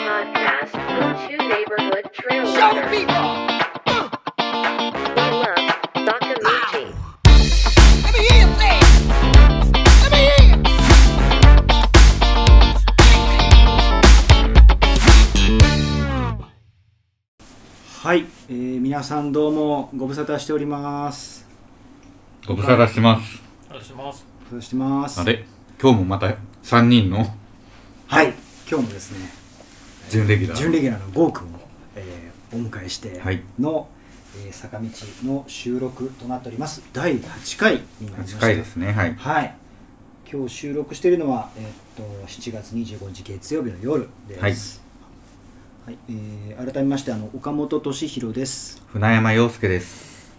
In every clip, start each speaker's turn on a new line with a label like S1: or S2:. S1: West Hill 2 neighborhood trail
S2: Show
S1: runner.
S2: people!
S1: One love, Sakaguchi.
S2: Let me hear you say it! Let me hear you!
S3: はい、えー皆さんどうもご無沙汰しております。
S4: ご無沙汰してます。
S5: お願いします。
S3: ご無沙汰してます。
S4: あれ今日もまた3人の
S3: はい、今日もですね、
S4: 準レギュラー。
S3: 準レギュラーのゴーくんを、えーお迎えして
S4: はい
S3: の、えー坂道の収録となっております。第8回になりました。
S4: 8回ですね。はい。
S3: はい。今日収録しているのは、えーっと7月25日月曜日の夜です。はい。えー改めましてあの岡本敏弘です、
S4: 船山陽介です。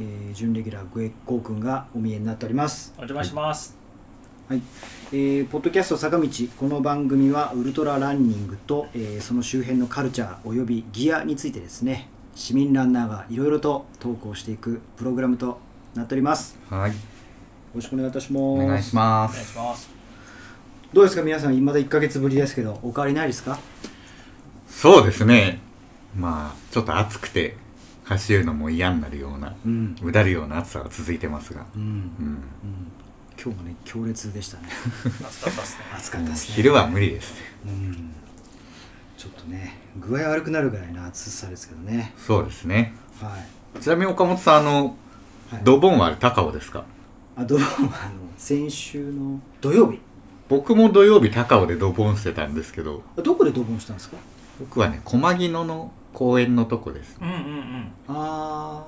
S3: えー準レギュラーゴエゴーくんがお見えになっております。
S5: お邪魔します。
S3: はいえーポッドキャスト坂道この番組はウルトラランニングと、えーその周辺のカルチャーおよびギアについてですね市民ランナーがいろいろと投稿していくプログラムとなっておりますよ
S4: はい。
S3: ろしくお願いいたします
S4: お願いしま
S5: お願いし
S4: す。
S5: ます。
S3: どうですか皆さんまだ1ヶ月ぶりですけどお変わりないですか
S4: そうですね。まあ、ちょっと暑くて、走るのも嫌になるような、
S3: うん
S4: うだるような暑さが続いてますが。
S3: うん、うん
S4: うん。
S3: 今日もね強烈で したね
S5: 夏だったですね。
S3: 暑かったですね
S4: 昼は無理ですね。
S3: うんちょっとね具合悪くなるぐらいの暑さですけどね
S4: そうですね。
S3: はい
S4: ちなみに岡本さん、あの、
S3: はい
S4: ドボンはあれ高尾ですか
S3: あドローンはあの先週の土曜日
S4: 僕も土曜日高尾でドボンしてたんですけど、
S3: あどこでドボンしたんですか
S4: 僕はね、駒木野の公園のとこです。
S5: うんうんうん。
S3: あ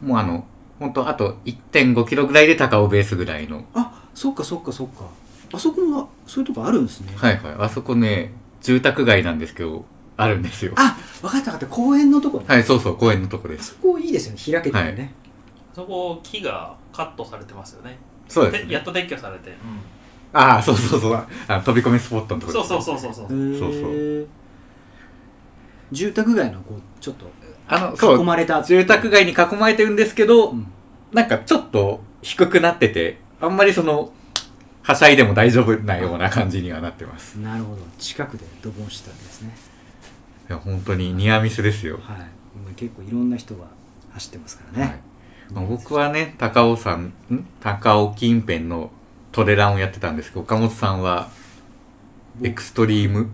S4: もうあの、ほんとあと1.5キロぐらいで高尾ベースぐらい
S3: ー
S4: の。
S3: あそっかそっかそっかあそこはそういうとこあるんですね
S4: はいはい。あそこね、住宅街なんですけど、あるんですよ。
S3: あ分かった分かった公園のとこね、
S4: はい、そうそう、公園のとこで
S3: あ
S4: す。
S3: そこいいですよね開けてるね、
S5: そこ木がカットされてますよね。
S4: そうです
S5: でやっ
S4: ね。
S5: と撤去されて。
S4: ああ、そうそうそう。あ飛び込みスポットのとこ
S5: そ
S4: で
S5: う
S4: す、
S5: そうそうそうそう
S3: へ。ー
S4: そうそ
S3: 住宅街のこうちょっと
S4: あの、そ
S3: 囲
S4: う、
S3: まれた
S4: 住宅街に囲まれてるんですけど、
S3: うん
S4: なんかちょっと低くなってて、あんまりその、はしゃいでも大丈夫なような感じにはなってます。
S3: なるほど近くでドボンしてたんですね
S4: いや、本当にニアミスですよ。
S3: はい今結構いろんな人が走ってますからね、
S4: はいまあ、僕はね高尾さんん高尾近辺のトレランをやってたんですけど岡本さんは
S3: 僕
S4: エクストリーム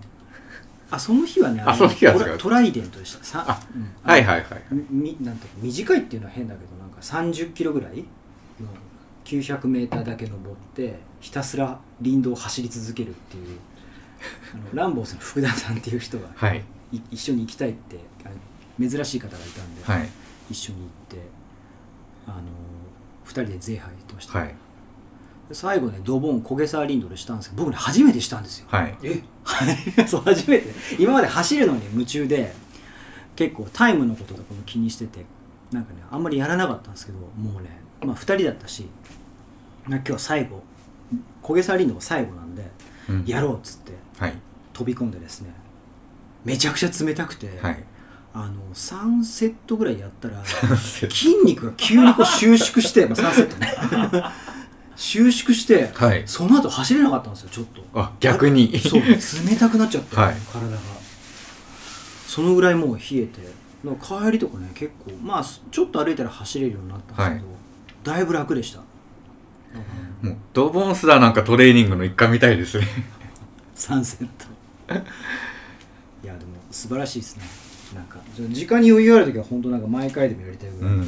S3: あその日はね
S4: あその日は違う
S3: トラトライデントでしたさ
S4: あ
S3: うん
S4: はいはいはい
S3: みなんと短いっていうのは変だけどなんか30キロぐらいの 900m だけ登ってひたすら林道を走り続けるっていうあのランボーさん福田さんっていう人が
S4: はい
S3: い一緒に行きたいってあの珍しい方がいたんで、
S4: はい
S3: 一緒に行ってあの2人でゼーハイ行ってました、
S4: はい
S3: で最後ねドボン焦げ沢林道でしたんですけど僕ね初めてしたんですよ
S4: はい
S5: え、
S3: はい そう初めて今まで走るのに夢中で結構タイムのこととかも気にしててなんかねあんまりやらなかったんですけどもうね、まあ、2人だったしな今日は最後焦げ去りの最後なんで
S4: うん
S3: やろうっつって
S4: はい
S3: 飛び込んでですねめちゃくちゃ冷たくて、
S4: はい
S3: あの3セットぐらいやったら
S4: は
S3: 筋肉が急にこう収縮して、まあ、3セットね収縮して
S4: い
S3: その後走れなかったんですよちょっと
S4: あ逆に
S3: そう冷たくなっちゃって、
S4: はい
S3: 体がそのぐらいもう冷えてだから帰りとかね結構まあすちょっと歩いたら走れるようになったんですけど、だいぶ楽でした
S4: もうドボンスラーなんかトレーニングの一環みたいですね
S3: サンセット いやでも素晴らしいですねなんか時間に余裕ある時は本当なんか毎回でもやりたいぐ
S4: う
S3: らい、
S4: ん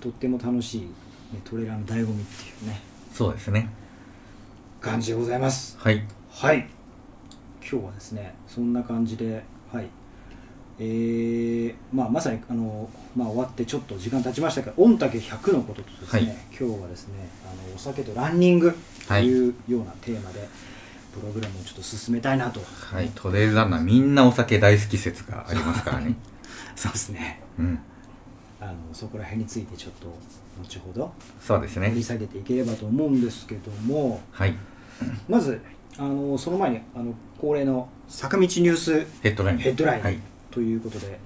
S3: とっても楽しい、ね、トレーラーの醍醐味っていうね
S4: そうですね
S3: 感じでございます
S4: はい
S3: はい今日はですねそんな感じではいえーまあ、まさにあの、まあ、終わってちょっと時間経ちましたけど御嶽100のこととですね、
S4: はい
S3: 今日はですねあのお酒とランニングというようなテーマで、プログラムをちょっと進めたいなと、
S4: はいトレーランナーみんなお酒大好き説がありますからね
S3: そうですね
S4: うん
S3: あのそこら辺についてちょっと後ほど
S4: そうです
S3: 掘
S4: ね
S3: り下げていければと思うんですけども
S4: はい
S3: まずあのその前にあの恒例の坂道ニュース
S4: ヘッドライン
S3: ヘッドライン、
S4: はい
S3: ということで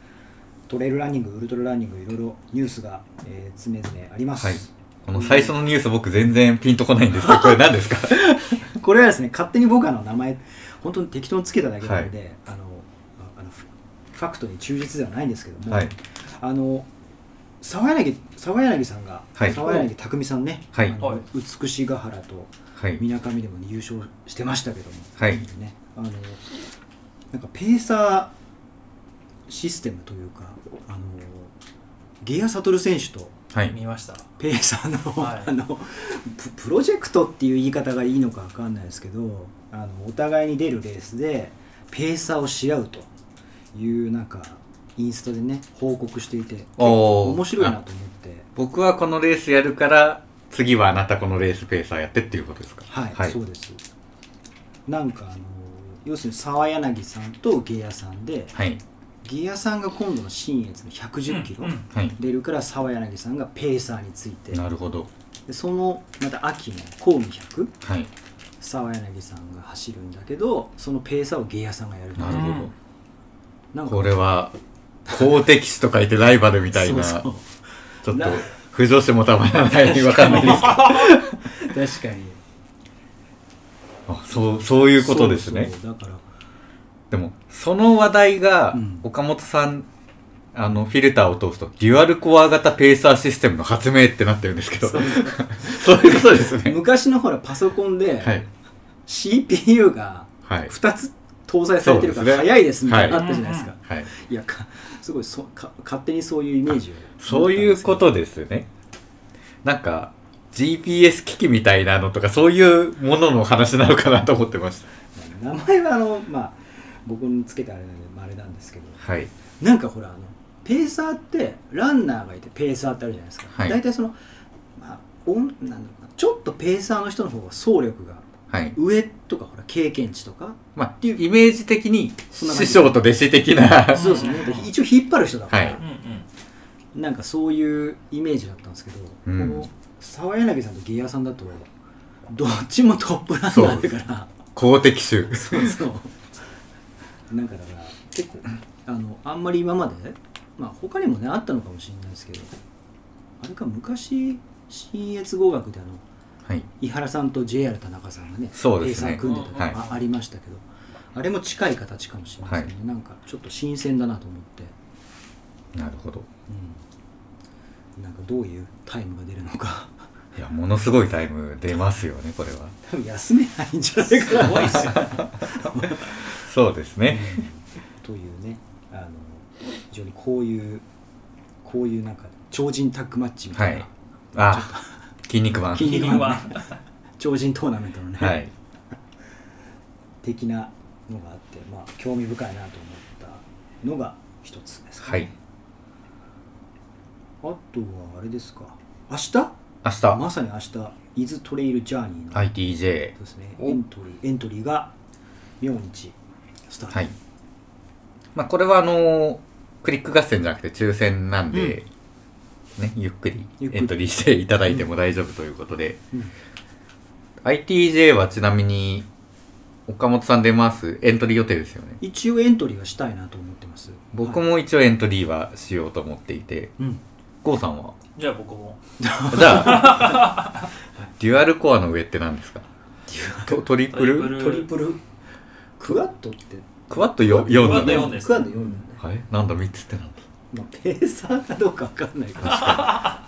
S3: トレイルランニングウルトラランニングいろいろニュースが、えー常々あります、
S4: はいこの最初のニュース僕全然ピンとこないんですけど、これ何ですか
S3: これはですね勝手に僕あの名前本当に適当につけただけなので、あのああのふファクトに忠実ではないんですけども、
S4: はい
S3: あの沢柳沢柳さんが、
S4: はい
S3: 沢柳匠さんね、
S4: はい
S3: あの
S5: はい
S3: 美しが原と
S4: はい
S3: みなかみでも、優勝してましたけども、
S4: はい
S3: ね、あのなんかペーサーシステムというかあのゲア悟選手と
S4: はい
S5: 見ました
S3: ペーサーの,、
S5: はい
S3: あのププロジェクトっていう言い方がいいのか分かんないですけどあのお互いに出るレースでペーサーをし合うというなんかインスタでね報告していて
S4: おー
S3: 面白いなと思って
S4: 僕はこのレースやるから次はあなたこのレースペーサーやってっていうことですか
S3: はい、
S4: はい
S3: そうですなんかあの要するに沢柳さんとゲアさんで
S4: はい
S3: ゲアさんが今度の新越の110キロ
S5: うんうん
S4: はい
S3: 出るから沢柳さんがペーサーについて
S4: なるほど
S3: でそのまた秋の神戸100
S4: はい
S3: 沢柳さんが走るんだけどそのペーサーをゲイヤさんがやる
S4: なる
S5: ど
S4: ほ
S3: な
S4: どこれは好敵士と書いてライバルみたいな
S3: そうそう
S4: ちょっと浮上してもたまらないわかんないですけど
S3: 確かに
S4: あそうそういうことですね
S3: そうそうだから
S4: でもその話題が
S3: うん
S4: 岡本さん、あのフィルターを通すとデュアルコア型ペーサーシステムの発明ってなってるんですけど
S3: そう
S4: そういうことですね
S3: 昔のほらパソコンで
S4: はい
S3: CPU が
S4: はい
S3: 2つ搭載されてるか
S4: そうで
S3: ら
S4: すね
S3: 早いですみたいなのあったじゃないですか、
S5: はい
S4: はい
S3: い、やかすごいそか勝手にそういうイメージを
S4: そういうこ
S3: 持
S4: とですねなんか GPS 機器みたいなのとかそういうものの話なのかなと思ってました
S3: ったんですけど名前はあのまあ僕につけたあれなんで、まあ、あれなんですけど
S4: はい
S3: なんかほらあのペーサーってランナーがいてペーサーってあるじゃないですか、
S4: はい
S3: 大体その、まあ、おんなんだろうなちょっとペーサーの人の方が走力が
S4: はい
S3: 上とかほら経験値とか、
S4: まあイメージ的に
S3: そんな感
S4: 師
S3: じ
S4: 匠と弟子的な
S3: そうですねだって一応引っ張る人だから、
S4: はい
S5: うんうん
S3: なんかそういうイメージだったんですけど、
S4: うん
S3: この沢柳さんとギアさんだとどっちもトップランナーだから
S4: 公的種
S3: そうそうなんかだから結構あのあんまり今までまあ他にもねあったのかもしれないですけどあれか昔信越語学であの
S4: はい
S3: 井原さんと JR 田中さんがね
S4: そうですね
S3: 計算組んでたとか、
S4: はい
S3: あありましたけどあれも近い形かもしれないですけど、なんかちょっと新鮮だなと思って、
S4: なるほど
S3: うん、なんかどういうタイムが出るのか
S4: いやものすごいタイム出ますよねこれは
S3: 多分休めないんじゃないかな
S5: すごいっすよ
S4: そうですね、
S3: というねあの非常にこういうこういうなんか超人タッグマッチみたいな、
S4: はいあ筋肉マン
S3: 筋
S5: キ
S3: 肉
S5: リ
S3: マン
S5: ンは
S3: 超人トーナメントのね、
S4: はい
S3: 的なのがあってまあ興味深いなと思ったのが一つですか、
S4: は
S3: ね
S4: い
S3: あとはあれですか明日
S4: 明日
S3: まさに明日伊豆トレイルジャーニーの、
S4: ITJ
S3: そうですね
S4: お
S3: エントリーエントリーが明日スタート、
S4: はい、まあ、これはあのークリック合戦じゃなくて抽選なんで、ね、ゆっくり
S3: ゆっくり
S4: エントリーしていただいても大丈夫ということで、
S3: うん
S4: ITJ はちなみに岡本さん出ますエントリー予定ですよね
S3: 一応エントリーはしたいなと思ってます
S4: 僕
S3: はい
S4: も一応エントリーはしようと思っていて
S3: うん
S4: 郷さんは
S5: じゃあ僕も
S4: じゃあデュアルコアの上って何ですかトトリプル
S3: ト
S5: トリプル
S3: リプルクワットって
S4: クワットよ4
S5: クワット
S4: だ
S5: 四
S4: ね
S5: です
S3: クワット4だね
S4: はいなんだ3つってなんだ
S3: まあ、ペーサーかどうかわかんないけど、ま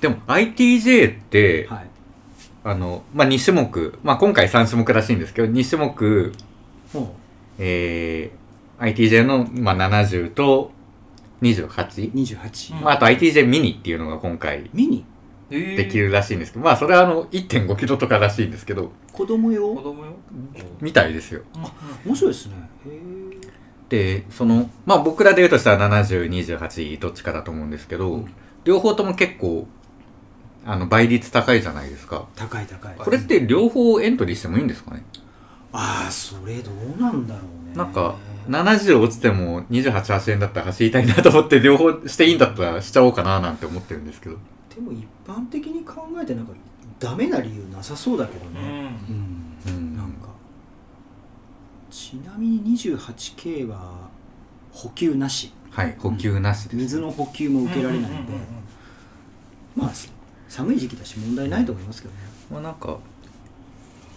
S4: でも ITJ って、
S3: あ、はい
S4: あの、まあ、2種目、まあ、今回3種目らしいんですけど、2種目、
S3: も
S4: えー、ITJ の、まあ、70と
S3: う
S4: 28。
S3: 28、
S4: まあ、あと ITJ ミニっていうのが今回
S3: ミニ
S4: で
S5: で
S4: きるらしいんですけど、まあ、それはあの、1.5キロとからしいんですけど、
S3: 子供
S5: 子
S3: 用
S5: 供よ
S4: みたいですよ。
S3: 面白いですねへえ
S4: で、その、まあ、僕らで言うとしたら70、28、どっちかだと思うんですけど、
S3: うん
S4: 両方とも結構、あの、倍率高いじゃないですか。
S3: 高い高い
S4: これって両方エントリーしてもいいんですかね
S3: ああそれどうなんだろうね
S4: なんか、70落ちても28、8円だったら走りたいなと思って、両方していいんだったらしちゃおうかななんて思ってるんですけど。
S3: でも一般的に考えてなんかダメな理由なさそうだけど
S5: う
S3: ねうんん、
S4: うん
S3: なんかちなみに 28K は補給なし
S4: はい、補給なしです。
S3: 水の補給も受けられないんで、
S5: うんうんうん
S3: まあ寒い時期だし問題ないと思いますけどね
S4: まあなんか、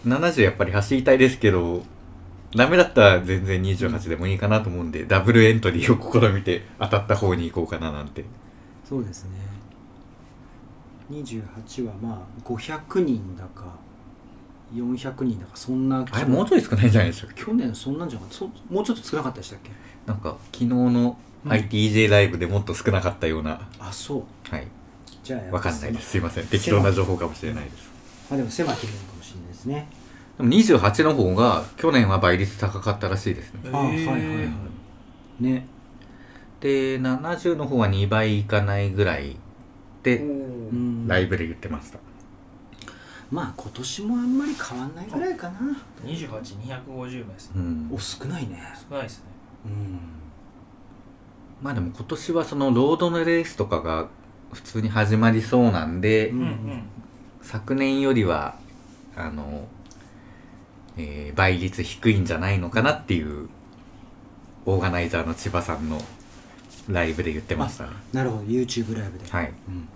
S4: 70やっぱり走りたいですけど、ダメだったら全然28でもいいかなと思うんで、ダブルエントリーを試みて当たった方に行こうかななんて。
S3: そうですね28はまあ500人だか400人だかそんな
S4: あれ、もうちょい少ないんじゃないでしたっけ
S3: 去年そんなんじゃなかったそもうちょっと少なかったでしたっけ
S4: なんか、昨日の ITJ ライブでもっと少なかったような、
S3: あそう
S4: はい。
S3: じゃあやっぱ
S4: わかんないです。すいません。適当な情報かもしれないです。
S3: まあでも狭き門かもしれないですね
S4: でも28の方が、去年は倍率高かったらしいですね。
S3: あはいはいはいね
S4: で、70の方は2倍いかないぐらいで、
S3: うん
S4: ライブで言ってました。
S3: まあ今年もあんまり変わんないぐらいかな
S5: 28250名ですね
S4: うん
S3: お少ないね
S5: 少ないですね
S3: うん
S4: まあでも今年はそのロードのレースとかが普通に始まりそうなんで、
S3: うん
S5: うん
S4: 昨年よりはあの、えー倍率低いんじゃないのかなっていうオーガナイザーの千葉さんのライブで言ってましたね
S3: なるほど YouTube ライブで、
S4: はい
S3: うん、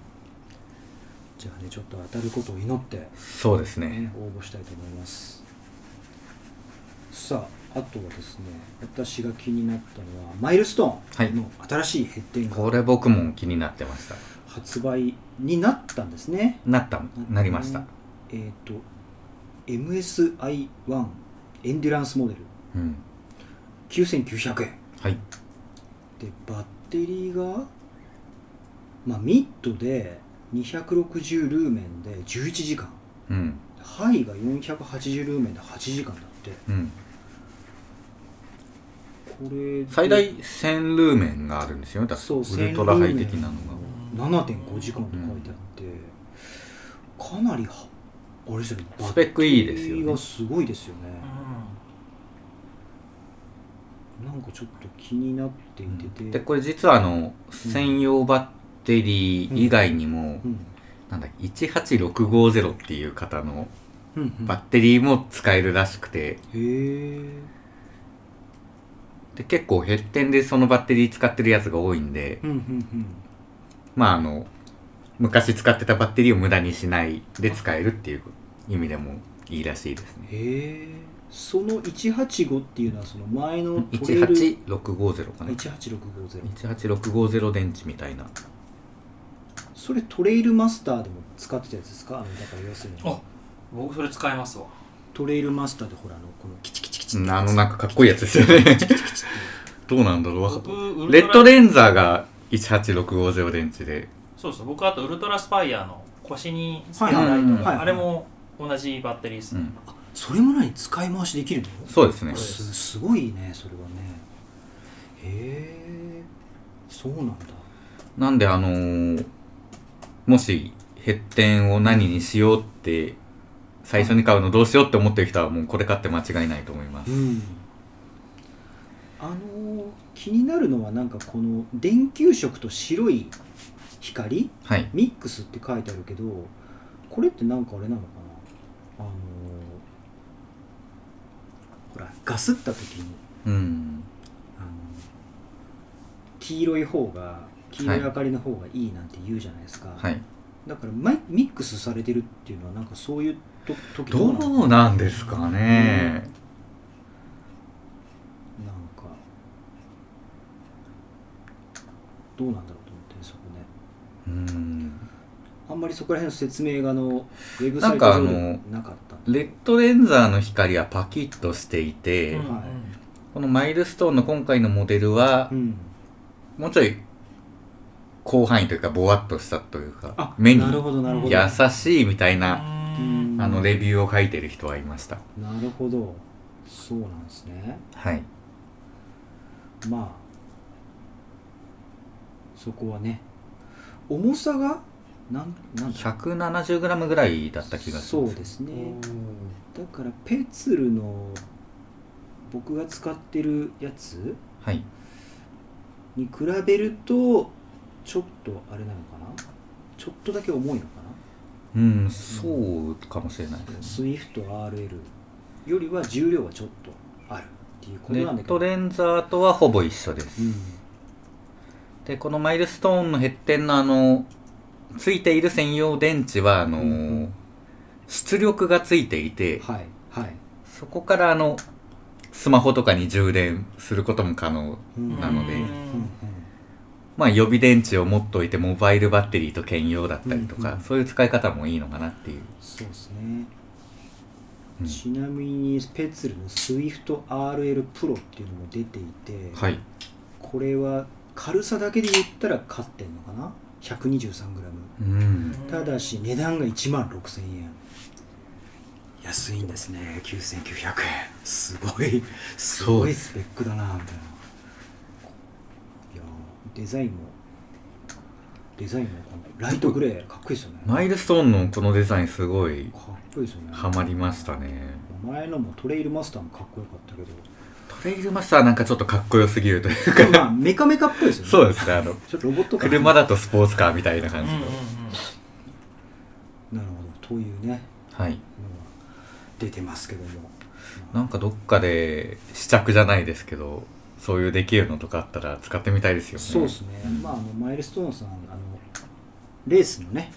S3: じゃあねちょっと当たることを祈って
S4: そうですね
S3: ね、応募したいと思いますさああとはですね私が気になったのはマイルスト
S4: は
S3: ー
S4: い
S3: ンの新しいヘッテンが
S4: これ僕も気になってました
S3: 発売になったんですね
S4: なったなりました、
S3: えっ、と MSI1 エンデュランスモデル
S4: うん、
S3: 9900円
S4: はい
S3: でバッテリーが、まあ、ミッドで260ルーメンで11時間
S4: うん
S3: ハイが480ルーメンで8時間だって
S4: うん
S3: これで
S4: 最大1000ルーメンがあるんですよね確か
S3: そう
S4: ウルトラハイ的なのが
S3: 7.5時間と書いてあって、かなりはあれですよね
S4: スペックいいです
S3: バッ
S4: よね
S3: テリーがすごいですよね、
S5: う
S3: なんかちょっと気になっていてて、
S4: でこれ実はあの専用バッテリー以外にも、
S3: うん
S4: なんだっけ18650っていう方の
S3: うんうん
S4: バッテリーも使えるらしくて
S3: へえ
S4: で結構減点でそのバッテリー使ってるやつが多いんで
S3: うんうんうん
S4: まああの昔使ってたバッテリーを無駄にしないで使えるっていう意味でもいいらしいですね
S3: へえその185っていうのはその前のトレイル
S4: 18650かな
S3: 18650
S4: 18650電池みたいな
S3: それトレイルマスターでも使ってたやつですかあのだから要する
S5: んあ
S3: に
S5: 僕それ使えますわ
S3: トレイルマスターでほらあのこのキチキチキチ
S4: う
S3: って
S4: ん
S3: や
S4: あ
S3: つ
S4: のなんかかっこいいやつですよねどうなんだろうわか
S5: 僕ウ
S4: レ
S5: ル
S4: ッ
S5: ト
S4: ド
S5: ラ
S4: レンザーが18650電池で
S5: そうですね僕あとウルトラスパイアの腰につけ
S3: はい
S5: たライ
S4: うん
S5: ト
S3: はい
S5: があれも同じバッテリーですね、
S3: それも何使い回しできるの
S4: そうですね
S3: すすごいねそれはねへえそうなんだ
S4: なんであのーもしヘッテンを何にしようって最初に買うのどうしようって思ってる人はもうこれ買って間違いないと思います、
S3: んあのー気になるのはなんかこの電球色と白い光
S4: はい
S3: ミックスって書いてあるけどこれってなんかあれなのかなあのーほらガスった時に
S4: うん
S3: あの黄色い方が黄色い明かりの方がいいなんて言うじゃないですか、
S4: はい
S3: だからマイミックスされてるっていうのはなんかそういうと時
S4: ど
S3: なの
S4: うなんですかね、
S3: なんかどうなんだろうと思ってそこね
S4: うん、
S3: あんまりそこら辺の説明があのウェブサイト上ではなかったんで
S4: レッドレンザーの光はパキッとしていて、
S5: うん
S3: はい
S4: このマイルストーンの今回のモデルは
S3: うん
S4: もうちょい広範囲というかぼわっとしたという
S3: あ
S4: か目に
S3: なるほどなるほど
S4: 優しいみたいな
S5: うん
S4: あのレビューを書いてる人はいました
S3: なるほどそうなんですね
S4: はい
S3: まあそこはね重さがなんなんだ
S4: 170g ぐらいだった気がし
S3: そ
S4: ま
S3: う
S4: す
S3: ですねだからペツルの僕が使ってるやつ
S4: はい
S3: に比べるとちょっとあれなのかなちょっとだけ重いのか
S4: うんそうかもしれないで
S3: な
S4: す
S3: スイフト RL よりは重量はちょっとあるっていうこと
S4: レ
S3: なんだ
S4: ッ
S3: け
S4: ド
S3: ど
S4: レンザーとはほぼ一緒です、
S3: うん
S4: でこのマイルストーンのヘッテンのあのついている専用電池はあのー
S3: うん
S4: 出力がついていて
S3: はいはい
S4: そこからあのスマホとかに充電することも可能
S3: うん
S4: なので、
S5: うん
S4: まあ予備電池を持っといてモバイルバッテリーと兼用だったりとか、
S3: うんうん
S4: そういう使い方もいいのかなっていう、
S3: そうですね、
S4: うん
S3: ちなみにペツルの SwiftRL Pro っていうのも出ていて、
S4: はい
S3: これは軽さだけで言ったら勝ってんのかな 123g
S4: うん
S3: ただし値段が1万6000円安いんですね9900円すごいすごいスペックだなみたいないやデザインもデザインもこのライトグレーかっこいいですよね
S4: マイルストーンのこのデザインすごい
S3: かっこいいですよね
S4: ハマりましたね
S3: 前のもトレイルマスターもかっこよかったけど
S4: トレイルマスターなんかちょっとかっこよすぎる というか
S3: まあメカメカっぽいですよね
S4: そうですねあの
S3: ちょっとロボット感
S4: 車だとスポーツカーみたいな感じ、
S5: うんうんうん
S3: なるほどというね
S4: はい
S3: のが出てますけども
S4: なんかどっかで試着じゃないですけどそういうできるのとかあったら使ってみたいですよね
S3: そうですね、まあ、あのマイルストーンさんあのレースのね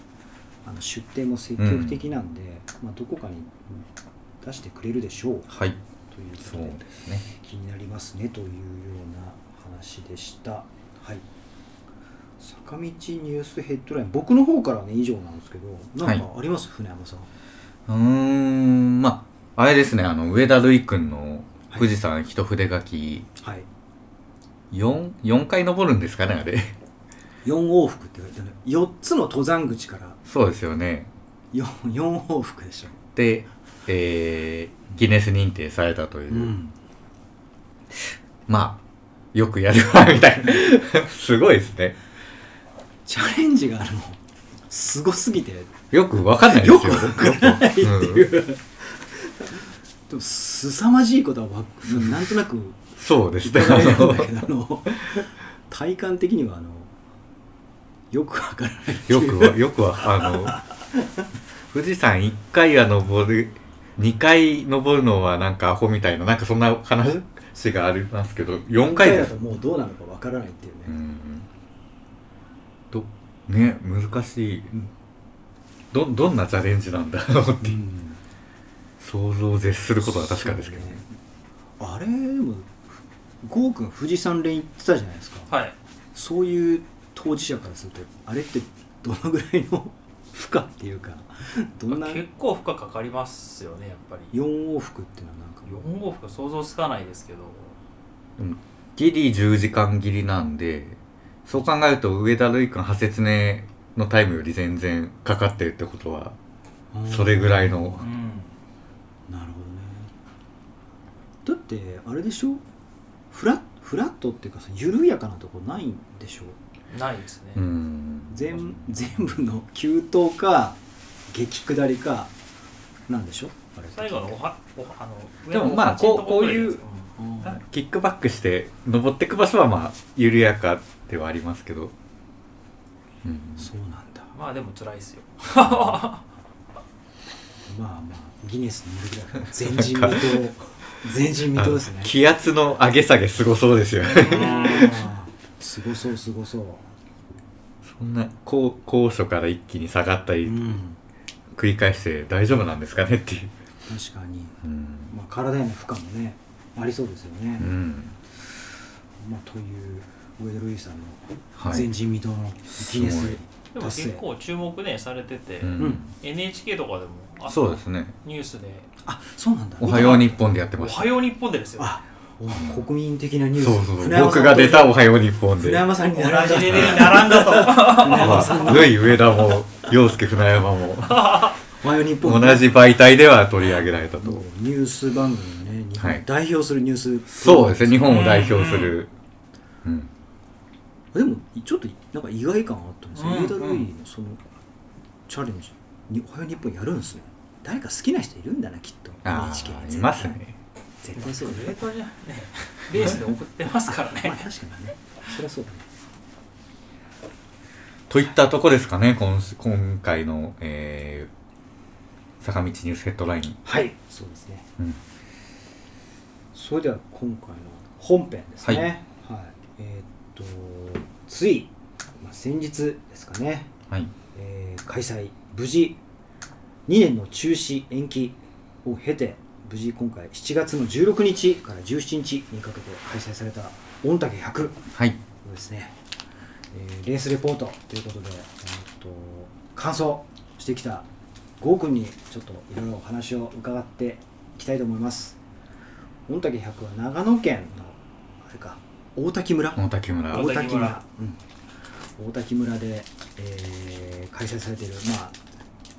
S3: あの出店も積極的なんで、まあ、どこかに出してくれるでしょう
S4: はい
S3: という
S4: そう
S3: ことで
S4: ですね
S3: 気になりますねというような話でしたはい坂道ニュースヘッドライン僕の方からはね以上なんですけどなんかあります、船山さん
S4: うーんまああれですねあの上田瑠衣君の
S3: はい
S4: 富士山一筆書き
S3: はい
S4: 4, 4回登るんですかねあ れ
S3: 4往復って書いてある4つの登山口から
S4: そうですよね
S3: 4, 4往復でしょ
S4: で、えーギネス認定されたという、まあよくやるわみたいな すごいですね
S3: チャレンジがあのすごすぎて
S4: よくわかんないです よ
S3: よくわ
S4: かんないっていう、ん
S3: でも凄まじいことはわなんとなく
S4: そうですね
S3: 伺えるんだけどあの体感的にはあのよくわからないってい
S4: よ
S3: う
S4: くはよくはあの富士山1回は登る2回登るのはなんかアホみたいななんかそんな話がありますけど4回で
S3: だ
S4: す
S3: と、もうどうなのかわからないっていう
S4: う
S3: ね、
S4: ん、どね難しいどどんなチャレンジなんだろうって
S3: うん
S4: 想像を絶することは確かですけどね
S3: そうねあれでもゴー君富士山連行ってたじゃないですか、
S5: はい
S3: そういう当事者からするとあれってどのぐらいの負荷っていうかどんな
S5: 結
S3: 4
S5: 構負荷かかりますよねやっぱり
S3: 往復っていうのはなんかもう
S5: 4往復想像つかないですけど
S4: ギリ10時間切りなんでそう考えると上田瑠衣君派説明のタイムより全然かかってるってことはそれぐらいの
S5: うん
S3: なるほどねだってあれでしょフラフラットっていうかさ緩やかなとこないんでしょ
S5: ないですね、
S4: うん
S3: 全全部の急騰か激下りかなんでしょあれ
S5: 最後のおはおはあの
S4: でもまあこうこういう
S3: うん
S4: キックバックして登ってく場所はまあ緩やかではありますけど、うん、
S3: そうなんだ
S5: まあでも辛いですよ
S3: まあまあギネスに乗る ぐらい前人未到前人未到ですね
S4: あの気圧の上げ下げすご そうですよね
S3: あーすごそうすごそう、
S4: そんな高高所から一気に下がった
S3: う
S4: り
S3: ん、
S4: 繰り返して大丈夫なんですかねっていう、
S3: 確かに、
S4: うん
S3: まあ、体への負荷もねありそうですよね、
S4: うん
S3: まあ、という上田瑠衣さんの
S4: はい
S3: 前人未到のギネス
S4: すごい
S5: でも
S3: 達成
S5: 結構注目ねされてて、
S4: うん
S3: うん
S5: NHK とかでもあ
S4: そうですね
S5: ニュースで
S3: あそうなんだ
S4: 「おはよう日本」でやって
S5: 「お
S4: ました
S5: はよう日本で」ですよ
S3: あお国民的なニュース
S4: そうそうそう
S3: 船山さん
S4: 僕が出た「おはよう日本」で
S3: 船山さんに
S5: 同
S3: 並んだ
S5: じレベルに並んだと
S3: 船山さん
S4: まあルイ上田も陽介船山 も
S3: おはよう日
S4: 同
S3: 本
S4: じ媒体では取り上げられたと
S3: もうニュース番組のね日本
S4: はい
S3: 代表するニュース
S4: そうですね日本を代表する、うん、
S3: でもちょっとなんか意外感あったんですよ
S5: うん
S3: 上田瑠唯のそのチャレンジにおはよう日本やるんですね誰か好きな人いるんだなきっと
S4: あ
S3: NHK
S4: あい
S3: 絶対
S4: ますね
S3: 絶対そう
S5: レー
S3: ね
S5: トじゃねレースで送ってますから
S3: まあ
S5: ね
S3: 確かにねそりゃそうだね
S4: といったとこですかね今し今回の、えー坂道ニュースヘッドライン、
S3: はいそうですね
S4: うん
S3: それでは今回の本編ですね、
S4: は
S3: はいいえーっとつい、まあ、先日ですかね、
S4: はい、
S3: えー開催無事2年の中止延期を経て無事今回7月の16日から17日にかけて開催された御嶽100というこ
S4: はい。
S3: とですね、えーレースレポートということで、えーっと感想してきた郷君にちょっといろいろお話を伺っていきたいと思います御嶽100は長野県のあれか大滝村
S4: 大滝村。
S3: 大
S5: 大
S3: 滝
S5: 滝
S3: 村
S5: 村、
S3: うん、大滝村で、えー開催されている、まあ、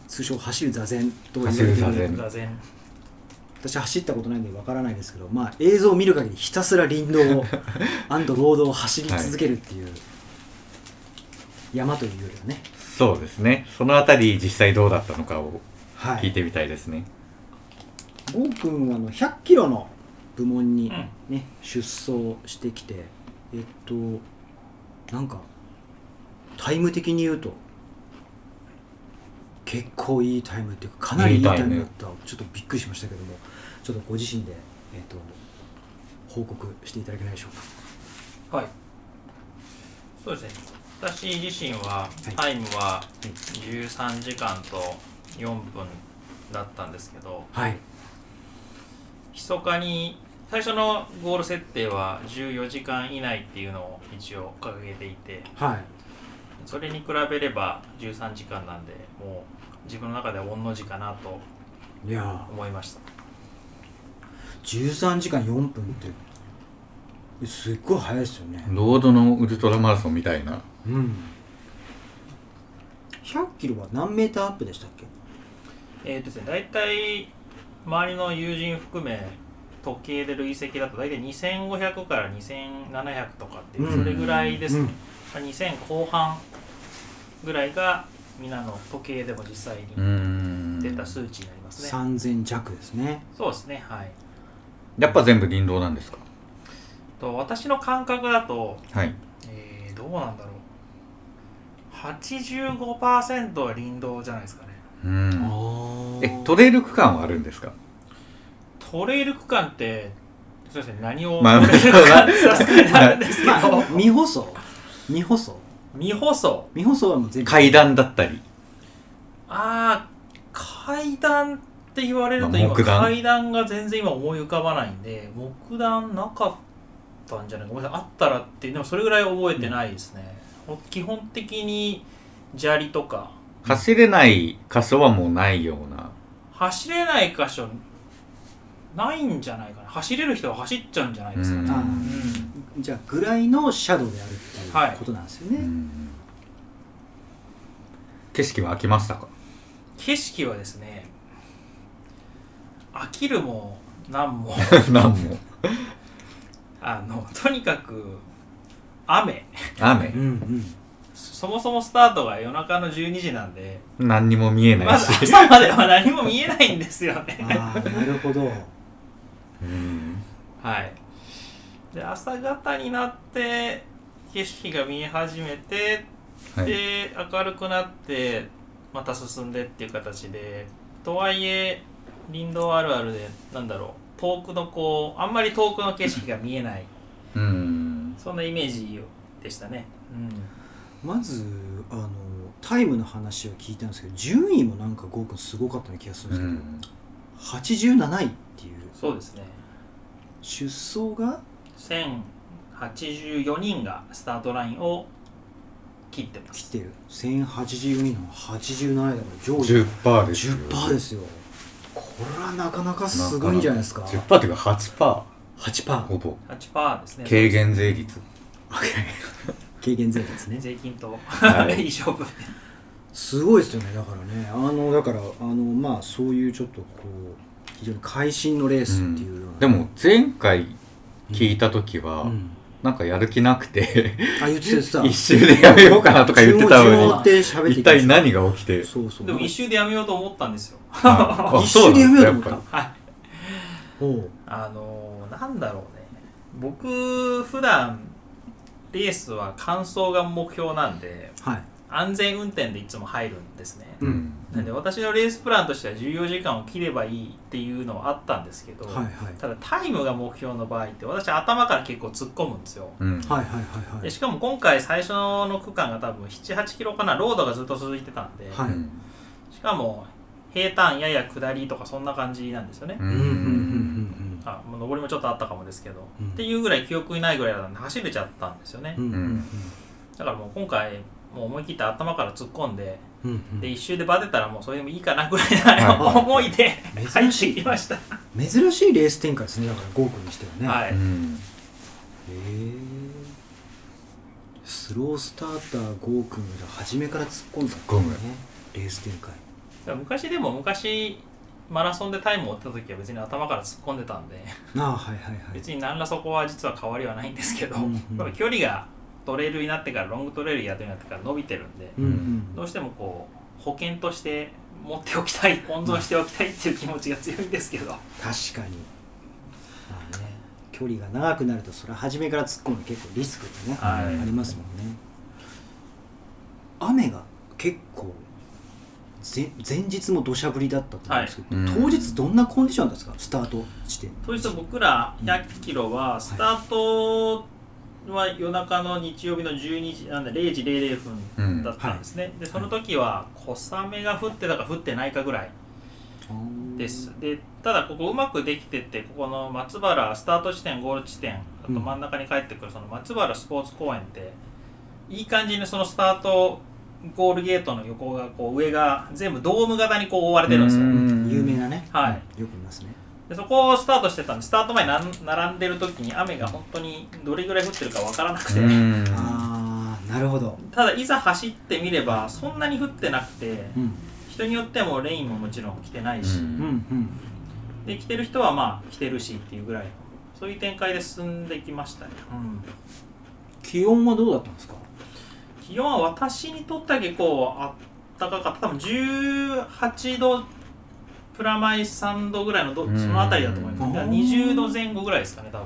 S3: 通称走る座禅と言われている
S4: 走る座禅
S5: 座禅
S3: 私走ったことないんでわからないですけど、まあ、映像を見る限りひたすら林 道をアンドロードを走り続けるっていう、山というよりはね、
S4: そうですね。そのあたり実際どうだったのかを
S3: は
S4: 聞い
S3: い、
S4: てみたいですね。
S3: ゴー君はあの100キロの部門に、
S5: うん
S3: ね出走してきてえっとなんかタイム的に言うと結構いいタイムっていうかかなりいいタイムだったちょっとびっくりしましたけどもちょっとご自身で、えっと、報告していただけないでしょうか。
S5: はいそうですね私自身は
S3: はい
S5: タイムはい13時間と4分だったんですけど
S3: はい
S5: 密かに最初のゴール設定は14時間以内っていうのを一応掲げていて
S3: はい
S5: それに比べれば13時間なんでもう自分の中では御の字かなと
S3: いや
S5: 思いました
S3: ー13時間4分ってすっごい早いですよね
S4: ロードのウルトラマラソンみたいな。
S3: うん100キロは何メーターアップでしたっけ
S5: えーとですね、大体周りの友人含め時計で累積だと大体2500から2700とかっていう
S3: うん
S5: それぐらいですね、
S3: うん
S5: まあ2000後半ぐらいが皆の時計でも実際
S4: うー
S5: に
S4: ん。
S5: 出た数値になりますね、
S3: 3000弱ですね
S5: そうですねはい
S4: やっぱ全部林道なんですか
S5: と私の感覚だと、
S4: はい。
S5: えーどうなんだろう85%は林道じゃないですかね
S4: うん。
S3: あ
S4: え、トレイル区間はあるんですか
S5: トレイル区間ってそうですね何を
S4: まあ
S5: トレイル区間って指すかになるんですけど、
S3: まあ未舗装未舗装
S5: 未舗装
S3: 未舗装はもう全部
S4: 階段だったり。
S5: ああ階段って言われる
S4: ま
S5: と
S4: あ
S5: 今
S4: 木段
S5: 階段が全然今思い浮かばないんで木段なかったんじゃないかごめんなさいあったらってでもそれぐらい覚えてないですね、ほ基本的に砂利とか
S4: 走れない箇所はもうないような。
S5: 走れない箇所ないんじゃないかな走れる人は走っちゃうんじゃないですかね、
S3: あじゃあぐらいのシャドウであるって
S5: は
S3: いう
S5: い
S3: ことなんですよね、
S4: うん景色は飽きましたか
S5: 景色はですね飽きるもな んも
S4: 何も。
S5: あのとにかく雨
S4: 雨
S3: うん、。うん
S5: そもそもスタートが夜中の12時なんで、
S4: 何にも見えな
S5: ま
S4: い
S5: ず
S4: し。
S5: 朝までは何も見えないんですよ ね。
S3: ああなるほど
S4: うん
S5: はい。で、朝方になって、景色が見え始めて、
S4: はい。
S5: で、明るくなって、また進んでっていう形で、とはいえ、林道あるあるで、なんだろう、遠くのこう、あんまり遠くの景色が見えない、
S4: うん。
S5: そんなイメージでしたね。
S3: まずあのタイムの話を聞いたんですけど順位もなんかゴー君すごかったような気がするん
S4: う
S3: ですけど、
S4: ん
S3: 87位っていう
S5: そうですね。
S3: 出走が
S5: 1084人がスタートラインを切ってま
S3: 来
S5: す
S3: てる1084人の87位だから上位
S4: 10%ですよ。
S3: 10%ですよこれはなかなかすごいんじゃないですか
S4: 10%っていうか8%。
S3: 8%
S4: ほぼ。
S5: 8%ですね
S4: 軽減税率。
S3: 軽減税率ね
S5: 税金と、
S4: はい
S5: 、い勝負
S3: すごいですよねだからねあのだからあのまあそういうちょっとこう非常に会心のレースっていうような、
S4: でも前回聞いた時は、
S3: うん
S4: なんかやる気なくて、
S3: あ言ってた言ってた
S4: 一周でやめようかなとか言ってた
S3: 順を
S4: の
S3: 追って喋っ
S4: に、
S3: ていきま
S4: 一
S3: しょう
S4: 体何が起きて。
S3: そうそう
S5: でも一周でやめようと思ったんですよ
S4: あ
S3: 一周でやめようと思った
S4: そうなんです
S5: はい
S3: おう
S5: あのーなんだろうね僕普段レースは完走が目標なんで
S3: はい
S5: 安全運転でいつも入るんですね、
S3: う
S4: うんん。
S5: なんで私のレースプランとしては14時間を切ればいいっていうのはあったんですけど、
S3: はいはい
S5: ただタイムが目標の場合って私頭から結構突っ込むんですよ
S4: うん。
S3: はいはいはいは
S5: で
S3: い
S5: しかも今回最初の区間が多分78キロかなロードがずっと続いてたんで、
S3: は
S4: うん。
S5: しかも平坦やや下りとかそんな感じなんですよね、
S4: う
S3: うんんうんうんうん
S5: あもう上りもちょっとあったかもですけど、
S3: うん
S5: っていうぐらい記憶にないぐらいだったんで走れちゃったんですよね、
S3: うんうんうん
S5: だからもう今回もう思い切って頭から突っ込んで
S3: うんうん
S5: で一周でバテたらもうそれでもいいかなぐらいの
S4: はい
S5: 思いで入
S3: 珍
S5: っ
S3: してい
S5: きました、
S3: 珍しいレース展開ですねだからゴークにしてはね、
S5: は
S3: へ
S5: い、
S4: うん
S3: えスロースターターゴークが初めから突っ込んだっていうねレース展開
S5: だから昔でも昔マラソンでタイムを追った時は別に頭から突っ込んでたんで
S3: ああはいはいはい
S5: 別に何らそこは実は変わりはないんですけど、
S3: うんうん
S5: やっぱ距離がトレイルになってからロングトレイルやるようになってから伸びてるんで、
S3: うんうん
S5: どうしてもこう保険として持っておきたい温存しておきたいっていう気持ちが強いんですけど
S3: 確かにまあね距離が長くなるとそれは初めから突っ込む結構リスクがね、
S5: はい
S3: ありますもんね雨が結構前前日も土砂降りだったと思うんですけど、
S4: はいうん
S3: 当日どんなコンディションだったんですかスタート地点
S5: 当日僕ら100キロはスタートは夜中の日曜日の12時なんだ0時00分だったんですね、でその時は小雨が降ってたか降ってないかぐらいですでただここうまくできててここの松原スタート地点ゴール地点あ
S3: う
S5: と
S3: ん
S5: 真ん中に帰ってくるその松原スポーツ公園っていい感じにそのスタートゴールゲートの横がこう上が全部ドーム型にこう覆われてるんですよ、
S4: うん
S3: 有名なね、
S5: はい
S3: よく見ますね
S5: でそこをスタートしてたんでスタート前になん並んでる時に雨が本当にどれぐらい降ってるかわからなくて、
S4: うん
S3: ああなるほど、
S5: ただいざ走ってみればそんなに降ってなくて
S3: うん、
S5: 人によってもレインももちろん来てないし、
S4: うん
S3: うんうん
S5: で来てる人はまあ来てるしっていうぐらいのそういう展開で進んできましたね、
S3: 気温はどうだったんですか
S5: 気温は私にとっては結構あったかかった多分18度プラマイ3度ぐらいのどそ
S4: うん
S5: の辺りだと思います、
S3: うん
S5: だから20度前後ぐらいですかね多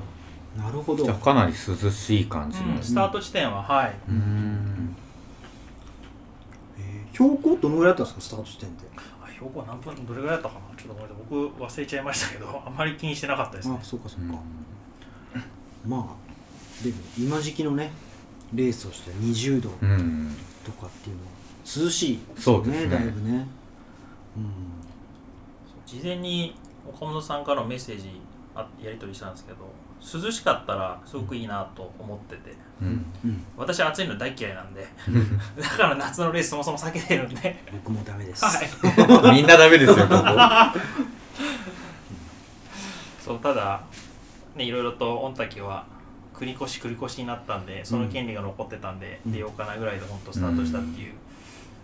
S5: 分、
S3: なるほど
S4: じゃあかなり涼しい感じの
S5: うんスタート地点ははい
S4: うん
S3: えー標高どのぐらいだったんですかスタート地点で
S5: あ標高何分どれぐらいだったかなちょっとごめんなさい僕忘れちゃいましたけどあ んまり気にしてなかったですね
S3: あそうかそうか、まあでも今時期のねレースをして20度
S4: うん
S3: とかっていうのは涼しい
S4: そうですね
S3: だいぶね
S5: 事前に岡本さんからのメッセージあやり取りしたんですけど涼しかったらすごくいいなと思ってて
S4: うん
S3: うん、うん、
S5: 私は暑いの大嫌いなん でだから夏のレースそもそも避けてるんで
S3: 僕もダメです、
S5: はい
S4: みんなダメですよ、ここ。
S5: そうただねいろいろと御嶽は繰り越し繰り越しになったんでその権利が残ってたんで、
S3: うん
S5: で8日なぐらいで本当スタートしたっていう、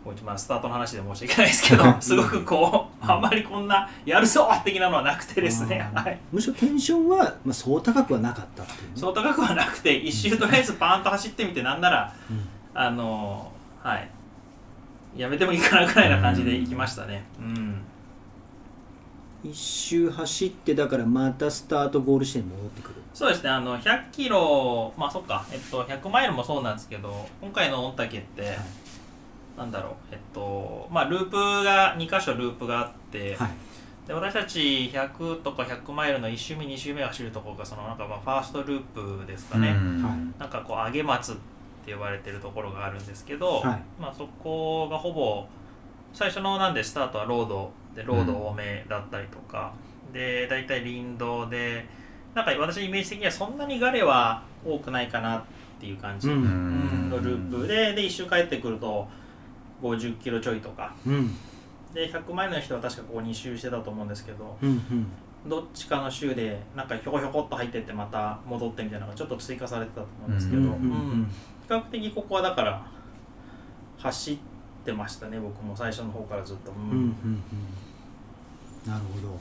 S5: もうまあスタートの話で申し訳ないですけ どすごくこう、
S3: うん
S5: あんまりこんなやるぞ的なのはなくてですね
S3: あー
S5: はい
S3: むしろテンションは、まあ、そう高くはなかったっていうね
S5: そう高くはなくて一周とりあえずパーンと走ってみてなんなら
S3: うん
S5: あのはいやめてもいいかなぐらいな感じで行きましたねうん、
S3: 一周走ってだからまたスタートゴール地点に戻ってくる
S5: そうですね、あの100キロ、まあそっか、えっと、100マイルもそうなんですけど、今回の御嶽って、なんだろう、えっと、まあ、ループが、2箇所ループがあって、
S3: はい
S5: で私たち100とか100マイルの1周目、2周目を走るところが、そのなんかまあファーストループですかね、なんかこう、上げ松って呼ばれてるところがあるんですけど、
S3: はい
S5: まあそこがほぼ、最初のなんでスタートはロードでロード多めだったりとか、で大体林道でなんか私イメージ的にはそんなにガレは多くないかなっていう感じ、
S3: う
S5: う
S3: ん
S5: んのループでで一周帰ってくると50キロちょいとか
S3: うん
S5: で100マイルの人は確かここ2周してたと思うんですけど
S3: うんうん
S5: どっちかの周でなんかひょこひょこっと入ってってまた戻ってみたいなのがちょっと追加されてたと思うんですけど、
S3: うん
S5: うん比較的ここはだから走ってましたね僕も最初の方からずっと、うん
S3: うんうんうんなるほど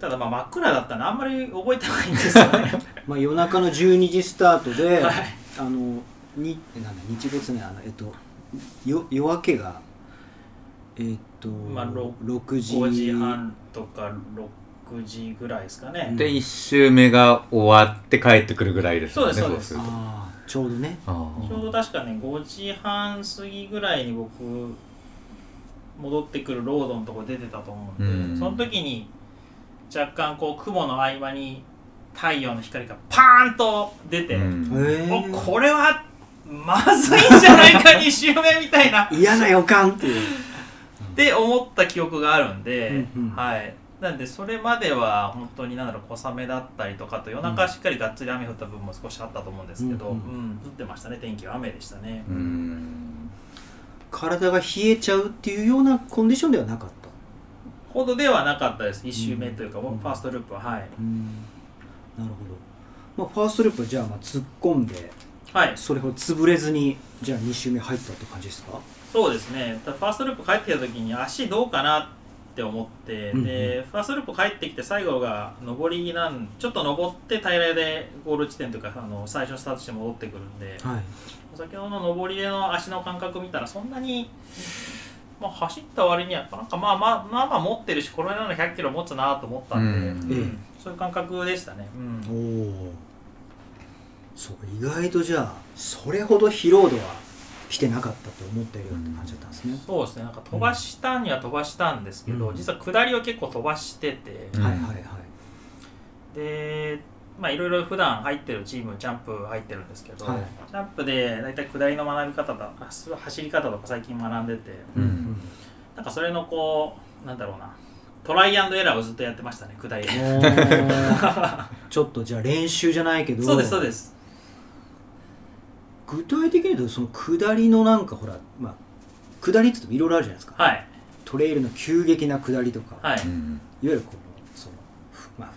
S5: ただまあ真っ暗だったんであんまり覚えてないんですよ ね
S3: まあ、夜中の12時スタートで、
S5: はい
S3: あのになんだ日没ねあのえっとよ夜明けがえっと、
S5: まあろ
S3: 6時
S5: 5時半とか6時ぐらいですかね、
S4: で、一周目が終わって帰ってくるぐらいですもんね、
S5: そうで
S4: そ
S5: す
S4: うすると
S3: ああちょうどね
S4: あ
S5: ちょうど確かね5時半過ぎぐらいに僕戻ってくるロードのとこ出てたと思うんで、
S4: うん
S5: その時に若干こう雲の合間に太陽の光がパーンと出て、
S4: ーうん
S3: へえ
S5: おこれはまずいんじゃないか2周目みたいな
S3: 嫌な予感っていう
S5: って思った記憶があるんで、
S3: うんうん
S5: はい。なんでそれまでは本当に何だろう小雨だったりとかあと夜中しっかりがっつり雨降った分も少しあったと思うんですけど、
S3: う
S5: うん
S3: う
S5: ん
S3: ん
S5: 降ってましたね天気は雨でしたね、
S4: うん
S3: 体が冷えちゃうっていうようなコンディションではなかった
S5: ほどではなかったです1周目というか、ファーストループははい、
S3: うんなるほど、まあ、ファーストループはじゃあまあ突っ込んで
S5: はい、
S3: それほど潰れずにじゃあ2周目入ったって感じですか
S5: そうですねただファーストループ帰ってきた時に足どうかなって思って、
S3: うんうん
S5: でファーストループ帰ってきて最後が上りなんちょっと上って平らでゴール地点というかあの最初スタートして戻ってくるんで
S3: はい
S5: 先ほどの上りでの足の感覚見たらそんなに、まあ、走った割にはなんかまあまあまあまあ持ってるしこれなら100キロ持つなと思ったん
S4: う
S5: で、
S4: ん
S5: うんそういう感覚でしたね、うん
S3: おおそうか意外とじゃあそれほど疲労度は来てなかったと思ったよりはって感じだったんですね、
S5: そうですねなんか飛ばしたには飛ばしたんですけど、
S3: うん
S5: 実は下りを結構飛ばしてて、
S4: うん
S3: はいはいはい
S5: でまあいろいろ普段入ってるチームジャンプ入ってるんですけど、
S3: はい
S5: ジャンプで大体下りの学び方とかあす走り方とか最近学んでて
S4: うん
S5: なんかそれのこうなんだろうなトライアンドエラーをずっとやってましたね下りで
S3: おーちょっとじゃあ練習じゃないけど
S5: そうですそうです
S3: 具体的に言うとその下りのなんかほらまあ下りって言ってもいろいろあるじゃないですか、
S5: はい
S3: トレイルの急激な下りとか、
S5: はい、
S4: うん
S3: いわゆるこのその、ふまあ、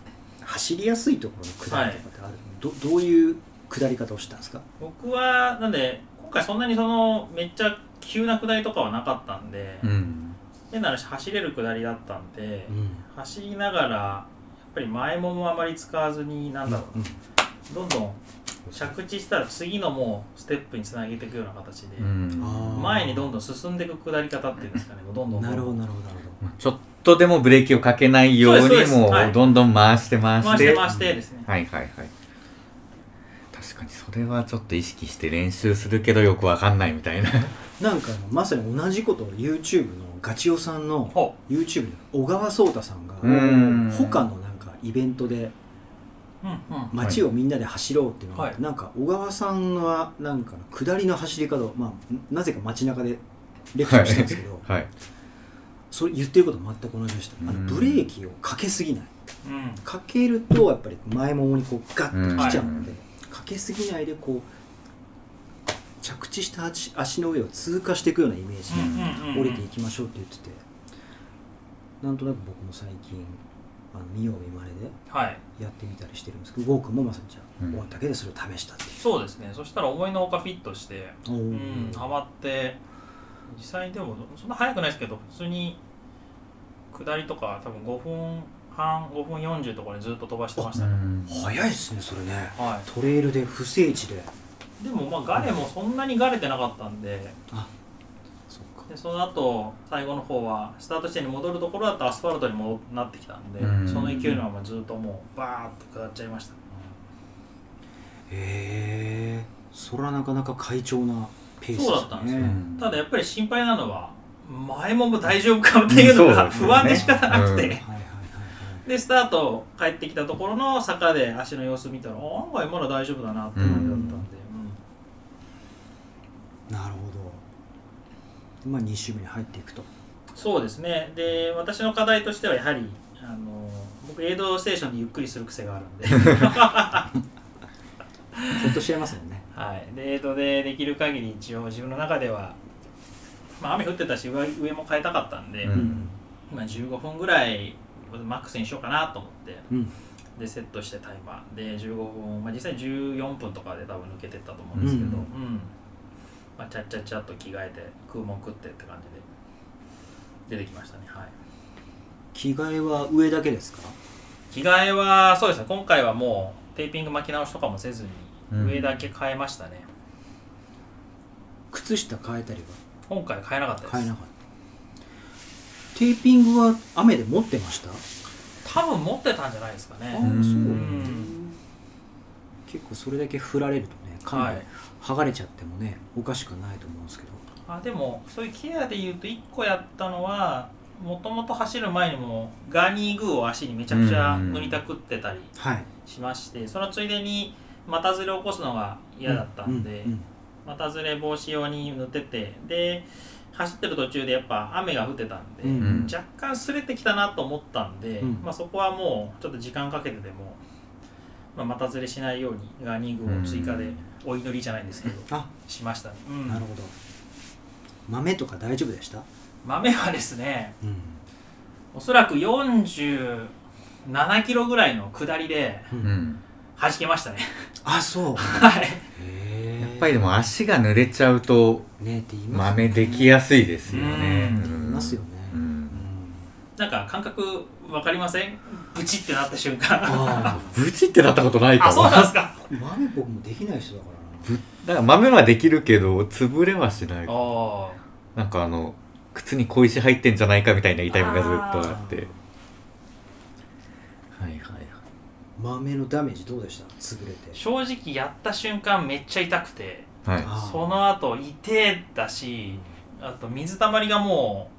S3: 走りやすいところの下りとかってある、どどういう下り方をしたんですか
S5: 僕はなんで今回そんなにそのめっちゃ急な下りとかはなかったんで、
S4: うん
S5: 変な話走れる下りだったんで、
S3: ん
S5: 走りながらやっぱり前ももあまり使わずになんだろうな、
S3: うん
S5: どんどん着地したら次のもうステップにつなげていくような形で、
S4: うん
S3: あー
S5: 前にどんどん進んでいく下り方っていうんですかねもうどんどんどん
S3: なる
S5: どん
S3: ほどなるほどなるほど
S4: まあちょっとでもブレーキをかけないよう
S5: そう
S4: に
S5: ですそう
S4: も
S5: ですは
S4: う
S5: い
S4: どんどん回して回し
S5: 回してて回してですね、
S4: はいはいはい確かにそれはちょっと意識して練習するけどよくわかんないみたいな
S3: なんかあのまさに同じことを YouTube のガチオさんの
S5: ほ
S3: YouTube で小川颯太さんが
S4: うん
S3: 他のなんかイベントで
S5: ううんうん
S3: 街をみんなで走ろうっていうのが、
S5: はい
S3: なんか小川さんはなんかの下りの走り方を、まあ、なぜか街中でレクチャーしたんですけど、
S4: はい
S3: それ言ってること全く同じでしたあの
S4: うん
S3: ブレーキをかけすぎない
S5: うん
S3: かけるとやっぱり前ももにこうガッときちゃうので、
S4: う
S3: かけすぎないでこう着地した足足の上を通過していくようなイメージで
S5: うんうんうん
S3: 降りていきましょうって言っててなんとなく僕も最近あの見よう見まねで
S5: はい
S3: やってみたりしてるんですけどゴー君もまさにじゃあ、
S4: うん
S3: 終わったけでそれを試したっていう
S5: そうですねそしたら思いのほかフィットして
S3: おー
S5: うんハマって実際でもそんな速くないですけど普通に下りとか多分5分半5分40とかでずっと飛ばしてましたね、
S3: 早いですねそれね
S5: は
S3: トレイルで不整地で
S5: い、でもまあガレもそんなにガレてなかったんで、
S3: そっか
S5: でその後最後の方はスタート地点に戻るところだとアスファルトに戻なってきたんで、
S4: うん
S5: その勢いのままずっともうバーッと下っちゃいました、
S3: へえそれはなかなか快調なペースですね
S5: そうだったんですよ
S4: うん
S5: ただやっぱり心配なのは前もも大丈夫かっていうの
S4: う
S5: が
S4: んそうですね
S5: 不安で仕方な
S4: うん
S5: くて、
S3: はいはいはいはい
S5: でスタート帰ってきたところの坂で足の様子見たら案外まだ大丈夫だなって感じだったんで、
S3: なるほどまあ2周目に入っていくと
S5: うんそうですねで私の課題としてはやはりあの僕エイドステーションでゆっくりする癖があるんで
S3: ほっとしちゃいますもんね
S5: はい、で、えーとでできる限り一応自分の中では、まあ、雨降ってたし上上も変えたかったんで、
S4: うん
S5: 今15分ぐらいマックスにしようかなと思って
S3: うん
S5: でセットしてタイマーで15分、まあ、実際14分とかで多分抜けてったと思うんですけど、
S3: うん
S5: うんまあ、ちゃっちゃっちゃっと着替えて食うもん食ってって感じで出てきましたね、はい、
S3: 着替えは上だけですか
S5: 着替えはそうですね今回はもうテーピング巻き直しとかもせずに
S4: うん
S5: 上だけ変えましたね、
S3: 靴下変えたりは
S5: 今回変えなかったです
S3: 変えなかったテーピングは雨で持ってましたあ
S5: 多分持ってたんじゃないですかね、
S3: あ
S4: ん
S3: そう
S5: うん
S3: 結構それだけ振られるとねかなり
S5: はい
S3: 剥がれちゃってもねおかしくないと思うんですけど
S5: あでもそういうケアで言うと1個やったのはもともと走る前にもガニーグーを足にめちゃくちゃ塗りたくってたり
S3: はい
S5: しましてそのついでに股ずれを起こすのが嫌だったんで、
S3: ううん
S5: 股ずれ防止用に塗っててで走ってる途中でやっぱ雨が降ってたんで、
S3: うん
S4: うん
S5: 若干擦れてきたなと思ったんで、
S3: うん
S5: まあ、そこはもうちょっと時間かけてでも、まあ、またずれしないようにランニングを追加でお祈りじゃないんですけど、
S3: あ
S5: しましたね、うん
S3: なるほど豆とか大丈夫でした
S5: 豆はですね
S3: うん
S5: おそらく47キロぐらいの下りで
S4: うん
S5: 弾けましたね
S3: あそう
S5: はい
S3: へえ
S4: やっぱりでも足が濡れちゃうと
S3: ねって言います
S4: 豆できやすいですよね
S5: うん
S4: うん
S3: 言いますよね
S4: うん
S5: なんか感覚わかりませんブチってなった瞬間
S3: ああ
S4: ブチってなったことないかも
S5: あそうなんですか
S3: 豆僕もできない人だからな
S4: だから豆はできるけど潰れはしない
S5: おー
S4: なんかあの靴に小石入ってんじゃないかみたいな痛みがずっとあってはいはいはい
S3: 豆のダメージどうでした潰れて
S5: 正直やった瞬間めっちゃ痛くて
S4: はい
S3: あー
S5: その後痛えだしあと水たまりがも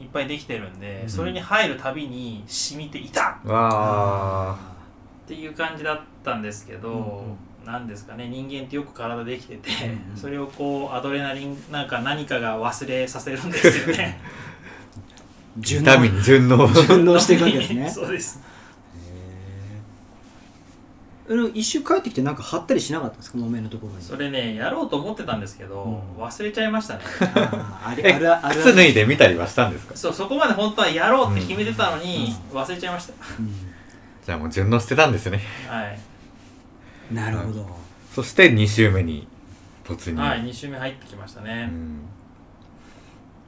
S5: ういっぱいできてるんで、
S3: うん
S5: それに入るたびに染みて痛っ
S4: わあ
S5: っていう感じだったんですけど、
S3: う
S5: なんですかね人間ってよく体できてて、
S3: うんうん
S5: それをこうアドレナリンなんか何かが忘れさせるんです よね
S3: 順
S4: 痛みに順応
S3: 順応していくわけですね
S5: そうです
S3: へえあの一周帰ってきてなんか貼ったりしなかったんですか豆のところに
S5: それねやろうと思ってたんですけど、
S3: うん
S5: 忘れちゃいましたね
S3: あーあれ
S4: え
S3: あるある
S4: 靴脱いで見たりはしたんですか
S5: そうそこまで本当はやろうって決めてたのに、忘れちゃいまし
S3: う
S4: じゃあもう順応してたんですね
S5: たはい、
S3: んなるほど
S4: そして2周目に突入、
S5: はい、2周目入ってきました
S4: う
S5: ね、
S4: ん、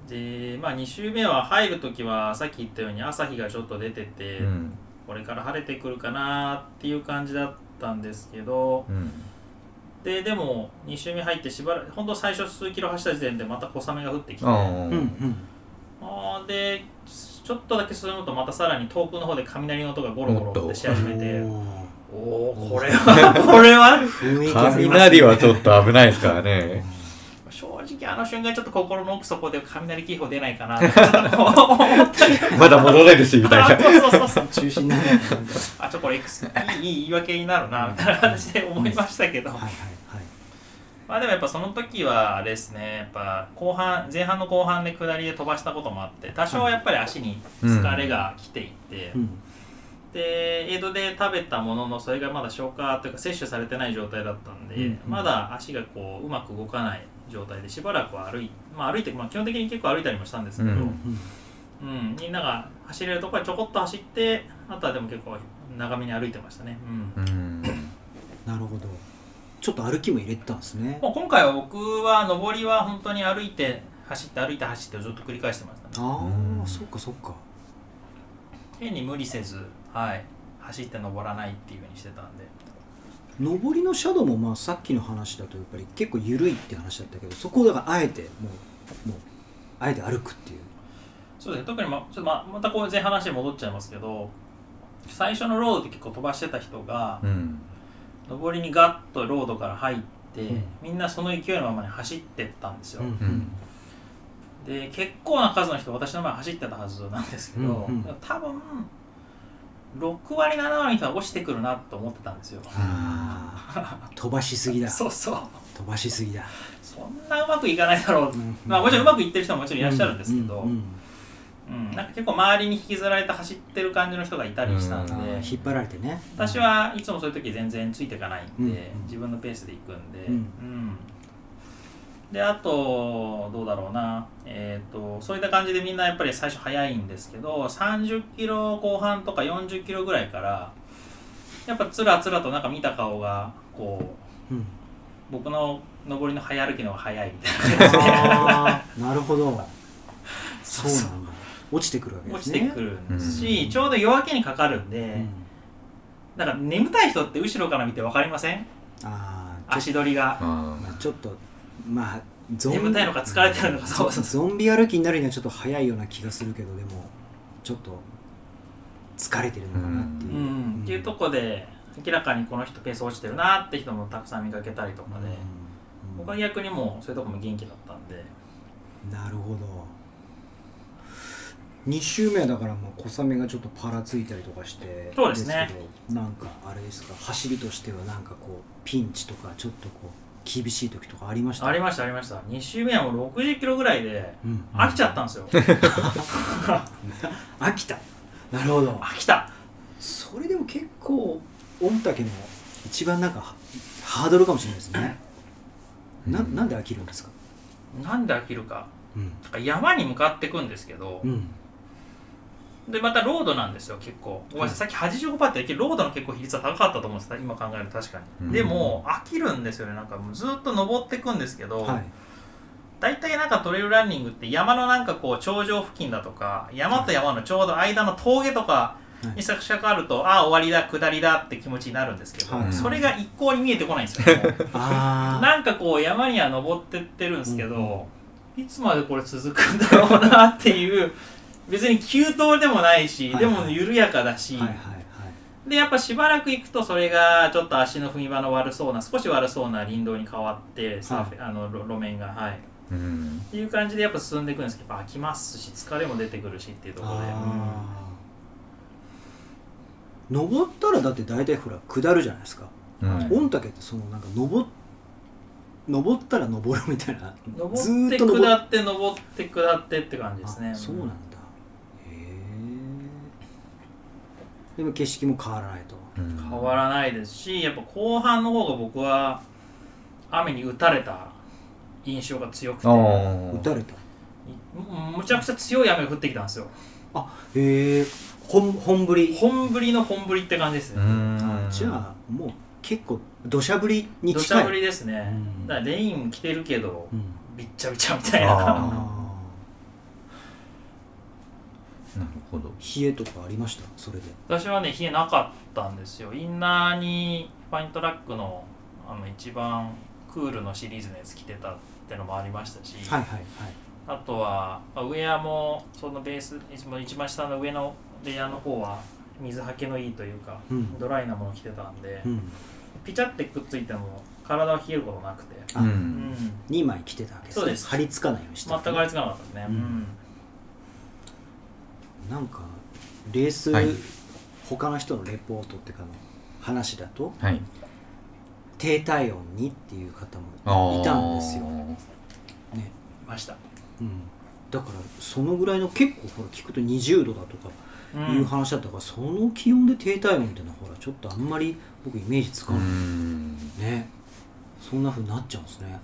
S5: でまあ2周目は入る時はさっき言ったように朝日がちょっと出てて、
S4: うん
S5: これから晴れてくるかなっていう感じだったんですけど
S4: うん
S5: ででも2周目入ってしばらく本当最初数キロ走った時点でまた小雨が降ってきて
S4: あ
S3: う
S4: ー
S3: んうん
S5: あーでちょっとだけ進むとまたさらに遠くの方で雷の音がゴロゴロってし始めて
S3: おー
S5: おおーこれ はこれは
S3: 雰囲気ありますね
S4: 雷はちょっと危ないですからね
S5: 正直あの瞬間ちょっと心の奥底で雷警報出ないか なってちょっとこう思ったり
S4: まだ戻れるしみたい
S5: あ
S4: な
S5: そうそうそうそう
S3: 中心になるはい
S5: あちょっとこれ X いいいい言い訳になるなみたいな感じで思いましたけど
S3: はいはい
S5: まあでもやっぱその時はあれですねやっぱ後半前半の後半で下りで飛ばしたこともあって多少はやっぱり足に疲れが来ていて、
S3: うん
S5: で江戸で食べたもののそれがまだ消化というか摂取されてない状態だったんで、
S3: うんうん
S5: まだ足がこううまく動かない状態でしばらくは歩い,、まあ、歩いて、まあ、基本的に結構歩いたりもしたんですけど、
S4: う
S5: うん
S3: う
S5: ん
S3: ん
S5: みんなが走れるところはちょこっと走ってあとはでも結構長めに歩いてましたね。うん
S4: うん
S3: なるほどちょっと歩きも入れてたんですね
S5: もう今回は僕は上りは本当に歩いて走って歩いて走ってをずっと繰り返してましたね
S3: あ
S4: う
S3: あ
S4: ん
S3: そっかそっか
S5: 変に無理せず、はい、走って登らないっていうふうにしてたんで
S3: 上りのシャドウもまあさっきの話だとやっぱり結構緩いって話だったけどそこをだからあえてもうもうあえて歩くっていう
S5: そうですね特にまちょっとままたこう前半話に戻っちゃいますけど最初のロードで結構飛ばしてた人が
S4: うん
S5: 上りにガッとロードから入って、
S3: うん
S5: みんなその勢いのままに走ってったんですよ、
S4: うん
S5: で結構な数の人私の前走ってたはずなんですけど、
S3: うんうん
S5: 多分6割7割の人が落ちてくるなと思ってたんですよ
S3: ああ飛ばしすぎだ飛
S5: そうそう
S3: ばしすぎだ
S5: そんなうまくいかないだろう、
S3: うん
S5: まあもちろんうまくいってる人ももちろんいらっしゃるんですけど、
S3: う
S5: うん
S3: うんん
S5: なんか結構周りに引きずられて走ってる感じの人がいたりしたんで、
S4: うん
S3: ああ引っ張られてね
S5: 私はいつもそういう時全然ついていかないんで、
S3: うん
S5: 自分のペースで行くんで、
S3: うん
S5: うんであとどうだろうなえっ、とそういった感じでみんなやっぱり最初早いんですけど30キロ後半とか40キロぐらいからやっぱつらつらとなんか見た顔がこう
S3: うん
S5: 僕の上りの早歩きの方が早いみたいな
S3: ああなるほどそうなんだ落ちてくるわけで
S5: 落
S3: す
S5: ち
S3: ね
S5: てくるんですし、
S3: うん
S5: ちょうど夜明けにかかるんで、
S3: うん
S5: なんか眠たい人って後ろから見て分かりません
S3: ああちょ,、
S5: 足取りが
S4: あ
S3: まあ、ちょっとまあゾ
S5: 眠たいのか疲れてるのかそうそうそ、
S3: ゾンビ歩きになるにはちょっと早いような気がするけどでもちょっと疲れてるのかなっていうう、
S5: うん、っていうとこで明らかにこの人ペース落ちてるなって人もたくさん見かけたりとかで、
S3: うん
S5: 僕は逆にもうそういうとこも元気だったんで
S3: なるほど2周目はだからもう小雨がちょっとパラついたりとかして
S5: そうですね
S3: けどなんかあれですか走りとしてはなんかこうピンチとかちょっとこう厳しい時とかありました
S5: ありましたありました2周目はもう60キロぐらいで
S3: うん、
S5: 飽きちゃったんですよ
S3: 飽きたなるほど
S5: 飽きた
S3: それでも結構御嶽の一番なんかハハードルかもしれないですねな
S4: うん
S3: なんで飽きるんですか
S5: なんで飽きるか
S3: うん
S5: なんか山に向かってくんですけど、
S3: うん
S5: でまたロードなんですよ結構ごめんなさいさっき85%ってロードの結構比率は高かったと思うんです今考えると確かに、
S4: うん
S5: でも飽きるんですよねなんかもうずっと登ってくんですけど、
S3: はい
S5: 大体なんかトレイルランニングって山のなんかこう頂上付近だとか山と山のちょうど間の峠とかに差し掛かると、ああ終わりだ下りだって気持ちになるんですけど、
S3: はい
S5: それが一向に見えてこないん ですよもう
S3: ああ
S5: なんかこう山には登ってってるんですけど、
S3: うん
S5: いつまでこれ続くんだろうなっていう 別に急登でもないし、
S3: はいはい
S5: でも緩やかだし、
S3: はいはいはい
S5: でやっぱしばらく行くとそれがちょっと足の踏み場の悪そうな少し悪そうな林道に変わってサーフェあの路路面がはい。
S4: うん
S5: っていう感じでやっぱ進んでいくんですけどやっぱ飽きますし疲れも出てくるしっていうところで、うん
S3: あー登ったらだって大体ほら下るじゃないですか
S4: うん
S3: 御嶽ってそのなんか登っ登ったら登るみたいなずー
S5: 登って
S3: っと登
S5: 下って登って下ってって感じですね
S3: あそうなんだへえでも景色も変わらないと
S4: うん
S5: 変わらないですしやっぱ後半の方が僕は雨に打たれた印象が強くて
S4: あー
S3: 打たれた
S5: むむちゃくちゃ強い雨が降ってきたんですよ
S3: へえ本本降り
S5: 本降りの本降りって感じです
S4: う
S5: ね、
S4: ん
S3: じゃあもう結構土砂降りに
S5: 土
S3: 近
S5: 砂
S3: い
S5: 降りですね、
S3: うん
S5: だからレイン着てるけど
S3: うん、
S5: びっちゃびちゃみたい
S4: あ
S5: な
S4: ー
S3: あ
S4: なるほど
S3: ー冷えとかありましたそれで
S5: 私はね冷えなかったんですよインナーにファイントラックのあの一番クールのシリーズのやつ着てたってのもありましたし、
S3: はいはいはい
S5: あとは、まあ、ウェアもそのベース一番一番下の上のレイヤーの方は水はけのいいというか、
S3: うん
S5: ドライなもの着てたんで、
S3: うん
S5: ピチャってくっついても体は冷えることなくて、
S3: あ
S5: うん
S4: ん
S3: 2枚着てたわけです,、ね、
S5: そうです
S3: 張り付かないようにして、
S5: 全くあれつかなかったですね、
S3: うん
S5: うん
S3: なんかレース、
S4: はい
S3: 他の人のレポートっていうかの話だと
S4: はい
S3: 低体温にっていう方もいたんですよ、ね
S5: いました、
S3: うん、だからそのぐらいの結構ほら聞くと20度だとか
S5: う
S3: いうん話だったから、その気温で低体温っていうのはほらちょっとあんまり僕イメージつ
S4: う
S3: かない、
S4: ん
S3: ねそんなふうになっちゃうんですね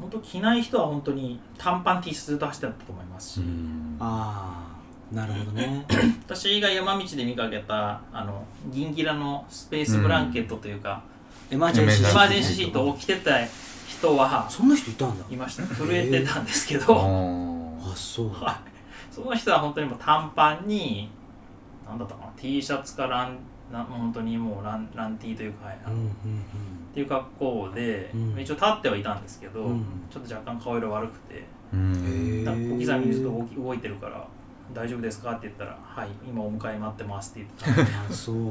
S5: 本当着ない人は本当に短パン T シャツずっと走ってたと思いますし、
S4: うん
S3: ああなるほどね
S5: 私が山道で見かけたあの銀ギラのスペースブランケットというか、
S3: エマージェンシー
S5: エ
S3: ト
S5: マージェンシーシートを着てた人は
S3: そんな人いたんだ
S5: いました震えてたんですけ
S4: あ
S5: ど、
S4: ー
S3: あそう
S5: はい その人は本当にもう短パンに何だったかな T シャツかランな本当にもうランラン T というか、はいあ
S3: うん
S5: の
S3: う
S5: っ
S3: ん
S5: ていう格好で、
S3: うん
S5: 一応立ってはいたんですけど、
S3: うん
S5: ちょっと若干顔色悪くて
S4: うん
S3: へえ
S5: なんか小刻みにずっと動き動いてるから「大丈夫ですか?」って言ったら「はい今お迎え待ってます」って言っ てたんで
S3: うんあそう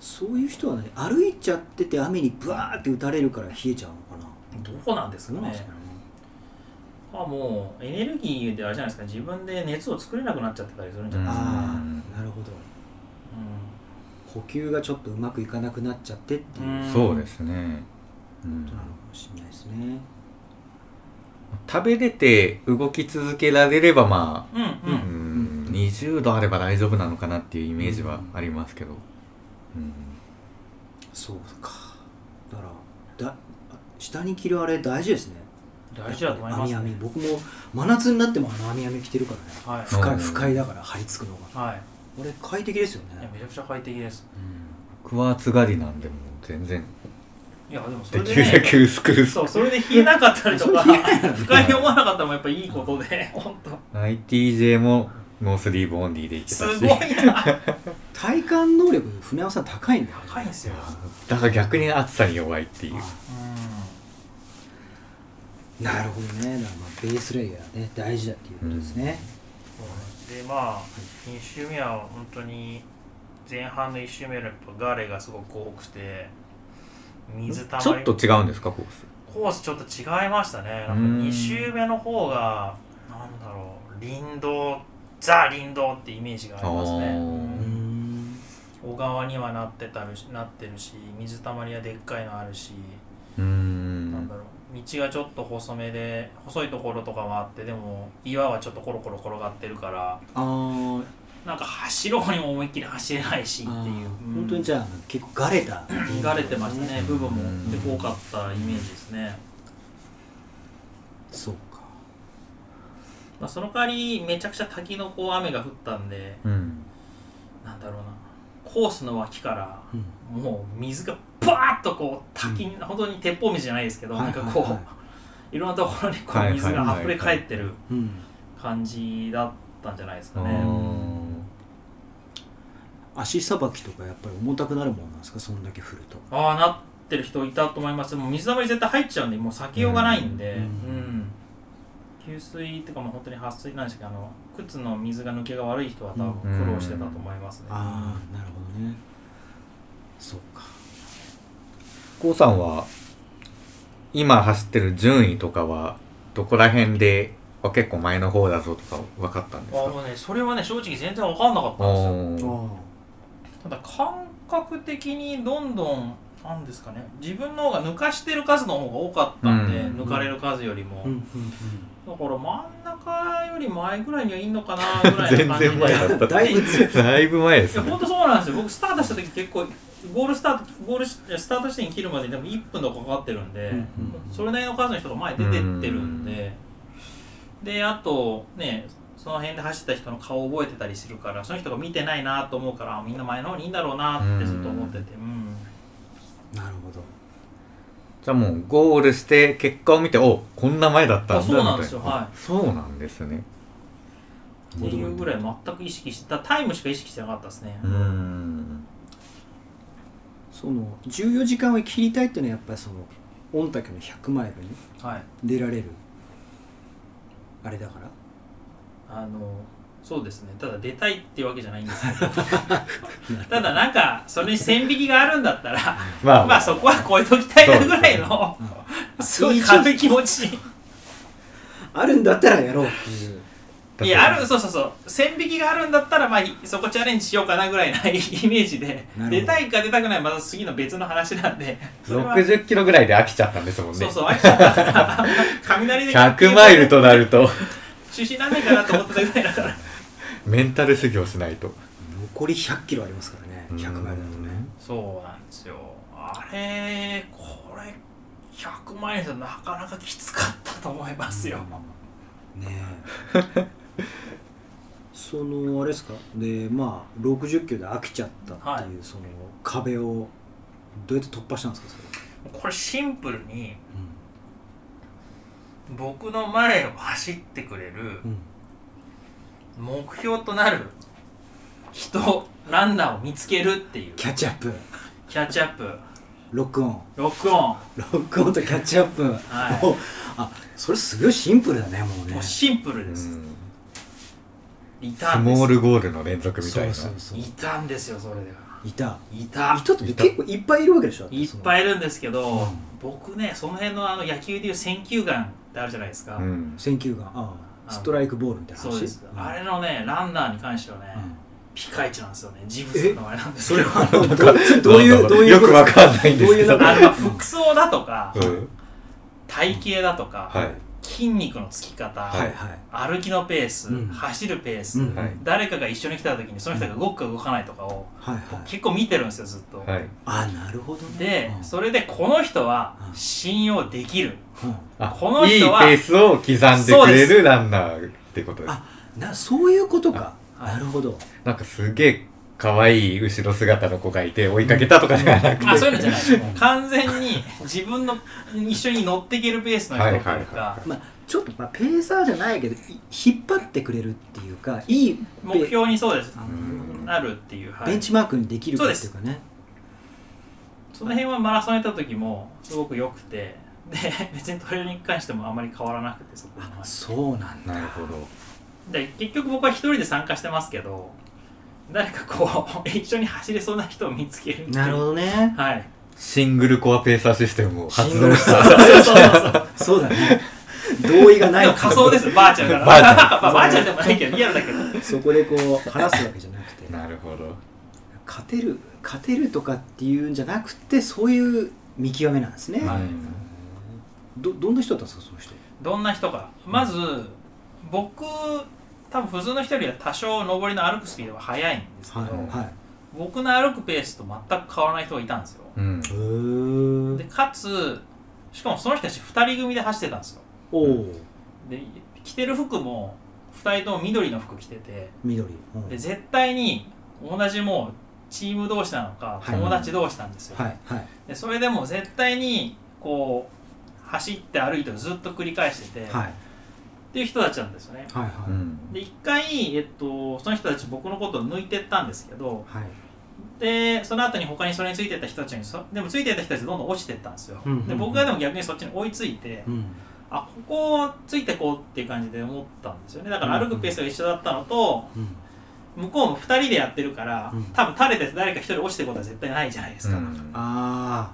S3: そういう人はね歩いちゃってて雨にブワーって打たれるから冷えちゃうのかな
S5: どこなんです
S3: そう
S5: か
S3: なん
S5: ね
S3: ですかね
S5: まあもうエネルギーであれじゃないですか自分で熱を作れなくなっちゃってたりするんじゃないですか、
S3: あ
S4: うん
S3: あなるほど
S5: う
S3: 補給がちょっとうまくいかなくなっちゃってっていう
S5: うん
S4: そうですねうん
S3: ことなのかもしれないですね
S4: 食べれて動き続けられればま
S5: ん、うん
S4: あ、
S5: う
S4: うんん、20度あれば大丈夫なのかなっていうイメージはありますけど、うん
S3: そうかだからだあ下に着るあれ大事ですね
S5: 大事だと思いま
S3: 網
S5: す、
S3: 網僕も真夏になってもあの網網着てるからね
S5: はい
S3: 不快
S4: うん
S3: 不快だから張り付くのが
S5: はい
S3: これ快適ですよ
S5: いや
S3: ね
S5: めちゃくちゃ快適です
S4: 僕は暑がりなんでもう全然
S5: いやでもそ
S4: で
S5: れ
S4: き
S5: で、
S4: るだ
S5: ね、
S4: け薄く薄
S5: そう
S4: く
S5: それで冷えなかった りとか
S3: それ冷えない
S5: 不快に思わなかったのもやっぱいいことで本当
S4: ITJ もノースリーブオンリーでいけたし
S5: すごいな
S3: 体感能力船山さん高いんだよね
S5: 高いんです
S4: い
S5: よ
S4: や、だから逆に暑さに弱いっていう
S3: あ
S5: う
S3: なるほどねだからまあベースレイヤーね大事だっていうことですね、
S5: ん、でまあ2周目は本当に前半の1周目よりやっぱガーレがすごく多くて水たまり
S4: ちょっと違うんですかコース
S5: コースちょっと違いましたねなんか
S4: うん
S5: 2周目の方がなんだろう林道ザ林道ってイメージがありますね
S4: あー
S3: うー
S5: うん
S3: ん
S5: 小川にはなってたるしなってるし水たまりはでっかいのあるし
S4: うー
S5: なん
S4: ん
S5: だろう道がちょっと細めで細いところとかはあってでも岩はちょっとコロコロ転がってるから
S3: あー
S5: なんか走ろうにも思いっきり走れないしっていう
S3: あー、
S5: うん
S3: 本当にじゃあ結構がれた
S5: がれてましたね部分も
S4: うん
S5: で多かったイメージですね、
S3: そうか
S5: まあ、その代わりめちゃくちゃ滝のこう雨が降ったんで
S4: うん
S5: なんだろうなコースの脇から
S3: うん
S5: もう水がバーッとこう滝に、本当に鉄砲水じゃないですけど、
S3: はい
S5: なんかこう、
S3: はいいはい
S5: ろんなところにこ
S4: はいうはい
S5: 水
S4: はいはい
S5: が溢れ返ってる
S3: うん
S5: 感じだったんじゃないです
S4: あ
S5: かね、
S4: ー
S3: 足さばきとかやっぱり重たくなるもんなんですかそんだけ降ると
S5: ああなってる人いたと思いますもう水溜り絶対入っちゃうんでもう避けようがないんで、
S3: うん
S5: うん給水っていうかもう本当に撥水なんですけどあの靴の水が抜けが悪い人は多分苦労してたと思いますね、
S3: ああなるほどねそうか
S4: こうさんは今走ってる順位とかはどこら辺であ結構前の方だぞとか分かったんです
S5: あ
S4: か
S5: のね、それはね正直全然分かんなかったんですよ
S4: おー
S5: ただ感覚的にどんどんなんですかね自分の方が抜かしてる数の方が多かったんで、
S4: うん
S5: 抜かれる数よりも、
S3: うんうん
S5: だから真ん中より前ぐらいにはいんのかなぐらいの感じで
S4: 全然前だ
S3: うんだいぶ
S4: だいぶ前で
S5: い
S4: す
S5: や
S4: ね
S5: 本当そうなんですよ、僕、スタートした時結構、ゴールスタート、ゴールしスタート地点に切るまででも1分とかかかってるんで、
S3: うんうん
S5: それなりの数の人が前に出てってるんで、で、あと、ね、その辺で走った人の顔を覚えてたりするから、その人が見てないなと思うから、あみんな前の方にいいんだろうなってずっと思ってて、うん
S3: なるほど
S4: じゃあもうゴールして結果を見ておこんな前だったんだ
S5: あそうなんですよ
S4: みたいな
S5: はい
S4: そうなんですね
S5: っていうぐらい全く意識して、たタイムしか意識してなかったですね。
S4: うーん
S3: その14時間を切りたいっていうのはやっぱりその御嶽の100マイルに
S5: はい
S3: 出られるあれだから
S5: あのそうですねただ出たいってわけじゃないんですけどただなんかそれに線引きがあるんだったら
S4: まあ、
S5: まあそこは超えときたいなぐらいのす
S3: そう
S5: ご
S3: ですね
S5: い軽い気持ち
S3: あるんだったらやろうっていう
S5: いやあるそうそうそう線引きがあるんだったらまあいそこチャレンジしようかなぐらいな イメージで
S3: なるほど
S5: 出たいか出たくないまた次の別の話なんでそれは
S4: 60キロぐらいで飽きちゃったんですもんね
S5: そうそう飽きちゃったから雷で
S4: 100マイルとなると
S5: 中止になんないかなと思ってたぐらいだ から
S4: メンタル修行しないと
S3: 残り100キロありますからね100マイルだとね
S5: そうなんですよあれこれ100万円じゃなかなかきつかったと思いますよ、
S3: ねえ そのあれですかでまあ60キロで飽きちゃったっていう、その壁をどうやって突破したんですかそれ
S5: これシンプルに僕の前を走ってくれる
S3: うん
S5: 目標となる人ランナーを見つけるっていう
S3: キャッチアップ
S5: キャッチアップ
S3: ロックオン
S5: ロックオン
S3: ロックオンとキャッチアップ、
S5: はい
S3: もうあそれすごいシンプルだねもうね
S5: もうシンプル
S4: うん
S5: です、
S4: ス
S5: いたんで
S4: モー
S5: す
S4: ルゴールの連続みたいな
S3: そうそうそう
S5: いたんですよそれで
S3: いた
S5: いた
S3: いたって
S4: いた
S3: 結構いっぱいいるわけでしょ
S5: いっぱ
S3: い
S5: いいるんですけど、
S3: うん
S5: 僕ねその辺のあの野球でいう選球眼ってあるじゃないですか、
S4: うん
S3: 選球眼ああストライクボールみたいな話
S5: そうです、
S3: ん
S5: あれのねランナーに関してはね、
S3: うん
S5: ピカイチなんですよねジブスの名前なんで
S3: そ
S5: すけ
S3: れ
S5: ど
S3: はあのどうどうい
S4: なん
S3: う
S4: だ
S3: ど
S4: ろ
S3: ういう
S4: よ
S3: こ
S4: く
S3: と
S4: わかんないんですけ
S3: ど
S4: ど
S3: ういう
S5: あの服装だとか、
S4: うん
S5: 体型だとか、
S4: はい
S5: 筋肉のつき方、
S3: はいはい
S5: 歩きのペース、
S3: うん
S5: 走るペース、
S3: うん
S4: はい
S5: 誰かが一緒に来た時にその人が動くか動かないとかを、
S3: はい
S5: 僕
S3: はい
S5: 結構見てるんですよずっと、
S4: はい
S3: あなるほどね
S5: で、
S3: うん
S5: それでこの人は
S3: うん
S5: 信用できる、
S3: うん
S4: あ
S5: この
S4: いいペ
S5: 人は
S4: ースを刻んでくれるランナーってことです
S3: あなそういうことか
S5: あはい
S3: なるほど
S4: なんかすげえ可愛い後ろ姿の子がいて追いかけたとかではなくて
S5: あそういうのじゃないもう完全に自分の一緒に乗っていけるペースの人というか、
S4: はいはいはいは
S3: まあちょっとまあペーサーじゃないけどい引っ張ってくれるっていうかいいペ
S5: 目標にそうです
S3: あ
S4: うん
S5: なるっていう、はい
S3: ベンチマークにできるかっていうかね
S5: その辺はマラソンやった時もすごく良くてで別にトレーニングに関してもあまり変わらなくてそこ
S3: あ
S5: は
S3: そうなんだ
S4: なるほど
S5: で結局僕は一人で参加してますけど誰かこう 一緒に走れそうな人を見つけるっていう
S3: なるほどね
S5: はい
S4: シングルコアペーサーシステムを発動し
S5: そう
S4: た
S5: そうそうそう
S3: そうだね同意がない
S5: でも仮想ですバーチャルから
S4: バーチャル
S5: まあバーチャルでもないけどリアルだけど
S3: そこでこう話すわけじゃなくて
S4: なるほど
S3: 勝てる勝てるとかっていうんじゃなくてそういう見極めなんですね、
S4: はい
S3: どどんな人だったんですかその人
S5: どんな人かまず僕多分普通の人よりは多少上りの歩くスピードが速いんですけど、
S4: はい
S3: はい
S5: 僕の歩くペースと全く変わらない人がいたんですよ
S4: う
S3: へ
S4: ん
S3: ー
S5: でかつしかもその人たち2人組で走ってたんですよ
S3: おお
S5: で着てる服も2人とも緑の服着てて
S3: 緑、うん
S5: で絶対に同じもうチーム同士なのか
S3: はい
S5: 友達同士なんですよ、
S3: はいはい
S5: でそれでもう絶対にこう走って歩いてをずっと繰り返してて、
S3: はい
S5: っていう人たちなんですよね
S3: はいはい
S4: うん
S5: で一回、えっと、その人たち僕のことを抜いてったんですけど
S3: はい
S5: でその後に他にそれについてった人たちにそでもついてった人たちどんどん落ちてったんですよ、
S3: うんうんうん
S5: で僕がでも逆にそっちに追いついて、
S3: うん
S5: あここをついてこうっていう感じで思ったんですよねだから歩くペースが一緒だったのと、
S3: うん
S5: 向こうも2人でやってるから、
S3: うん
S5: 多分垂れて誰か1人落ちてることは絶対ないじゃないですか、
S3: あ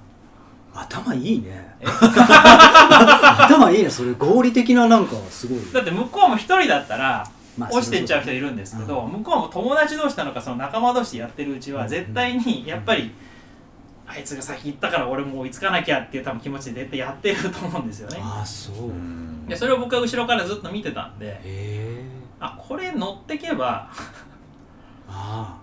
S3: あ頭いいね
S5: え
S3: 頭いいねそれ合理的ななんかすごい
S5: だって向こうも1人だったら
S3: まあ
S5: 落ちてっちゃう人いるんですけど、向こうも友達同士なのかその仲間同士でやってるうち
S3: う
S5: は
S3: ん
S5: 絶対にやっぱり、あいつが先行ったから俺も追いつかなきゃっていう多分気持ちで絶対やってると思うんですよね
S3: ああそう、
S4: うん
S5: でそれを僕は後ろからずっと見てたんで
S3: へえ
S5: あこれ乗ってけば
S3: あ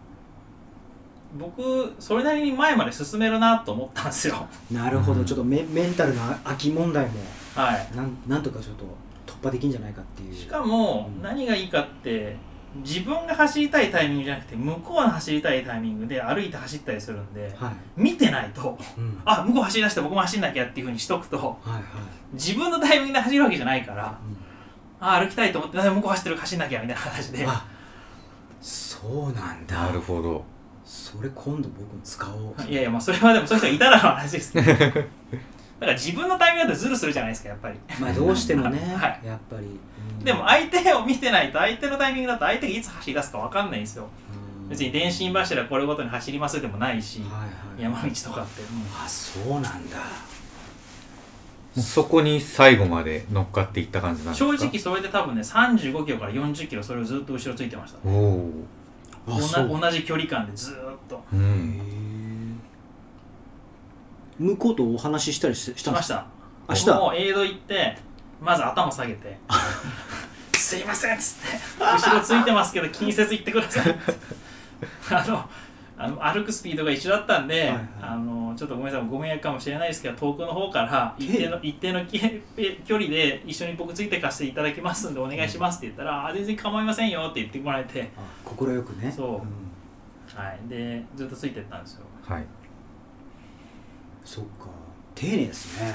S5: 僕それなりに前まで進めるなと思ったんで すよ
S3: あなるほど、
S4: うん
S3: ちょっとメメンタルの空き問題も
S5: はい
S3: なんなんとかちょっと突破できんじゃないかっていう
S5: しかも
S3: うん
S5: 何がいいかって自分が走りたいタイミングじゃなくて向こうの走りたいタイミングで歩いて走ったりするんで
S3: はい、
S5: 見てないと
S3: うん、
S5: あ向こう走り出して僕も走んなきゃっていうふうにしとくと
S3: はいはい、
S5: 自分のタイミングで走るわけじゃないからあ歩きたいと思ってあ向こう走ってる走んなきゃみたいな形
S3: う
S5: で
S3: ん、あそうなんだ
S4: なるほど
S3: それ今度僕も使おう
S5: いやいやまあそれはでもそういう人がいたらの話で すけどだから自分のタイミングだとズルするじゃないですかやっぱり
S3: まあどうしてもね、
S5: はい
S3: やっぱり、うん
S5: でも相手を見てないと相手のタイミングだと相手がいつ走り出すか分かんないんですよ
S3: うん
S5: 別に電信柱これごとに走りますでもないし
S3: はいはい、
S5: 山道とかって
S3: あそうなんだ
S4: そこに最後まで乗っかっていった感じなんです
S5: 正
S4: か
S5: 直それで多分ね35キロから40キロそれをずっと後ろついてました
S4: おお
S5: お
S3: あそう
S5: な同じ距離感でずーっと
S4: う
S3: へ
S4: ん
S3: ー向こうとお話ししたりしし
S5: した
S3: んで
S5: ますし
S3: か
S5: た
S3: あし
S5: も
S3: た
S5: うエイド行ってまず頭下げて 「すいません」っつって「後ろついてますけど気にせず行ってくださいっつって」 あのあの歩くスピードが一緒だったんで、
S3: はいはい
S5: あのちょっとごめんなさいご迷惑かもしれないですけど遠くの方から一定の一定のき距離で一緒に僕ついてかせていただきますんでお願いしますって言ったら「あ全然構いませんよ」って言ってもらえて、
S3: あ心よくね
S5: そうんはい、でずっとついてったんですよ
S4: はい
S3: そっか丁寧ですね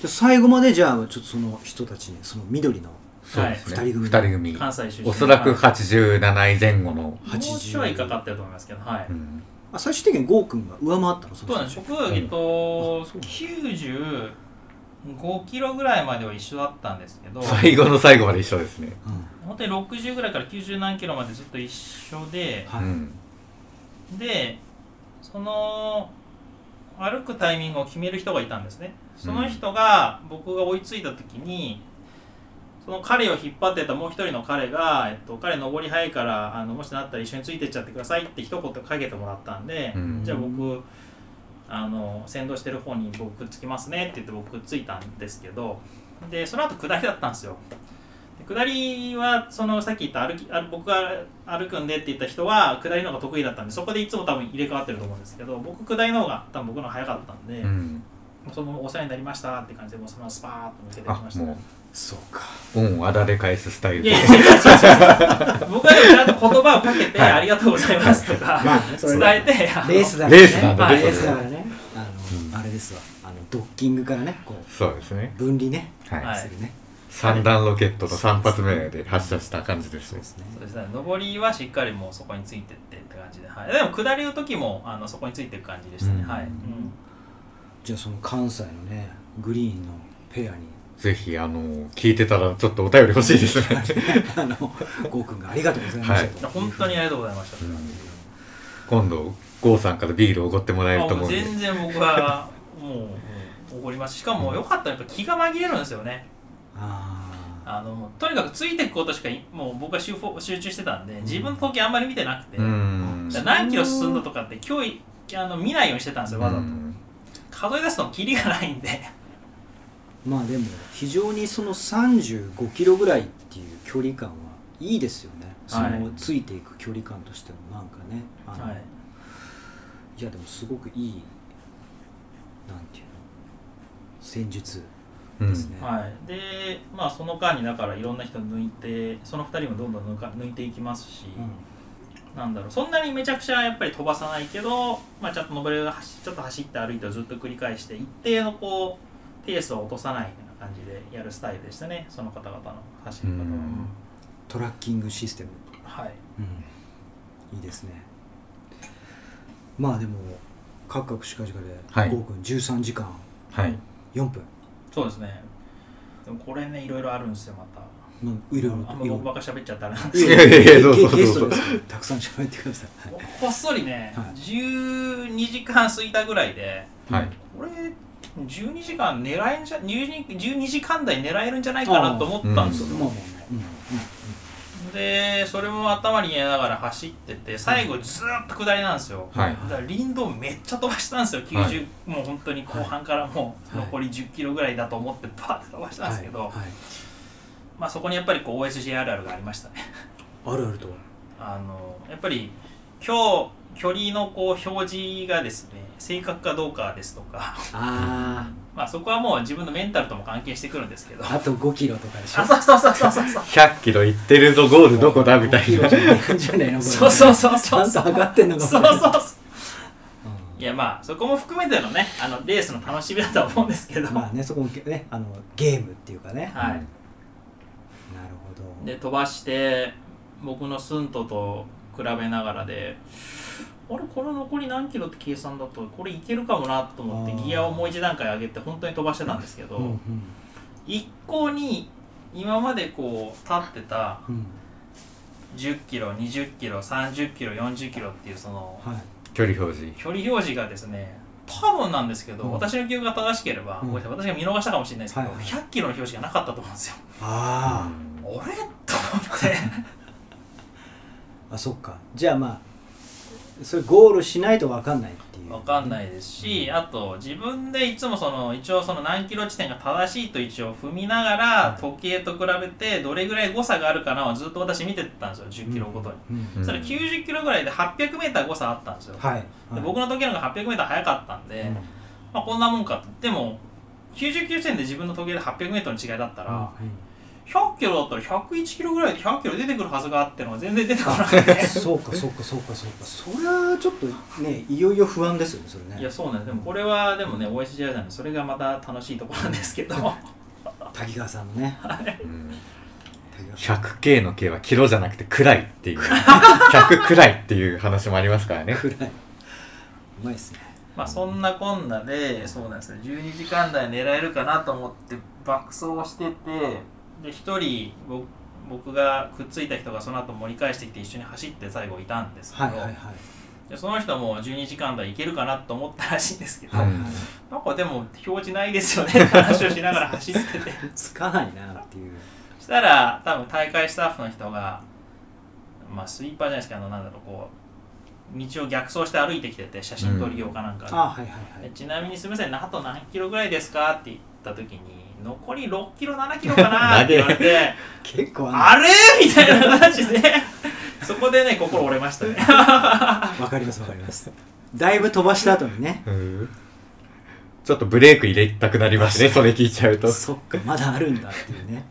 S3: じゃあ最後までじゃあちょっとその人たちにその緑の
S4: そうですね
S3: はい二人組
S4: 二人組
S5: 関西出身
S4: おそらく
S5: はい
S4: 87位前後の、
S5: もうちょいかかってると思いますけどはい、
S4: うん、
S3: あ最終的にゴーくんが上回ったのそ
S5: そうなんです
S3: 人
S5: 食えっと
S3: あそう
S5: 95キロぐらいまでは一緒だったんですけど
S4: 最後の最後まで一緒ですね、
S3: うん
S5: 本当に60ぐらいから90何キロまでずっと一緒で
S3: はい
S4: うん
S5: でその歩くタイミングを決める人がいたんですねその人が僕が追いついた時に、その彼を引っ張ってたもう一人の彼が、えっと、彼登り早いからあのもしなったら一緒についてっちゃってくださいって一言かけてもらったんで、
S4: うん
S5: じゃあ僕あの先導してる方に僕つきますねって言って僕ついたんですけどでその後下りだったんですよで下りはそのさっき言った歩きあ僕が歩くんでって言った人は下りの方が得意だったんでそこでいつも多分入れ替わってると思うんですけど僕下りの方が多分僕の方が早かったんで、
S4: うん、
S5: そのお世話になりましたって感じでもうそのままスパーッと抜けていき
S4: あ
S5: ました
S4: も
S5: ね
S3: そうか
S4: う恩をあだで返すスタイル
S5: いやいや違う違う違う僕はでもちゃんと言葉をかけて「
S4: はい
S5: ありがとうございます」とか、
S3: まあねそれ
S5: 伝
S3: は
S5: えてあ の
S3: レースだからね
S4: レースなんだ
S3: まあ
S5: レ
S3: レ
S5: ー
S3: ー
S5: ス
S3: ス
S5: だ
S3: だ
S5: か
S3: かららねあ
S4: うん
S3: のあれですわあのドッキングからねこう
S4: そうですね
S3: 分離ね
S4: はい、
S5: はい
S3: するね
S4: 三段ロケットと三発目で発射した感じです
S3: そうですね
S5: そうですね上りはしっかりもうそこについてってって感じで、はい、でも下りの時もあのそこについてる感じでしたね、
S4: うん
S5: はい、うん
S3: じゃあその関西のねグリーンのペアに
S4: ぜひあの聞いてたらちょっとお便り欲しいですね
S3: あのゴーくんがありがとうございましたと
S5: 本当にありがとうございました、
S4: うん今度郷さんからビールをおごってもらえ
S5: あ
S4: ると思
S5: もう
S4: うんで
S5: 全然僕はもう怒りますしかも良かったらやっぱ気が紛れるんですよね
S3: ああ
S5: あのもうとにかくついていくことしかいもう僕は集フォ集中してたんで自分の時計あんまり見てなくて、
S4: うん
S5: だから何キロ進んだとかって今日いあの見ないようにしてたんですよわざと、
S4: うん
S5: 数え出すのキリがないんで
S3: まあでも非常にその35キロぐらいっていう距離感はいいですよね、
S5: はい
S3: そのついていく距離感としてもなんかねあの、
S5: はい
S3: いやでもすごくいいなんていうの戦術
S4: うん
S3: ですね、
S5: はい、で、まあ、その間にだからいろんな人抜いてその2人もどんどん抜か抜いていきますし、
S3: う
S5: なんだろうそんなにめちゃくちゃやっぱり飛ばさないけど、まあ、ちょっと登れる走ちょっと走って歩いてをずっと繰り返して一定のこうペースを落とさないような感じでやるスタイルでしたねその方々の走り方は、
S4: うん
S3: んトラッキングシステム、
S5: はい、
S3: いいですねまあでもカクカクしかじかで
S4: はい
S3: 5分13時間
S4: はい
S3: 4分、
S5: そうですねでもこれねいろいろあるんですよまた
S3: まあ、いろいろ
S5: あん
S3: いろ
S5: ま
S3: い
S5: 僕
S3: ろ
S5: ばっか喋っちゃったらなんです
S4: い
S5: けど
S4: やいやいやどうぞ
S3: ゲゲス
S4: ど
S3: ト
S4: う
S3: で
S4: ぞ
S3: すからたくさん喋ってください、はい
S5: こっそりね、
S3: はい
S5: 12時間過ぎたぐらいで
S4: はい
S5: これ12時間狙えんじゃ 12, 12時間台狙えるんじゃないかなと思ったんですよ、
S3: まあまあまあうんうん
S5: でそれも頭に入れながら走ってて最後ずーっと下りなんですよ、
S4: はい
S5: だから林道めっちゃ飛ばしたんですよ90、
S4: はい
S5: もう本当に後半からもう
S3: はい
S5: 残り1 0キロぐらいだと思ってバーって飛ばしたんですけど、
S3: はいはい
S5: まあ、そこにやっぱりこう OSG あるあるがありましたね
S3: あるあると
S5: あのやっぱり今日距離のこう表示がですね正確かどうかですとか
S3: あ
S5: まあそこはもう自分のメンタルとも関係してくるんですけど
S3: ああと5キロとかでしょ
S5: あそうそうそうそうそうそう
S4: 100キロ行ってるぞゴールどこだみたい
S3: 5キロ
S4: な
S3: じゃないんじゃないのこれ
S5: そうそうそう
S3: ちゃ
S5: そうんそ
S3: と
S5: う
S3: 上がってんのかも
S5: そうそうそう
S3: うん
S5: いやまあそこも含めてのねあのレースの楽しみだとは思うんですけど、
S3: まあねそこもねあのゲームっていうかね
S4: う
S5: は
S4: ん
S5: い、
S3: なるほど
S5: で飛ばして僕のスントと比べながらであれこの残り何キロって計算だとこれいけるかもなと思っ
S3: あ
S5: て
S3: ー
S5: ギアをもう一段階上げて本当に飛ばしてたんですけ
S3: うんう
S5: ど、
S3: ん
S5: 一向に今までこう立ってた
S3: うん
S5: 10キロ20キロ30キロ40キロっていうその
S3: はい
S4: 距離表示
S5: 距離表示がですね多分なんですけど、
S3: うん
S5: 私の記憶が正しければ、
S3: うん
S5: ごめんなさい私が見逃したかもしれないですけど、
S3: はいはい
S5: 100キロの表示がなかったと思うんですよ。
S3: あ
S5: あれと思って
S3: ああそっかじゃあまあそれゴールしないと分かんないっていう
S5: 分かんないですしあと自分でいつもその一応その何キロ地点が正しいと一応踏みなが
S3: は
S5: ら
S3: い
S5: 時計と比べてどれぐらい誤差があるかなをずっと私見てたんですよ10キロごとに。
S3: うん
S4: うん
S5: それ90キロぐらいで 800m 誤差あったんですよ。
S3: はいは
S5: で
S3: い
S5: 僕の時計の方が 800m 早かったんで、
S3: うん
S5: まあ、こんなもんかと。でも90キロ地点で自分の時計で 800m の違いだったら、100キロだったら101キロぐらいで100キロ出てくるはずがあってのが全然出てこなくて
S3: あそうかそうかそうかそうかそれはちょっとねいよいよ不安ですよねそれね
S5: いやそうなんですでもこれはでもね OSGR なんでそれがまた楽しいところなんですけど
S3: 滝川さんのね
S4: うん
S3: 滝川さん
S4: 100K の K はキロじゃなくてくらいっていう 100くらいっていう話もありますからね
S3: 暗いうまいっすね
S5: まあそんなこんなでそうなんですね12時間台狙えるかなと思って爆走しててで1人僕僕がくっついた人がその後盛り返してきて一緒に走って最後いたんですけど、
S3: はいはいはい
S5: でその人も12時間台いけるかなと思ったらしいんですけど、
S4: は
S3: はい
S4: い
S3: はい
S5: なんかでも表示ないですよねって話をしながら走ってて
S3: つかないなっていう
S5: したら多分大会スタッフの人がまあスイーパーじゃないですけどあのなんだろうこう道を逆走して歩いてきてて写真撮りようかなんかで、
S3: あはいはいは
S5: で
S3: い
S5: ちなみにすみませんあと何キロぐらいですかって言った時に残り6キロ7キロかな って言われて
S3: 結構あ
S5: あれみたいな話でそこでね心折れました ね
S3: のわかりますわかりますだいぶ飛ばした後にね
S4: うんちょっとブレーク入れたくなりますねそれ聞いちゃうと
S3: そっかまだあるんだっていうね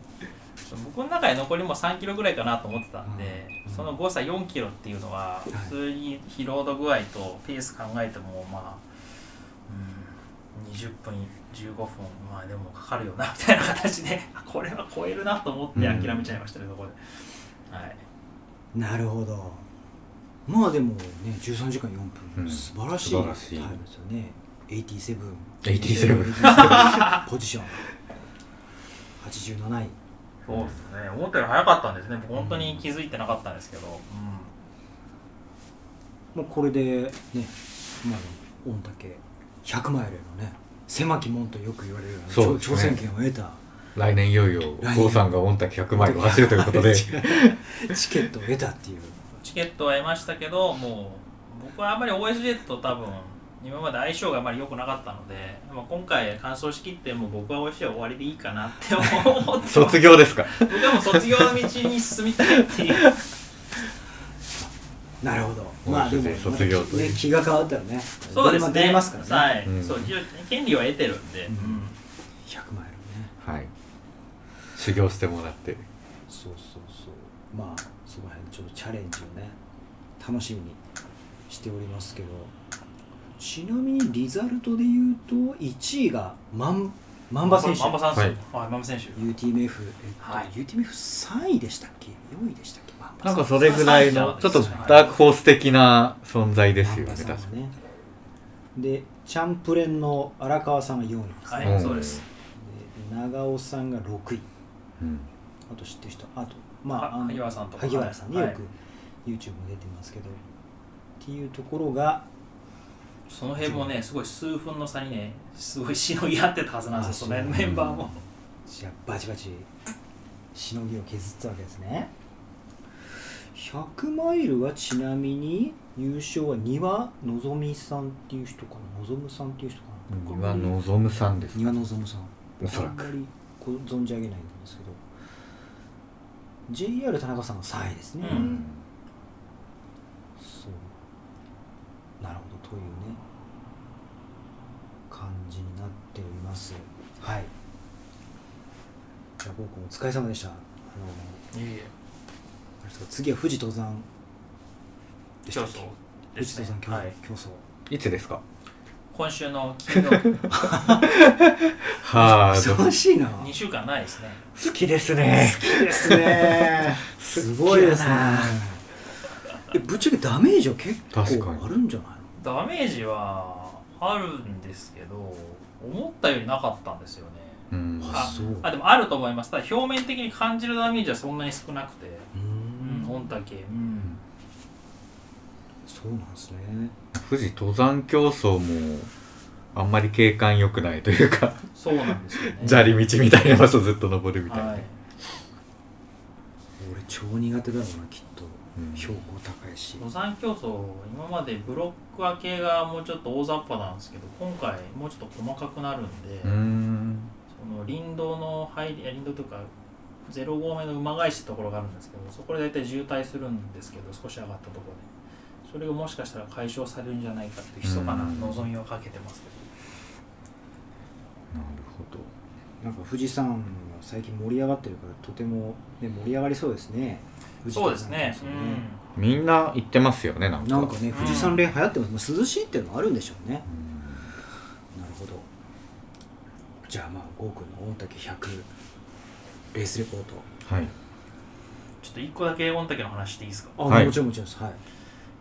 S5: 僕の中で残りも3キロぐらいかなと思ってたんで、
S3: うん
S5: その誤差4キロっていうのは普通に疲労度具合とペース考えてもまあ、うん、20分15分まあでもかかるよな みたいな形でこれは超えるなと思って諦めちゃいましたね、そこで、はい、
S3: なるほどまあでもね13時間4分、
S4: うん
S3: 素晴らしい
S4: 素晴らしい
S3: タイムですよね87
S4: 87
S3: 87ポジション87位
S5: そうですね思ったより早かったんですね僕本当に気づいてなかったんですけど、
S3: もうこれでね今の御嶽100マイルのね狭き門とよく言われるような
S4: そうです
S3: 挑
S4: ね
S3: 戦権を得た
S4: 来年いよいよ
S3: 来年
S4: 郷さんが御嶽100マイルを走るというこ とで
S3: チケットを得たっていう
S5: チケットは得ましたけどもう僕はあんまり OSJ と多分今まで相性があまり良くなかったので、まあ、今回完走しきってもう僕は美味しいは終わりでいいかなって 思ってます
S4: 卒業ですか
S5: 僕はもう卒業の道に進みたいって いう
S3: なるほど
S4: う
S3: まあでも
S4: そう卒業という
S3: ね気が変わったらね
S5: そうですね
S3: 出れますからね、
S5: はい、
S4: うん
S5: そう一応権利は得てるんで、
S3: うん
S5: うん
S3: 100マイルね
S4: はい修行してもらって
S3: そうそうそうまあその辺ちょっとチャレンジをね楽しみにしておりますけどちなみにリザルトで言うと1位がマンマンバ選手
S5: マンバさんですよ
S4: は
S5: はい、マンバ選手
S3: UTMF、えっと
S5: はい
S3: UTMF3 位でしたっけ4位でしたっけマンバ
S4: なん
S3: さ
S4: かそれぐらいのちょっとダークホース的な存在ですよね
S3: マン
S4: 確
S3: バ
S4: か
S3: さんはねでチャンプレンの荒川さんが4位です、
S5: は
S4: う
S5: い
S4: ん
S5: そうです
S3: で長尾さんが6位
S4: うん
S3: あと知ってる人あとまああ
S5: は
S3: の
S5: 萩原さんとか
S3: 萩原さんね
S5: は
S3: よ
S5: い
S3: く YouTube も出てますけど、っていうところが
S5: その辺もねすごい数分の差にねすごいしのぎ合ってたはずなんですよその辺のメンバーも
S3: じゃあバチバチしのぎを削ったわけですね100マイルはちなみに優勝は丹羽のぞみさんっていう人かなのぞむさんっていう人かな
S4: 今のぞむさんです
S3: 丹羽のぞむさん
S4: おそら
S3: あん
S4: く
S3: まりこう存じ上げないんですけど JR 田中さんが3位ですね、
S5: う
S4: うんん
S3: そうなるほどというね感じになっておりますはいじゃあ僕お疲れ様でしたあの
S5: いえいえ
S3: あれですか次は富士登山でした
S5: 競
S3: っ
S5: 争
S3: け
S5: で
S3: 富
S5: す
S3: 士
S5: ね
S3: 登山競,、
S5: はい
S3: 競争
S4: いつですか
S5: 今週の金曜日
S4: はー
S3: 忙
S4: ど
S3: しいな
S5: 2週間ないですね
S4: 好きですね
S3: ですねすごいですね
S4: 好きやな
S3: えぶっちゃけダメージは結
S4: 確かに
S3: 構あるんじゃないの
S5: ダメージはあるんですけど思ったよりなかったんですよね
S4: うん
S3: あそう
S5: あでもあると思いますただ表面的に感じるダメージはそんなに少なくて
S3: うー
S5: うん
S3: ん
S5: 御嶽うん
S3: そうなんですね
S4: 富士登山競争もあんまり景観良くないというか
S5: そうなんですよね
S4: 砂利道みたいな場所ずっと登るみたいな、
S5: はい
S3: 俺超苦手だろうなきっと
S4: うん
S3: 標高高いし、
S5: 登山競争今までブロック分けがもうちょっと大雑把なんですけど今回もうちょっと細かくなるんで、
S4: うーん
S5: その林道の入りいや林道というか0合目の馬返しってところがあるんですけどそこで大体渋滞するんですけど少し上がったところでそれがもしかしたら解消されるんじゃないかっていう密かな
S4: うん
S5: 望みをかけてますけ
S4: なるほど
S3: なんか富士山が最近盛り上がってるからとても、ね、盛り上がりそうですね富
S5: ど
S3: 士
S5: そう
S3: 登
S5: です
S3: 山
S5: ね
S3: です
S5: う
S3: よ
S5: ん
S4: みんな行ってますよねなんか
S3: なんかね
S5: ん
S3: 富士山連流行ってます、涼しいっていうのもあるんでしょうね
S4: うん
S3: なるほどじゃあまあゴー君の御嶽100レースレポート
S4: はい
S5: ちょっと1個だけ御嶽の話していいですか
S3: あ、
S4: はい
S3: もちろんもちろんですはい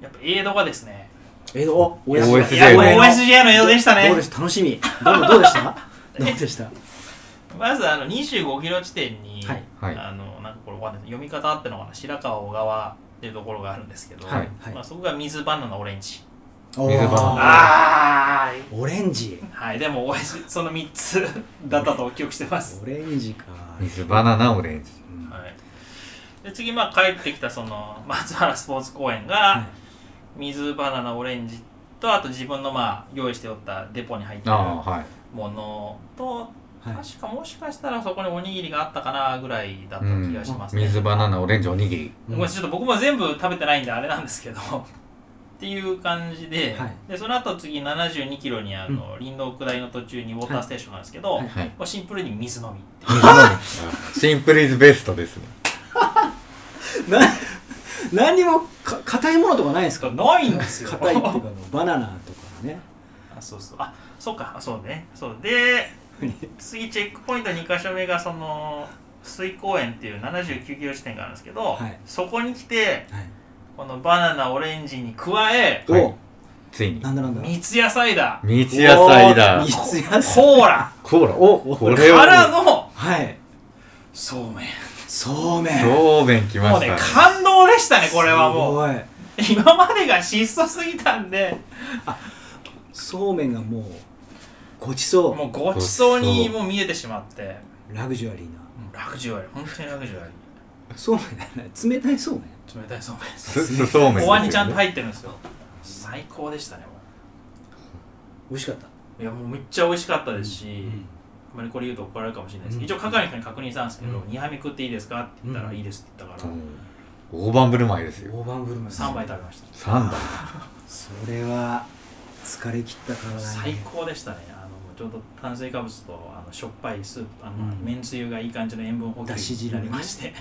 S5: やっぱエイドがですね
S3: えー、お
S4: OSJ
S5: いや
S4: 恒例の
S5: OSJ のようでしたね
S3: どうでした楽しみどうどうでしたどうでしたは
S5: まずあの25キロ地点に、
S3: はい
S4: はい
S5: あのなんかこれわかんない読み方あってのかな白川小川っていうところがあるんですけど、
S4: はい
S3: はい
S5: まあ、そこが水バナナオレンジ
S4: 水バナナ
S5: あー
S3: オレンジ
S5: はい、でもおやじその3つだったと記憶してます。
S3: オレンジか
S4: 水バナナオレンジ
S3: うん
S5: はい、で次、まあ、帰ってきたその 松原スポーツ公園
S3: はい
S5: が水バナナオレンジとあと自分のまあ用意しておったデポに入ってる
S4: ああはい
S5: ものと
S3: はい
S5: 確かもしかしたらそこにおにぎりがあったかなぐらいだった
S4: うん
S5: 気がしますね。
S4: 水バナナオレンジおにぎり
S3: うん
S5: ごめんなさいちょっと僕も全部食べてないんであれなんですけど っていう感じで,、
S3: はい
S5: でその後次7 2キロにあの、林道下りの途中にウォーターステーションなんですけど、
S3: はい
S5: も
S4: はい。
S5: うシンプルに水飲み
S4: 水飲み。シンプルイズベストですね。
S3: な何にもか硬いものとかないんですか
S5: ないんですよ
S3: 硬いっていうかあのバナナとかね
S5: あそうそうあそうかあそうねそうで次チェックポイント2か所目がその水公園っていう79キロ地点があるんですけど、
S3: はい
S5: そこに来て
S3: はい
S5: このバナナオレンジに加え
S3: お、
S4: はいついに。
S3: なんだなんだ
S5: 三ツ矢サイダー
S4: 三ツ矢サイ
S3: おー
S4: ダー。
S3: 三ツ矢サイ
S5: コーラ
S4: コーラ。お、これ
S5: か
S4: は
S5: ら
S4: も
S5: の
S3: はい
S5: そうめん
S3: そうめん
S4: う。そうめんきま
S5: もう
S4: し
S5: ね
S4: た。
S5: 感動でしたねこれはもう
S3: すごい
S5: 今までが質素すぎたんで
S3: そうめんがもうごちそ
S5: もうごちそう
S4: ご
S5: に
S4: ちそ
S5: もう見えてしまっても
S3: うラグジュアリーな
S5: うラグジュアリー本当にラグジュアリー
S3: そうめんだね冷たいそうめん
S5: 冷たいそうめんです
S4: すすそうめんですよね。
S5: お椀にちゃんと入ってるんですよ最高でしたねもう
S3: 美味しかった、
S5: いやもうめっちゃ美味しかったですし、
S3: うん
S5: あんまりこれ言うと怒られるかもしれないですけど、
S3: うん
S5: 一応係の人に確認したんですけど、
S3: うん
S5: 2杯目食っていいですかって言ったら、
S3: うん
S5: いいですって言った
S4: う
S5: から、
S4: ん大盤振る舞いですよ
S3: 大盤振る舞い
S5: 3杯食べまし
S4: 3
S5: た
S4: 番
S3: それは疲れ切ったからだね
S5: 最高でしたねあのちょうど炭水化物とあのしょっぱいスープあの、
S3: うん
S5: めんつゆがいい感じの塩分補給
S3: だし汁
S5: に
S3: ね
S5: なりまして、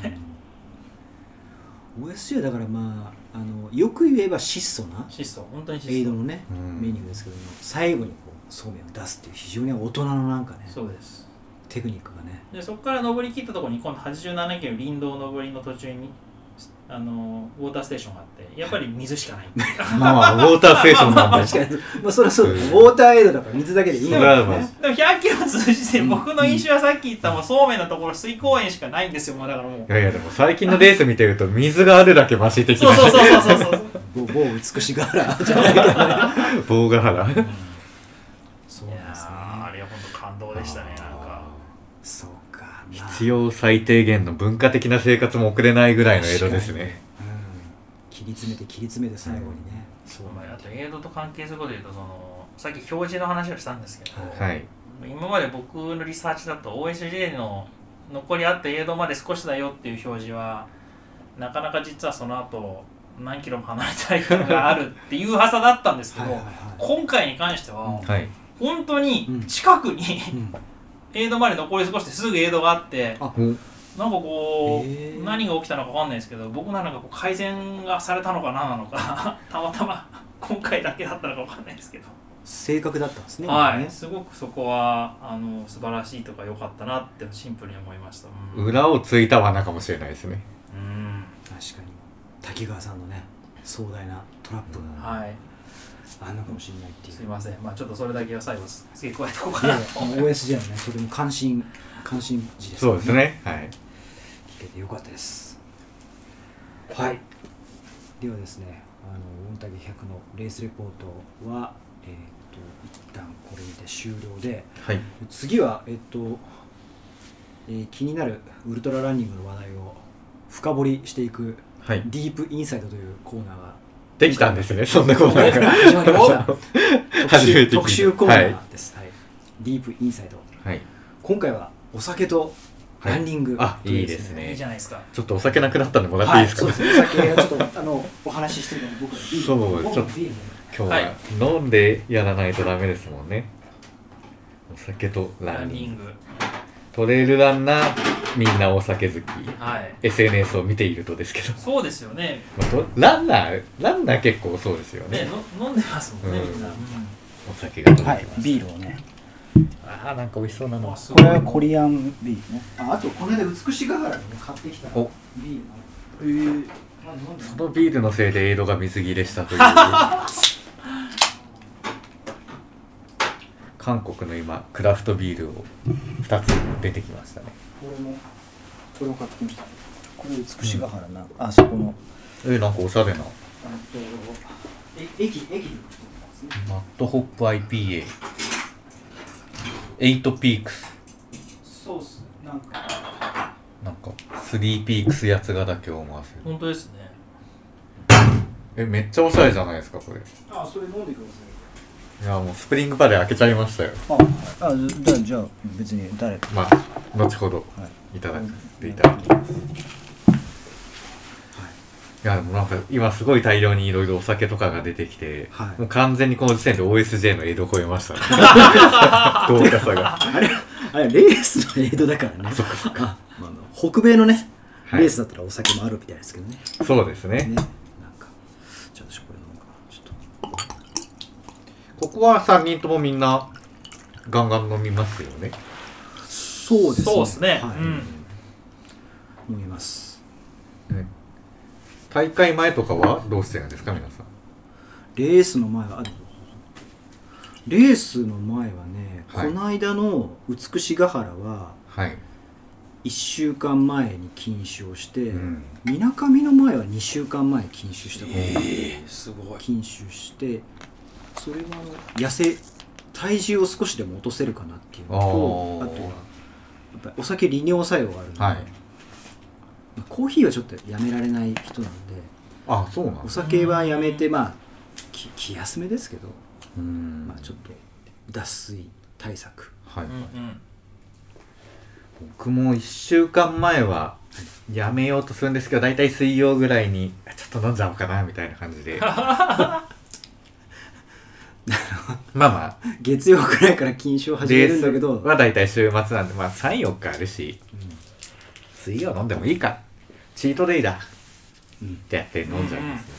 S3: うん OSJ だからまああのよく言えば質素な
S5: 質素本当に質素
S3: エイドのね、
S4: うん
S3: メニューですけども最後にこうそうめんを出すっていう非常に大人のなんかね
S5: そうです
S3: テクニックがね
S5: でそこから登り切ったところに今度87キロ林道登りの途中にあのウォーターステーションがあってやっぱり水しかない
S4: まあウォーターステーションなんだ
S3: 確かに、まあ、それはそう、
S4: うん
S3: ウォーターエイドだから水だけでいいんだ
S4: それはまあ
S5: でも100キロ通じて僕の印象はさっき言ったもうそうめんのところ水公園しかないんですよもうだからも
S4: い
S5: う
S4: やいやでも最近のレース見てると水があるだけマシ的
S5: そう
S4: な
S5: そうそうそうそうそう
S3: 某某美しが らじゃないけど
S4: 棒ヶ原
S3: そう
S5: い
S3: なんで
S5: や
S3: すね
S5: ーあれは本当感動でしたねなんか
S3: そうかまあ
S4: 必要最低限の文化的な生活も送れないぐらいの江戸ですね
S3: うん切り詰めて切り詰めて最後にね、
S5: そうまああとエイドと関係することで言うとそのさっき表示の話をしたんですけど、
S4: はい
S5: 今まで僕のリサーチだと OSJ の残りあったエイドまで少しだよっていう表示はなかなか実はその後何キロも離れた駅があるっていうはさだったんですけど
S3: はいはいはい
S5: 今回に関しては
S4: はい
S5: 本当に近くに、
S3: うん
S5: エイドまで残り少しですぐエイドがあって
S3: あ
S5: なんかこう、
S3: へー
S5: 何が起きたのかわかんないですけど僕なんかこう改善がされたのかななのか たまたま今回だけだったのかわかんないですけど、
S3: 正確だったんですね
S5: は
S3: 今
S5: い
S3: ね
S5: すごくそこはあの素晴らしいとか良かったなってシンプルに思いましたうん
S4: 裏をついた罠かもしれないですね
S5: うん
S3: 確かに滝川さんのね壮大なトラップが
S5: はい
S3: あんのかもしれないっていう、
S5: すいませんまあちょっとそれだけは最後付け加えておこう
S3: い
S5: かな
S3: やい
S5: と
S3: や OSJ のねとても関心関心事です、
S4: そうですねはい
S3: 聞けてよかったですはいではですねあの御嶽100のレースレポートはえっ、と一旦これにて終了で
S4: はい
S3: 次はえっと、えー気になるウルトラランニングの話題を深掘りしていく
S4: はい
S3: ディープインサイトというコーナーが
S4: できたんですねそんなこと
S3: 今回
S4: ない
S3: か
S4: からら
S3: 始まりました特
S4: 初め
S3: 集
S4: て聞いた
S3: 特集コーナーです、はいディープインサイト
S4: はい
S3: 今回はお酒とランニング、
S4: はいあ
S3: とう
S4: いいですね
S5: いいじゃないですか
S4: ちょっとお酒なくなったんでもらっていいですか、
S3: はい、そうですね。先ちょっとあのお話ししてるのに僕はビール
S4: そう
S3: 僕
S4: ち
S3: は
S4: ょっと
S3: ビール
S4: 今
S5: は
S4: 日
S5: い
S4: は飲んでやらないとダメですもんねお酒とラ
S5: ラ
S4: ン
S5: ン
S4: ニング
S5: ニング
S4: トレイルランナーみんなお酒好き
S5: はい
S4: SNS を見ているとですけど、
S5: そうですよね
S4: まあとランナーランナー結構そうですよね
S5: ねの飲んでますもんね
S4: うん
S5: みんな、
S4: お酒が飲めて
S3: はい、ビールをね。
S4: ああなんか美味しそうな
S5: うん
S4: の
S5: あす
S3: こ
S5: ごい
S3: れはコリアンビールね。あ、あとこの間美しがからね買ってきたビ
S4: お
S3: ール。ええあ飲んで
S4: そのビールのせいでエイドが水切れした という韓国の今クラフトビールを2つ出てきましたね
S3: これもこれを買ってきました。これ美しがからな。あそこの
S4: えなんかおしゃれな
S3: あ
S4: マ
S3: のえ駅駅に買ってきたんですね。
S4: ットホップ IPA エイトピークス
S3: そうっす。なんか
S4: なんかスリーピークスやつがだけを思わせる
S5: 本当ですね
S4: えめっちゃおしゃれじゃないですかこれい
S3: あ、それ飲んでく
S4: やもうスプリングバレー開けちゃいましたよ
S3: ださい。あ、あじゃじゃあ別に誰か。
S4: まあ後ほどいただくていただきます、い、やでもなんか今すごい大量にいろいろお酒とかが出てきて、
S3: はい
S4: もう完全にこの時点で OSJ の江戸を超えま したね豪華さが
S3: あれあれレースのエイドだからね。あまあまあ北米のね、
S4: はい
S3: レースだったらお酒もあるみたいですけどね。
S4: そうですね
S3: ね、なんか、じゃあ私これ飲むかな、ちょっと。
S4: ここは3人ともみんなガンガン飲みますよね
S3: そうですね。
S5: そうですね、
S3: はい
S5: うん
S3: 飲みます。
S4: ね大会前とかはどうしてるんですか皆さん
S3: レースの前は、あレースの前はね、
S4: はい
S3: この間の美しが原は、
S4: はい、
S3: 1週間前に禁酒をして、
S4: うん
S3: みなかみの前は2週間前に禁酒したから、
S5: えー、すごい
S3: 禁酒して、それはあの痩せ、体重を少しでも落とせるかなっていうのと、あ
S4: あー
S3: とは、やっぱりお酒利尿作用があるので、
S4: はい
S3: コーヒーはちょっとやめられない人なんで、
S4: あそうなん
S3: お
S4: です
S3: 酒はやめてまあき気休めですけど、
S4: うん
S3: まあ、ちょっと脱水対策
S4: はい、
S5: うんうん
S4: 僕も1週間前はやめようとするんですけど大体水曜ぐらいにあちょっと飲んじゃおうかなみたいな感じで まあまあ
S3: 月曜くらいから禁酒を始めるんだけど、
S4: レースは大体週末なんでまあ34日あるし、水曜飲んでもいいかチートデイだ、
S3: うん
S4: ってやって飲んじゃいますね、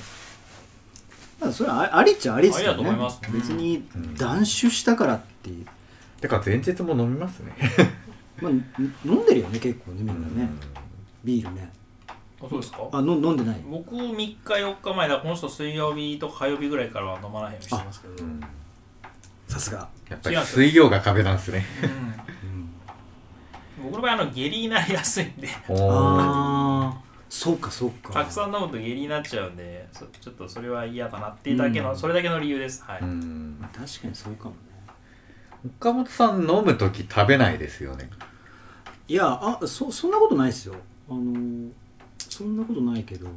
S3: まあそれはあありっちゃありですよ
S5: ありだと
S3: ね
S5: 思います
S3: 別に
S4: うん
S3: 断酒したからっていう、
S4: てか前日も飲みますね
S3: まあ、飲んでるよね結構ねみんなね、ビールね
S5: あそうですか
S3: あの飲んでない
S5: 僕3日4日前だからこの人水曜日とか火曜日ぐらいからは飲まないようにしてますけど、
S4: う
S5: うんん、
S3: さすが、
S4: やっぱり水曜が壁なんですね
S5: 僕の場合あの下痢になりやすいんで
S4: おー
S3: ああそうかそうか
S5: たくさん飲むと下痢になっちゃうんでそちょっとそれは嫌だなっていうだけの、
S3: うん
S5: それだけの理由ですはい、
S4: うん
S3: 確かにそうかもね
S4: 岡本さん飲む時食べないですよね
S3: いやあそそんなことないですよあのーそんなことないけど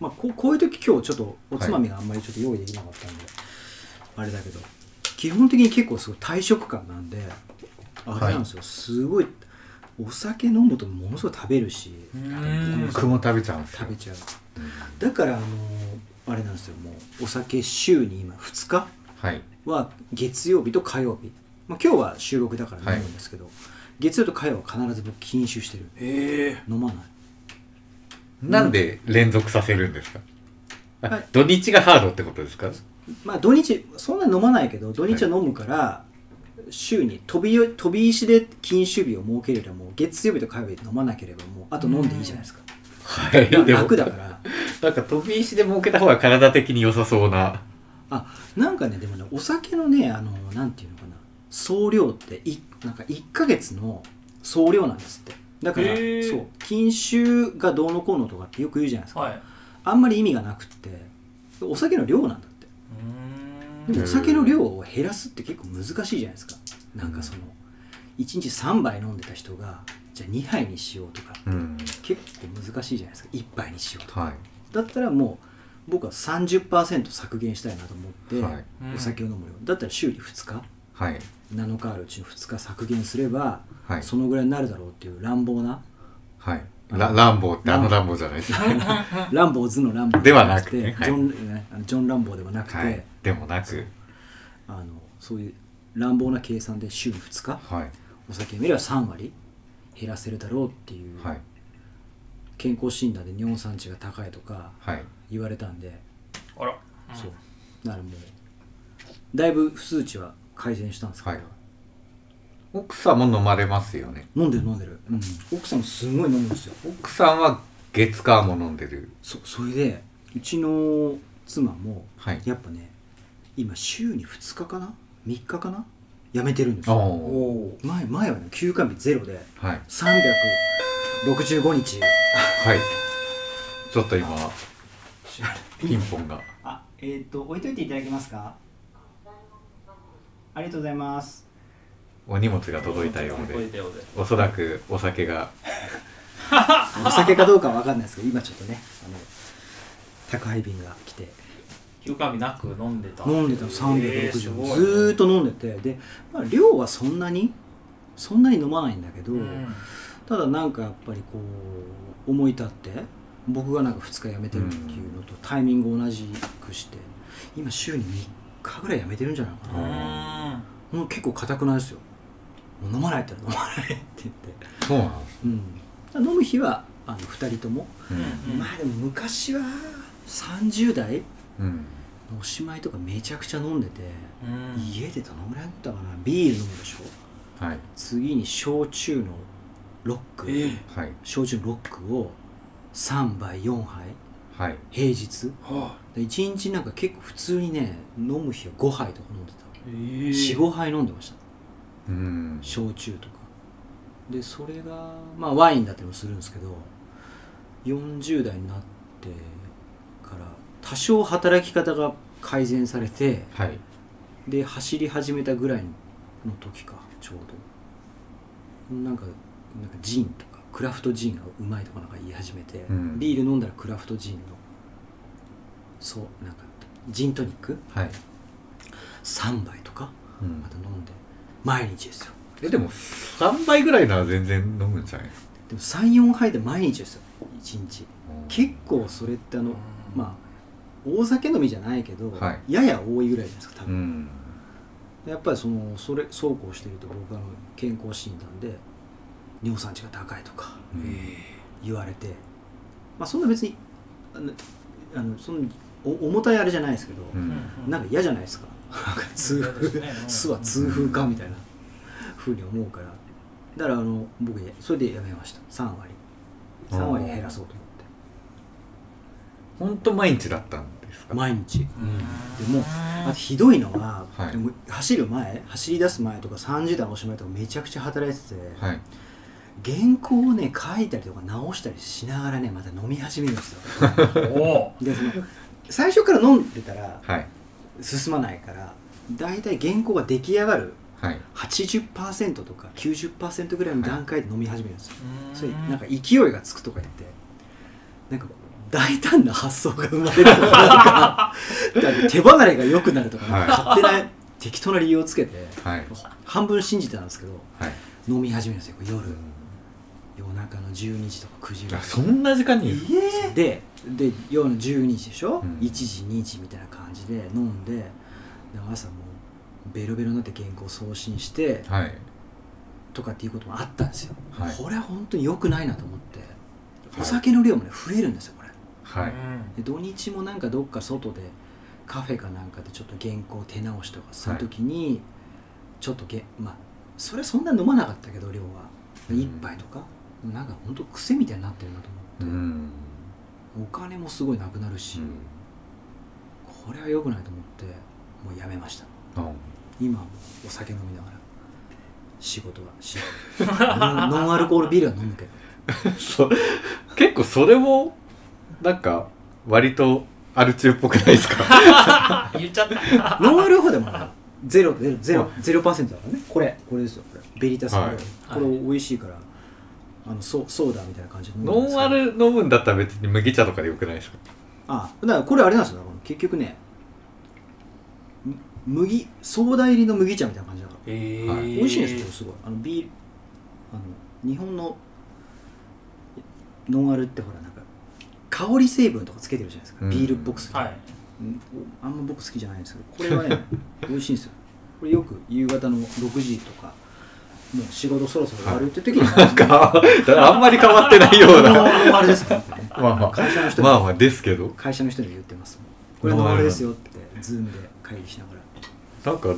S3: まあこうこういう時今日ちょっとおつまみがあんまりちょっと用意できなかったんで、あれだけど基本的に結構すごい退食感なんであれなんですよ、すごいお酒飲むとものすごい食べるし
S5: うん
S4: 僕も食べちゃうんですよ
S3: 食べちゃうだからあのーあれなんですよもうお酒週に今2日
S4: はい
S3: は月曜日と火曜日、まあ、今日は収録だから飲むんですけど、月曜と火曜は必ず僕禁酒してる
S5: ええ
S3: 飲まない
S4: なんで連続させるんですか、あ
S3: はい
S4: 土日がハードってことですか
S3: まあ土日そんなに飲まないけど土日は飲むから、週に飛びよ飛び石で禁酒日を設ければもう月曜日と火曜日で飲まなければもうあと飲んでいいじゃないですか、
S4: は
S3: ま
S4: い
S3: あ
S4: でも
S3: 楽だから
S4: なんか飛び石で儲けた方が体的に良さそうな
S3: あなんかねでもねお酒のねあのなんていうのかな総量っていなんか1ヶ月の総量なんですってだから
S5: へー
S3: そう禁酒がどうのこうのとかってよく言うじゃないですか、
S5: はい
S3: あんまり意味がなくってお酒の量なんだって
S5: う
S3: で
S5: ーん
S3: もお酒の量を減らすって結構難しいじゃないですかなんかその1日3杯飲んでた人がじゃあ2杯にしようとか
S4: うん
S3: 結構難しいじゃないですか1杯にしようと
S4: は
S3: だったらもう僕は30%削減したいなと思って、
S4: いはい
S5: うん
S3: お酒を飲む量だったら週に2日
S4: はい
S3: 7日あるうちの2日削減すれば、
S4: はい
S3: そのぐらいになるだろうっていう乱暴な
S4: はいラランボーってあのランボーじゃないですか
S3: 乱暴図の乱暴
S4: ではなくてはい
S3: ジョン、ねあのジョン・ランボーではなくて、
S4: はいでもなく
S3: あのそういう乱暴な計算で週に2日
S4: はい
S3: お酒を見れば3割減らせるだろうっていう
S4: はい
S3: 健康診断で尿酸値が高いとか
S4: はい
S3: 言われたんで、
S5: あら、うん
S3: そうだからもうだいぶ数値は改善したんですけど、
S4: はい奥さんも飲まれますよね
S3: 飲んでる飲んでる、うん、奥さんもすごい飲むんですよ
S4: 奥さんは月火も飲んでる
S3: そそれでうちの妻も
S4: はい
S3: やっぱね今週に2日かな3日かなやめてるんです
S4: お
S3: よ
S4: お
S5: お
S3: 前前はね休館日ゼロで
S4: はい
S3: 365日
S4: はいちょっと今ピンポンが
S3: あえっ、と置いといていただけますかありがとうございます
S4: お荷物が届いたよう
S5: 届い
S4: で
S5: たようで
S4: おそらくお酒が
S3: お酒かどうかは分かんないですけど今ちょっとねあの宅配便が来て
S5: 休館日なく飲んでた
S3: 飲んでたの
S5: えーす
S3: 360
S5: ご
S3: 本、
S5: い
S3: ずーっと飲んでてで、まあ、量はそんなにそんなに飲まないんだけど、
S5: うん
S3: ただなんかやっぱりこう思い立って僕がなんか2日やめてるっていうのとタイミング同じくして今週に3日ぐらいやめてるんじゃないかな、
S5: う
S3: もう結構固くないですよもう飲まないって飲まないって言って
S4: そうなんです、
S3: うん、飲む日はあの2人とも、
S5: ん
S3: まあでも昔は30代
S4: うんうん、
S3: のおしまいとかめちゃくちゃ飲んでて、
S5: うん
S3: 家でどのぐらいだったかなビール飲むでしょ
S4: はい
S3: 次に焼酎のロック、
S5: ええ
S4: はい
S3: 焼酎のロックを3杯4杯
S4: はい
S3: 平日
S5: は
S3: で1日なんか結構普通にね飲む日は5杯とか飲んでた
S5: ええ
S3: 45杯飲んでました
S4: うん
S3: 焼酎とかでそれがまあワインだったりもするんですけど40代になってから多少働き方が改善されて
S4: はい
S3: で走り始めたぐらいの時かちょうどなんかなんかジンとかクラフトジンがうまいとかなんか言い始めて、
S4: うん
S3: ビール飲んだらクラフトジンのそうなんかジントニック
S4: はい
S3: 3杯とか
S4: うん
S3: また飲んで毎日ですよ
S4: えでも3杯ぐらいなら全然飲むんじゃないですか
S3: でも34杯で毎日ですよ1日結構それってあのまあ大酒飲みじゃないけど、
S4: はい
S3: やや多いぐらいじゃないですか多
S4: う
S3: 分、
S4: ん
S3: やっぱりそのそれそうこうしてると僕はあの健康診断で尿酸値が高いとか言われて、まあ、そんな別にあのあのそのお重たいあれじゃないですけど、
S4: うん
S3: なんか嫌じゃないですかなん か痛風
S5: 嫌ですね
S3: すは痛風かみたいなふうに思うからだからあの僕それでやめました3割3割減らそうと思って
S4: ほんと毎日だったんですか
S3: 毎日、でもあとひどいのは、
S4: はい
S3: でも走る前走り出す前とか3時間おしまいとかめちゃくちゃ働いてて、
S4: はい
S3: 原稿をね書いたりとか直したりしながらねまた飲み始めるんですよ
S5: お
S3: でその最初から飲んでたら
S4: はい
S3: 進まないから大体原稿が出来上がる
S4: はい
S3: 80%とか90%ぐらいの段階で飲み始めるんですよ、
S5: お
S3: それなんか勢いがつくとか言ってなんか大胆な発想が生まれるとかなんかなんか 手離れが良くなるとかなんか勝手な適当な理由をつけて
S4: はい
S3: 半分信じてたんですけど
S4: はい
S3: 飲み始めるんですよ夜夜中の12時とか9時ぐら
S4: あ
S3: い
S4: そんな時間に
S3: でで夜の12時でしょ、
S4: うん
S3: 1時2時みたいな感じで飲んでで朝もうベロベロになって原稿送信して
S4: はい
S3: とかっていうこともあったんですよ、
S4: はい
S3: これは本当に良くないなと思って、お酒の量もね増えるんですよこれ
S4: はい
S3: で土日もなんかどっか外でカフェかなんかでちょっと原稿手直しとかする時に、ちょっとげまあそれはそんな飲まなかったけど量は
S4: うん
S3: 1杯とか、なんか本当癖みたいになってるなと
S4: う
S3: 思って、
S4: ん
S3: お金もすごいなくなるし、これは良くないと思ってもうやめました
S4: あ
S3: 今はもうお酒飲みながら仕事はし ないノンノンアルコールビールは飲むけど
S4: そ結構それもなんか割とアル中っぽくないですか
S5: 言っちゃった
S3: ノンアル法でもなゼロゼロゼロゼロパーセントだからねこれこれですよこれベリタスこれ、
S4: はい
S3: これ美味しいからあのソソーダみたいな感じで飲むんですけ
S4: ノン
S3: ど
S4: アル飲むんだったら別に麦茶とかでよくないですか
S3: あだからこれあれなんですよだから結局ねむ麦ソーダ入りの麦茶みたいな感じだから
S5: え
S4: はい
S3: 美味しいんですよすごいあのビールあの日本のノンアルってほらなんか香り成分とかつけてるじゃないですか、
S4: うん
S3: ビールっぽくする、
S5: はい
S3: うんあんま僕好きじゃないんですけどこれはね美味しいんですよこれよく夕方の6時とかもう仕事そろそろ終わるって時に、
S4: なんか あんまり変わってないよう
S3: ノン
S4: な
S3: アルあれですかってね
S4: まあまあ
S3: 会社の人に、
S4: まあまあですけど
S3: 会社の人に言ってますもんこれノンアルですよってズームで会議しながら
S4: なんか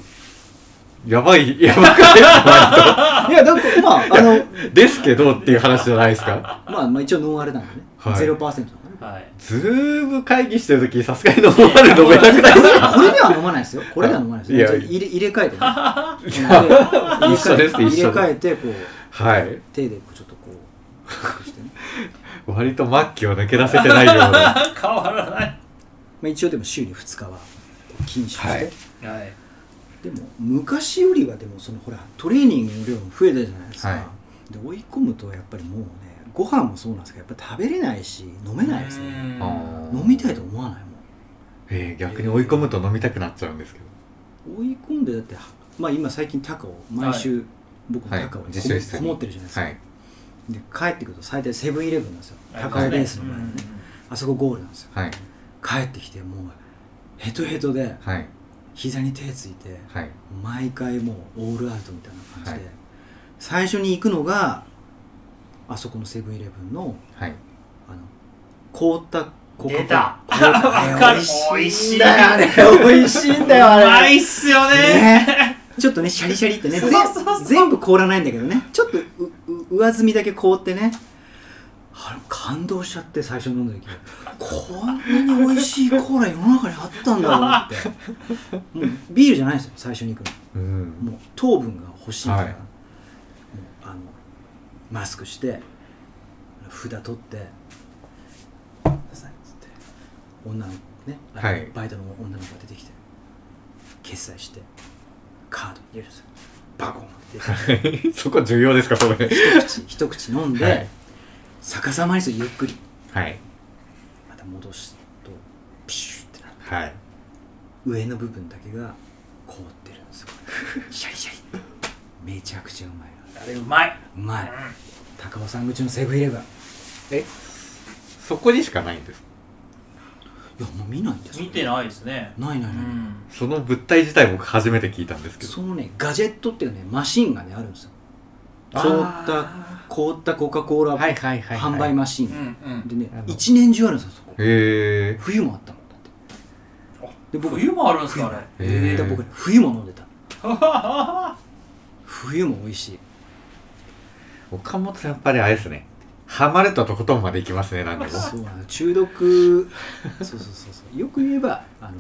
S4: やばいやばくないですか
S3: いやだからまああの
S4: 割と ですけどっていう話じゃないですか
S3: まあまあ一応ノンアルなんでね、
S4: はい
S3: ゼロパーセントだからね
S5: はい
S4: ズーム会議してる時さすがにノンアル飲めなく ないですか
S3: これでは飲まないですよ。これでは飲まないですよ。
S4: はい
S3: ちょっと入れ入れ替えてね。
S4: 一緒です
S3: 入れ替え
S4: 一緒で
S3: 入
S4: す
S3: れ替えて、こう、
S4: はい
S3: 手でこうちょっとこう、してね。
S4: 割と末期を抜け出せてないような
S5: 変わらない
S3: まあ一応でも週に2日は禁酒して。
S4: はい
S5: はい
S3: でも昔よりはでもそのほらトレーニングの量も増えたじゃないですか、
S4: は
S3: で追い込むとやっぱりもうねご飯もそうなんですけどやっぱ食べれないし飲めないですね
S4: あー
S3: 飲みたいと思わないも
S4: えー、逆に追い込むと飲みたくなっちゃうんですけど
S3: ん追い込んでだってまあ今最近高を毎週、僕も
S4: はい
S3: 高尾に
S4: 自
S3: こ,、
S4: 習室に
S3: もってるじゃないですか、
S4: はい
S3: で帰ってくると最大セブンイレブンなんですよ
S5: あり
S3: 高尾
S5: ますね
S3: ベースの前のねあそこゴールなんですよ
S4: はい
S3: 帰ってきてもうヘトヘトで
S4: はい
S3: 膝に手ついて
S4: はい
S3: 毎回もうオールアウトみたいな感じで、
S4: はい
S3: 最初に行くのがあそこのセブンイレブンの
S4: はい
S3: あの凍ったコ
S5: 出た
S3: コカ
S5: わ
S3: コ
S5: か
S3: ー
S5: る
S3: ラ美味しいんだよあれ美味しいんだよ
S5: う
S3: あ
S5: ま
S3: れ
S5: いっすよね
S3: ねちょっとねシャリシャリってね
S5: そうそうそう
S3: ぜん全部凍らないんだけどねちょっとうう上積みだけ凍ってねあれ感動しちゃって最初飲んだ時こんなに美味しいコーラ世の中にあったんだろうってもうビールじゃないんですよ最初に行くの
S4: うん
S3: もう糖分が欲しいから、
S4: はい
S3: もうあのマスクして札取って「ください」っつって女の子ね、あの
S4: はい
S3: バイトの女の子が出てきて決済してカード入れるんですよバコンって出て
S4: そこ重要ですかそ れ
S3: きて一口飲んで、
S4: はい
S3: 逆さまにするゆっくり
S4: はい
S3: また戻すとピシュッてなる
S4: はい
S3: 上の部分だけが凍ってるん ですよシャリシャリめちゃくちゃうまいな
S5: あれうまい、
S3: うまい
S5: うん
S3: 高尾山口のセブンイレブンい
S4: えそこにしかないんですか
S3: やもう見ないんですよ
S5: 見てないですね
S3: ないないうないない、
S5: ん
S4: その物体自体僕初めて聞いたんですけど
S3: そのねガジェットっていうねマシンがねあるんですよ凍った
S4: あ
S3: 凍ったコカ・コー
S4: ー
S3: ラ
S4: はいはいはい、はい、
S3: 販売マシン、
S5: うんうん
S3: でね
S4: あの
S3: 一年中あるんですよそこ
S4: へえ
S3: 冬もあったもんだってで僕
S5: 冬もあるんですかあれ
S4: へー
S3: で僕ね冬も飲んでた冬も美味しい
S4: 岡本さんやっぱりあれですねハマるととことんまで行きますねなんでも
S3: そうあの中毒そうそうそうそうよく言えばあの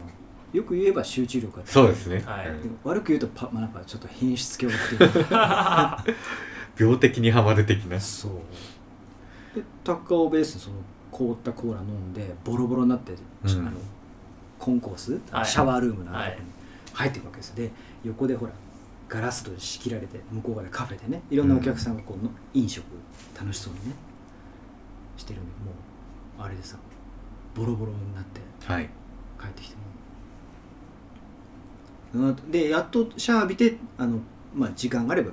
S3: よく言えば集中力が
S4: そうですね、
S5: はい
S4: うん
S3: 悪く言うとパ、まあ、なんかちょっと品質強っていうか
S4: 病的にハマる的な
S3: そうで高尾ベースにその凍ったコーラ飲んでボロボロになって、
S4: うん
S3: あのコンコース、
S5: はい
S3: シャワールームのあ
S5: は
S3: の
S5: い
S3: 入っていくわけですよで横でほらガラス戸で仕切られて向こう側でカフェでねいろんなお客さんがこうの、飲食楽しそうにねしてるんでもうあれでさボロボロになって
S4: はい
S3: 帰ってきてもうんでやっとシャワー浴びてあの、まあ、時間があれば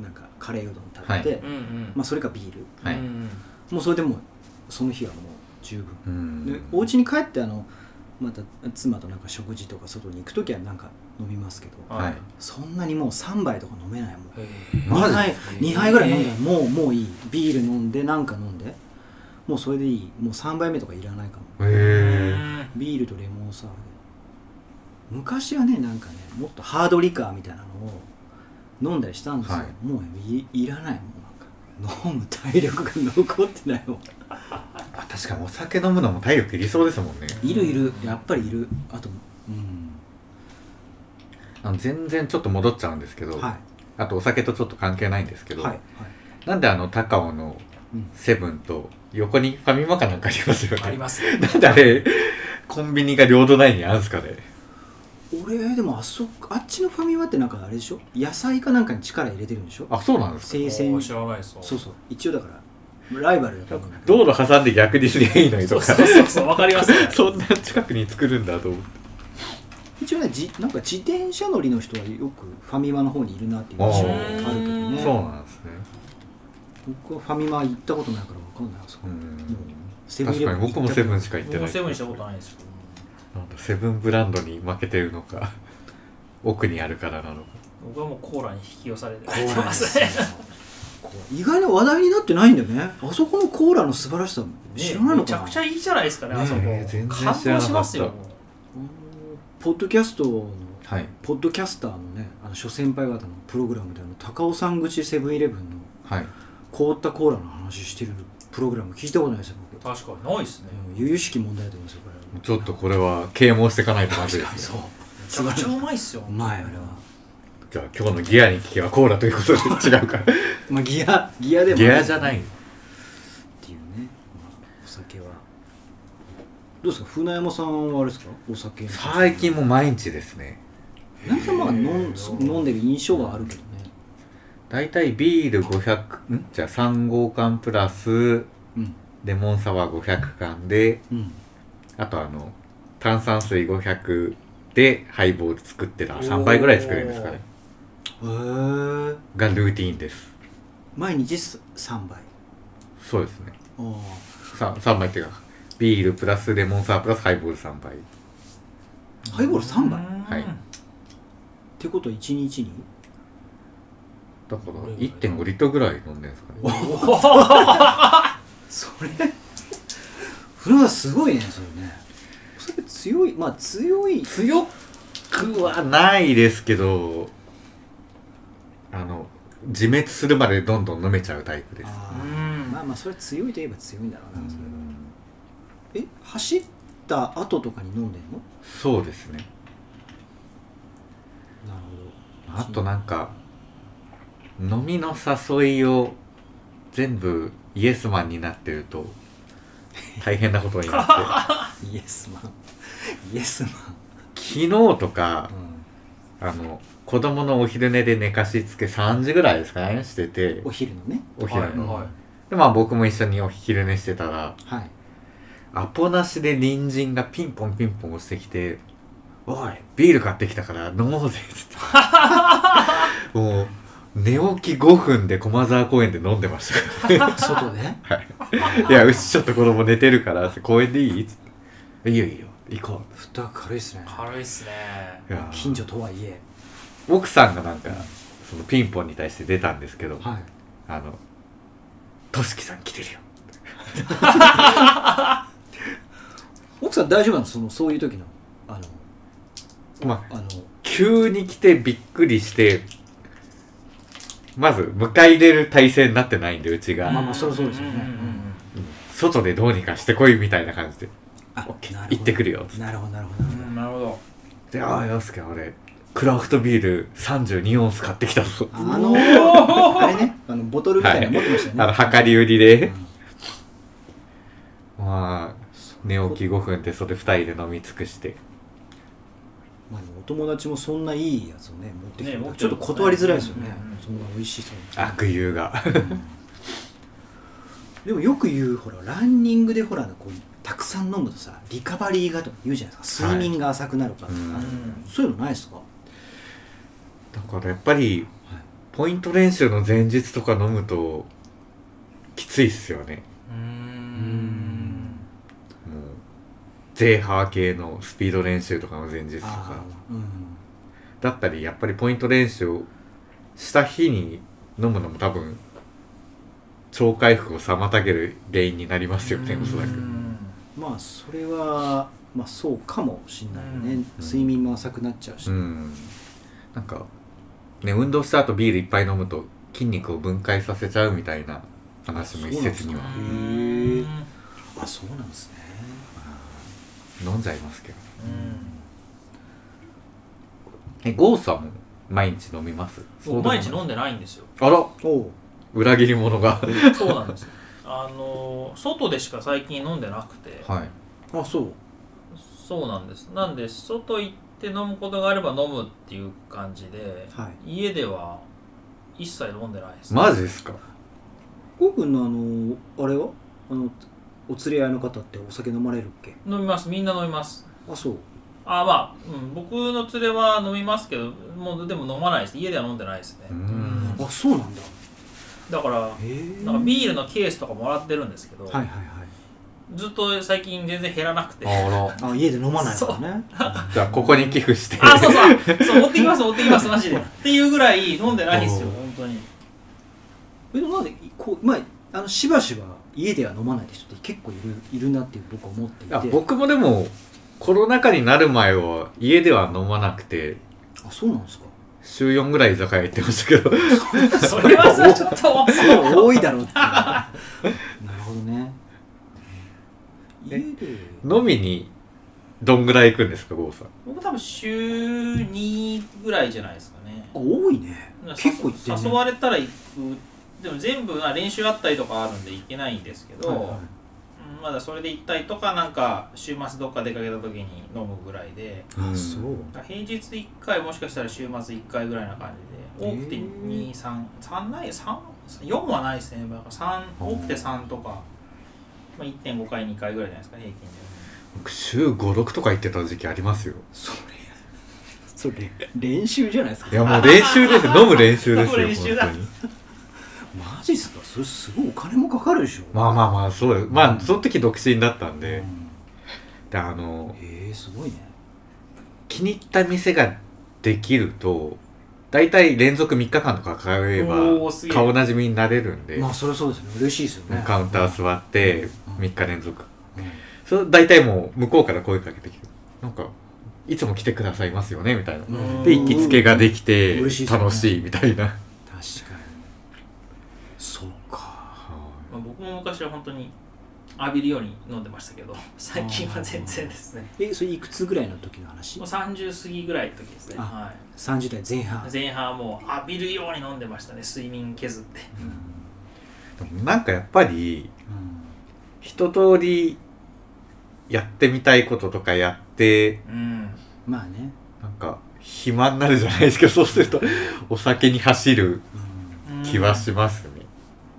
S3: なんかカレーうどん食べて、
S5: うんうん
S3: まあ、それかビール
S4: はい
S5: うん
S3: もうそれでもうその日はもう十分
S4: う
S3: で
S4: ん
S3: お家に帰ってあのまた妻となんか食事とか外に行く時はなんか飲みますけど
S5: うん
S4: は
S5: はいい
S3: そんなにもう3杯とか飲めないもん
S5: へ
S4: マ
S3: 2
S4: ジ
S3: 杯二杯ぐらい飲んだ
S5: へ
S3: らもうもういいビール飲んでなんか飲んでもうそれでいいもう3杯目とかいらないかも
S4: へえ
S5: え
S3: ビールとレモンサワーで昔はねなんかねもっとハードリカーみたいなのを飲んだりしたんですよ、
S4: は
S3: もういいらないもんなんか飲む体力が残ってないもん
S4: 確かにお酒飲むのも体力いりそうですもんね
S3: いるいるやっぱりいるあとうん
S4: あの全然ちょっと戻っちゃうんですけど、
S3: は
S4: あとお酒とちょっと関係ないんですけ
S3: い
S4: ど、
S3: はい
S4: なんであの高尾の
S3: うん
S4: セブンと横にファミマかなんかありますよね
S3: あります
S4: なんであれコンビニが領土内にあるんすかね
S3: 俺でもあそこあっちのファミマってなんかあれでしょ野菜かなんかに力入れてるんでしょ
S4: あそうなんですか
S3: 生鮮
S5: 知らないです
S3: そうそう一応だからライバルだと思うんだけど
S4: 道路挟んで逆にすりゃいいのにと
S5: そう
S4: か
S5: そうそうそうわかりますね
S4: そんな近くに作るんだと思って
S3: 一応ねじなんか自転車乗りの人はよくファミマの方にいるなっていう印象があるけどね
S4: そうなんですね
S3: 僕はファミマ行ったことないから分かんないあそこ、
S4: う
S3: もうんセ
S4: 確かに僕もセブンしか行ってない
S5: 僕もセブンにしたことないですよ
S4: なんだセブンブランドに負けてるのか 奥にあるからなのか
S5: 僕はもうコーラに引き寄されて
S3: コーラ
S5: てますね
S3: 意外に話題になってないんだよねあそこのコーラの素晴らしさ知らないの
S5: めち
S3: か
S5: ゃ
S3: な、
S5: くちゃいいじゃないですかねあそこ
S4: ねえ全然知らなかった
S5: 感動しますよ
S3: ポッドキャストの
S4: はい
S3: ポッドキャスターのねあの諸先輩方のプログラムであの高尾山口セブンイレブンの
S4: はい
S3: 凍ったコーラの話してるプログラム聞いたことないですよ僕
S5: 確かにないですね
S3: うん由々しき問題だと思うんですよこれ
S4: ちょっとこれは啓蒙していかないとまずいで
S3: そ
S4: すね
S3: う
S5: めちゃくちゃうまいっすよ
S3: うまいあれは
S4: じゃあ今日のギアに聞けばコーラということで違うから
S3: まあギアギアでも
S4: ギアじゃない
S3: っていうね、まあ、お酒はどうですか船山さんはあれですかお酒
S4: 最近もう毎日ですね
S3: なんかまあ飲んすごく飲んでる印象はあるけどね
S4: 大体ビール500んじゃあ3号缶プラス
S3: うん
S4: レモンサワー500缶で
S3: うん
S4: あとあの炭酸水500でハイボール作ってたら3杯ぐらい作れるんですかね
S3: へえ
S4: がルーティーンです
S3: 毎日す3杯
S4: そうですね
S3: ああ
S4: 3, 三杯っていうかビールプラスレモンサワープラスハイボール3杯
S3: ハイボール3杯っ
S4: はい
S3: てことは1日に
S4: だから1.5リットルぐらい飲んでるんですかね
S3: それ船田すごいねそれねお酒強いまあ強い
S4: 強くはないですけどあの自滅するまでどんどん飲めちゃうタイプです
S3: あ
S5: う
S3: あ
S5: ん
S3: まあまあそれは強いといえば強いんだろう
S4: う
S3: なそれは
S4: ん
S3: え走った後とかに飲んでんの
S4: そうですね
S3: なる
S4: あとなんか飲みの誘いを全部イエスマンになってると大変なことになって
S3: ほどイエスマンイエスマ
S4: 昨日とか
S3: ン、
S4: あの子供のお昼寝で寝かしつけ3時ぐらいですかねしてて
S3: お昼のね
S4: お昼の、
S5: はいはい
S4: でまあ僕も一緒にお昼寝してたら
S3: はい
S4: アポなしで隣人がピンポンピンポン押してきて「おいビール買ってきたから飲もうぜ」つって もう寝起き5分で駒沢公園で飲んでましたから
S3: 外で
S4: 「 いやうちちょっと子供寝てるから公園でいい?」つって「いいよいいよ行こう
S3: フットワーク軽いっすね
S5: 軽いっすね」
S4: いや
S3: 近所とはいえ
S4: 奥さんがなんかそのピンポンに対して出たんですけど
S3: はい
S4: 「あのとしきさん来てるよ
S3: 奥さん大丈夫なのそのそういう時のあ」
S4: まあ
S3: のあの
S4: 急に来てびっくりして、まず迎え入れる体制になってないんで、うちが。
S3: まあまあそりゃそうですよね
S5: んんん
S4: 外でどうにかしてこいみたいな感じで。
S3: あなるほど
S4: 行ってくるよ。つっ
S3: なるほどなるほどなる
S5: う
S3: ほど
S5: んなるほど
S4: てで、ああ、洋介、俺、クラフトビール32オンス買ってきたぞ。
S3: あのー、 あれねあのボトルみたいなの持ってましたよね、
S4: あの、量り売りで。まあ、寝起き5分でそれ2人で飲み尽くして。
S3: まあ、でもお友達もそんないいやつをね持ってきて、
S5: ね持って
S3: ちょっと断りづらいですよね、
S5: うんうん
S3: そんな美味しそうな
S4: 悪友 が。
S3: でもよく言うほらランニングでほらこうたくさん飲むとさリカバリーがとか言うじゃないですか
S4: はい
S3: 睡眠が浅くなるからとか、
S5: うん
S3: そういうのないですか
S4: だからやっぱり、ポイント練習の前日とか飲むと、きついっすよね。
S5: うーん
S4: もう、ゼーハー系のスピード練習とかの前日と
S3: あ
S4: か、
S3: あうん
S4: だったり、やっぱりポイント練習をした日に飲むのも多分、超回復を妨げる原因になりますよね、おそら
S5: う
S4: く。
S5: ん
S3: まあそれはまあそうかもしんないよね、
S5: うん
S3: 睡眠も浅くなっちゃうし、
S4: うん。なんか、ね、運動した後ビールいっぱい飲むと筋肉を分解させちゃうみたいな話も一説には
S3: そうなんですか
S5: うん
S3: へえあそうなんですね
S4: 飲んじゃいますけど。
S5: う
S4: え、ゴーさんも毎日飲みます
S5: ん僕毎日飲んでないんですよ
S4: あら
S3: おう
S4: 裏切り者が。
S5: そうなんですよあの外でしか最近飲んでなくて
S4: はい。
S3: あそう
S5: そうなんですなんで外行って飲むことがあれば飲むっていう感じで、
S3: は
S5: 家では一切飲んでないです、
S4: マジですか
S3: ゴーくんのあのあれはあのお連れ合いの方ってお酒飲まれるっけ
S5: 飲みますみんな飲みます
S3: あそう
S5: あまあ、うん、僕の連れは飲みますけどもうでも飲まないです家では飲んでないですね、
S4: うん
S3: あそうなんだ
S5: だから
S3: へえ
S5: なんかビールのケースとかもらってるんですけど、
S3: はいはいはい
S5: ずっと最近全然減らなくて
S4: あら。
S3: あ家で飲まないからね
S4: じゃあ、ここに寄付して。
S5: あ、そうそう、そう、持ってきます、持ってきます、マジで。っていうぐらい飲んでないんですよ、
S4: おー
S5: 本当に。
S3: えでもなんでこうまああのしばしば家では飲まない人って結構いるいるなっていう僕は思っていて
S4: あ僕もでも、コロナ禍になる前は、家では飲まなくて、
S3: あそうなんですか
S4: 週4ぐらい居酒屋行ってましたけど、
S5: それはさ、ちょっと。
S3: 多いだろ うっていうなるほどね家
S4: え
S3: で
S4: 飲みに、どんぐらい行くんですか、ゴーさん。
S5: 僕多分週2ぐらいじゃないですかね。
S3: あ多いね結構行ってるね
S5: 誘われたら行く。でも全部あ練習あったりとかあるんで行けないんですけど、
S3: はいはい
S5: うんまだそれで行ったりとかなんか週末どっか出かけた時に飲むぐらいで
S3: あそう
S5: だから平日1回もしかしたら週末1回ぐらいな感じで多くて
S3: へー
S5: 233ない34はないですねだから三多くて3とか、まあ、1.5回2回ぐらいじゃないですか平均で
S4: 僕、週5、6とか行ってた時期ありますよ。
S3: それそれ練習じゃないですか
S4: いや、もう練習です。 飲む練習ですよ、
S5: 飲む練習だ
S4: 本当に。
S3: マジっすかそれすごいお金もかかるでしょ
S4: まあまあまあ、そうです。まあ、その時独身だったん
S3: う
S4: で、
S3: ん
S4: で、あの、
S3: へえすごいね
S4: 気に入った店ができると、大体連続3日間とか通えば
S5: おーす、げえ
S4: 顔なじみになれるんで。
S3: まあそれそうですよね嬉しいですよね
S4: カウンター座って
S3: うん
S4: 3日連続
S3: うん
S4: それ大体もう向こうから声かけてきてなんかいつも来てくださいますよねみたいな
S5: うん
S4: で行きつけができて
S3: 嬉しいですね
S4: 楽しいみたいな
S3: 確かにそうか
S5: まあ、僕も昔は本当に浴びるように飲んでましたけど 最近は全然ですね
S3: えそれいくつぐらいの時の話
S5: もう30過ぎぐらいの時ですね、
S3: あ
S5: は
S3: 30代前半
S5: い、前半はもう浴びるように飲んでましたね睡眠削って
S4: でもなんかやっぱり一通りやってみたいこととかやって
S5: うん
S3: まあね、
S4: なんか暇になるじゃないですけどそうするとお酒に走る
S3: うん
S4: 気はしますね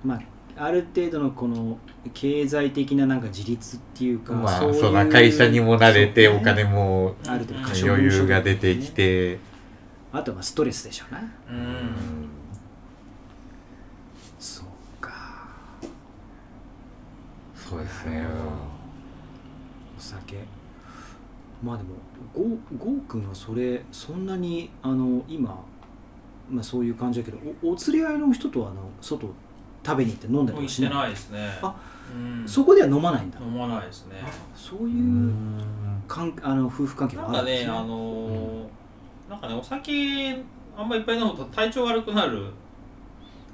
S3: まあある程度のこの経済的ななんか自立っていうか、
S4: ま
S3: うい
S4: あ
S3: う
S4: そんな会社にも慣れて
S3: そう
S4: お金も
S3: ある程度過小
S4: 余
S3: 分
S4: 裕
S3: 所
S4: が出てきて
S3: あとはストレスでしょうね
S5: う
S4: うんん
S3: そうか
S4: そうですね
S3: お酒まあでもゴーゴーくんはそれそんなにあの今、まあ、そういう感じだけどおお釣り合いの人とはあの外食べに行って飲んだり
S5: もう
S3: は
S5: し
S3: してない
S5: ないですね
S3: あ
S5: うん
S3: そこでは飲まないんだ、
S5: 飲まないですね
S3: そう
S4: う
S3: いうかんあの夫婦関係
S5: な
S3: も
S5: ん
S3: あ
S5: か
S3: るんです
S5: ね
S3: ね
S5: あのーなんかねお酒あんまいっぱい飲むと体調悪くなる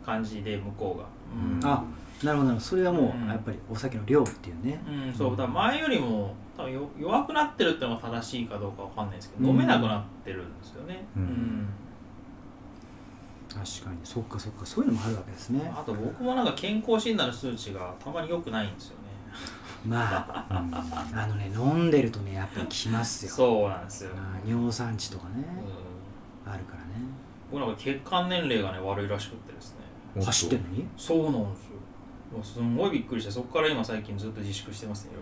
S5: 感じで向こうがうん
S3: あなるほどなるほどそれはも
S5: うん
S3: うやっぱりお酒の量っていうね
S5: うん、そうだから前よりも多分よ弱くなってるってのが正しいかどうかわかんないですけど、
S3: うん
S5: 飲めなくなってるんですよね、
S4: うん
S3: 確かにそっかそっかそういうのもあるわけですね
S5: あと僕もなんか健康診断の数値がたまに良くないんですよね
S3: まあ
S4: うん
S3: あのね飲んでるとねやっぱりきますよ
S5: そうなんですよ、
S3: あー尿酸値とかね
S5: うん、
S3: あるからね
S5: 僕なんか血管年齢がね悪いらしくってですね
S4: おと
S3: 走ってんのに
S5: そうなんですよもうすんごいびっくりしてそこから今最近ずっと自粛してますねいろ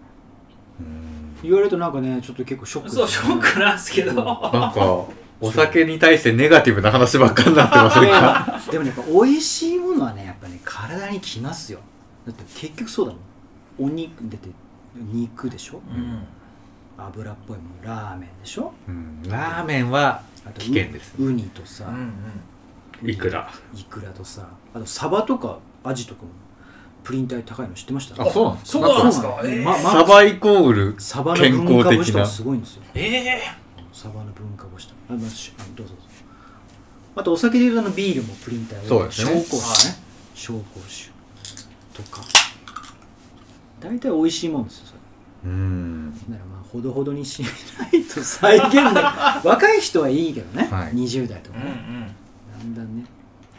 S5: い
S4: うん
S3: 言われるとなんかねちょっと結構ショッ
S5: ろ
S3: ク
S5: そうショックなんですけど
S4: なんかお酒に対してネガティブな話ばっかになってません
S3: いやい
S4: か
S3: や でもねやっぱ美味しいものはねやっぱね体にきますよだって結局そうだもんお肉出て肉でしょ
S5: うん
S3: 油っぽいもんラーメンでしょ
S4: うんラーメンは
S3: あとウ
S4: 危険です
S3: ウニとさ、
S5: うんうん
S3: ウニ
S4: いくら
S3: イクラとさあとサバとかアジとかもプリン体高いの知ってました
S4: あそうなんです
S5: そうなんです
S3: なんか
S5: かえー、
S3: まま
S4: サバイコール
S3: サバの文化干しとかすごいんですよ
S5: え
S3: サバの文化干しとかあ,、まあ、しあどうぞどうぞあとお酒でいうとあのビールもプリン体
S4: そうです
S3: 紹
S4: ね
S3: 興酒ね紹興酒とか大体美味しいもんですよそれ
S4: うん
S3: ならまあほどほどにしないと再現で若い人はいいけどね、
S4: はい
S3: 20代と
S5: ー
S3: か
S5: うんう
S3: ね、
S5: ん
S3: だんだんね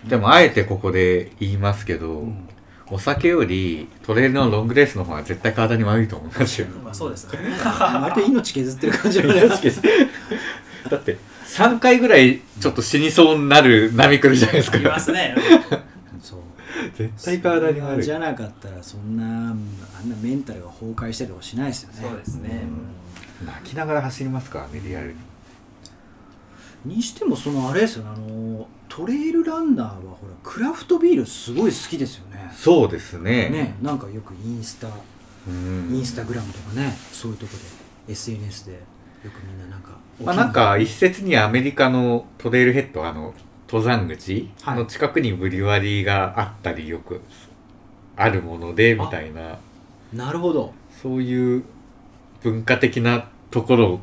S4: でもあえてここで言いますけど、
S3: うん
S4: お酒よりトレールのロングレースの方が絶対体に悪いと思いますよ。
S5: まあそうですね
S3: 割と命削ってる感じがね
S4: だって3回ぐらいちょっと死にそうになる波来るじゃないですか
S5: い。ます ね
S3: そう
S4: 絶対体に悪い
S3: じ。ゃなかったらそんなあんなメンタルが崩壊したりとかしないですよね
S5: そうですね、
S4: 泣きながら走りますからね、リアルに。
S3: にしてもそのあれですよねあのトレイルランナーはほらクラフトビールすごい好きですよね
S4: そうですね。
S3: ねなんかよくインスタ
S4: うん
S3: インスタグラムとかねそういうとこで SNS でよくみんななんか
S4: まあなんか一説にアメリカのトレイルヘッド、あの、登山口
S3: はい
S4: の近くにブリュワリーがあったりよくあるもので、みたいな。
S3: なるほど
S4: そういう文化的なところ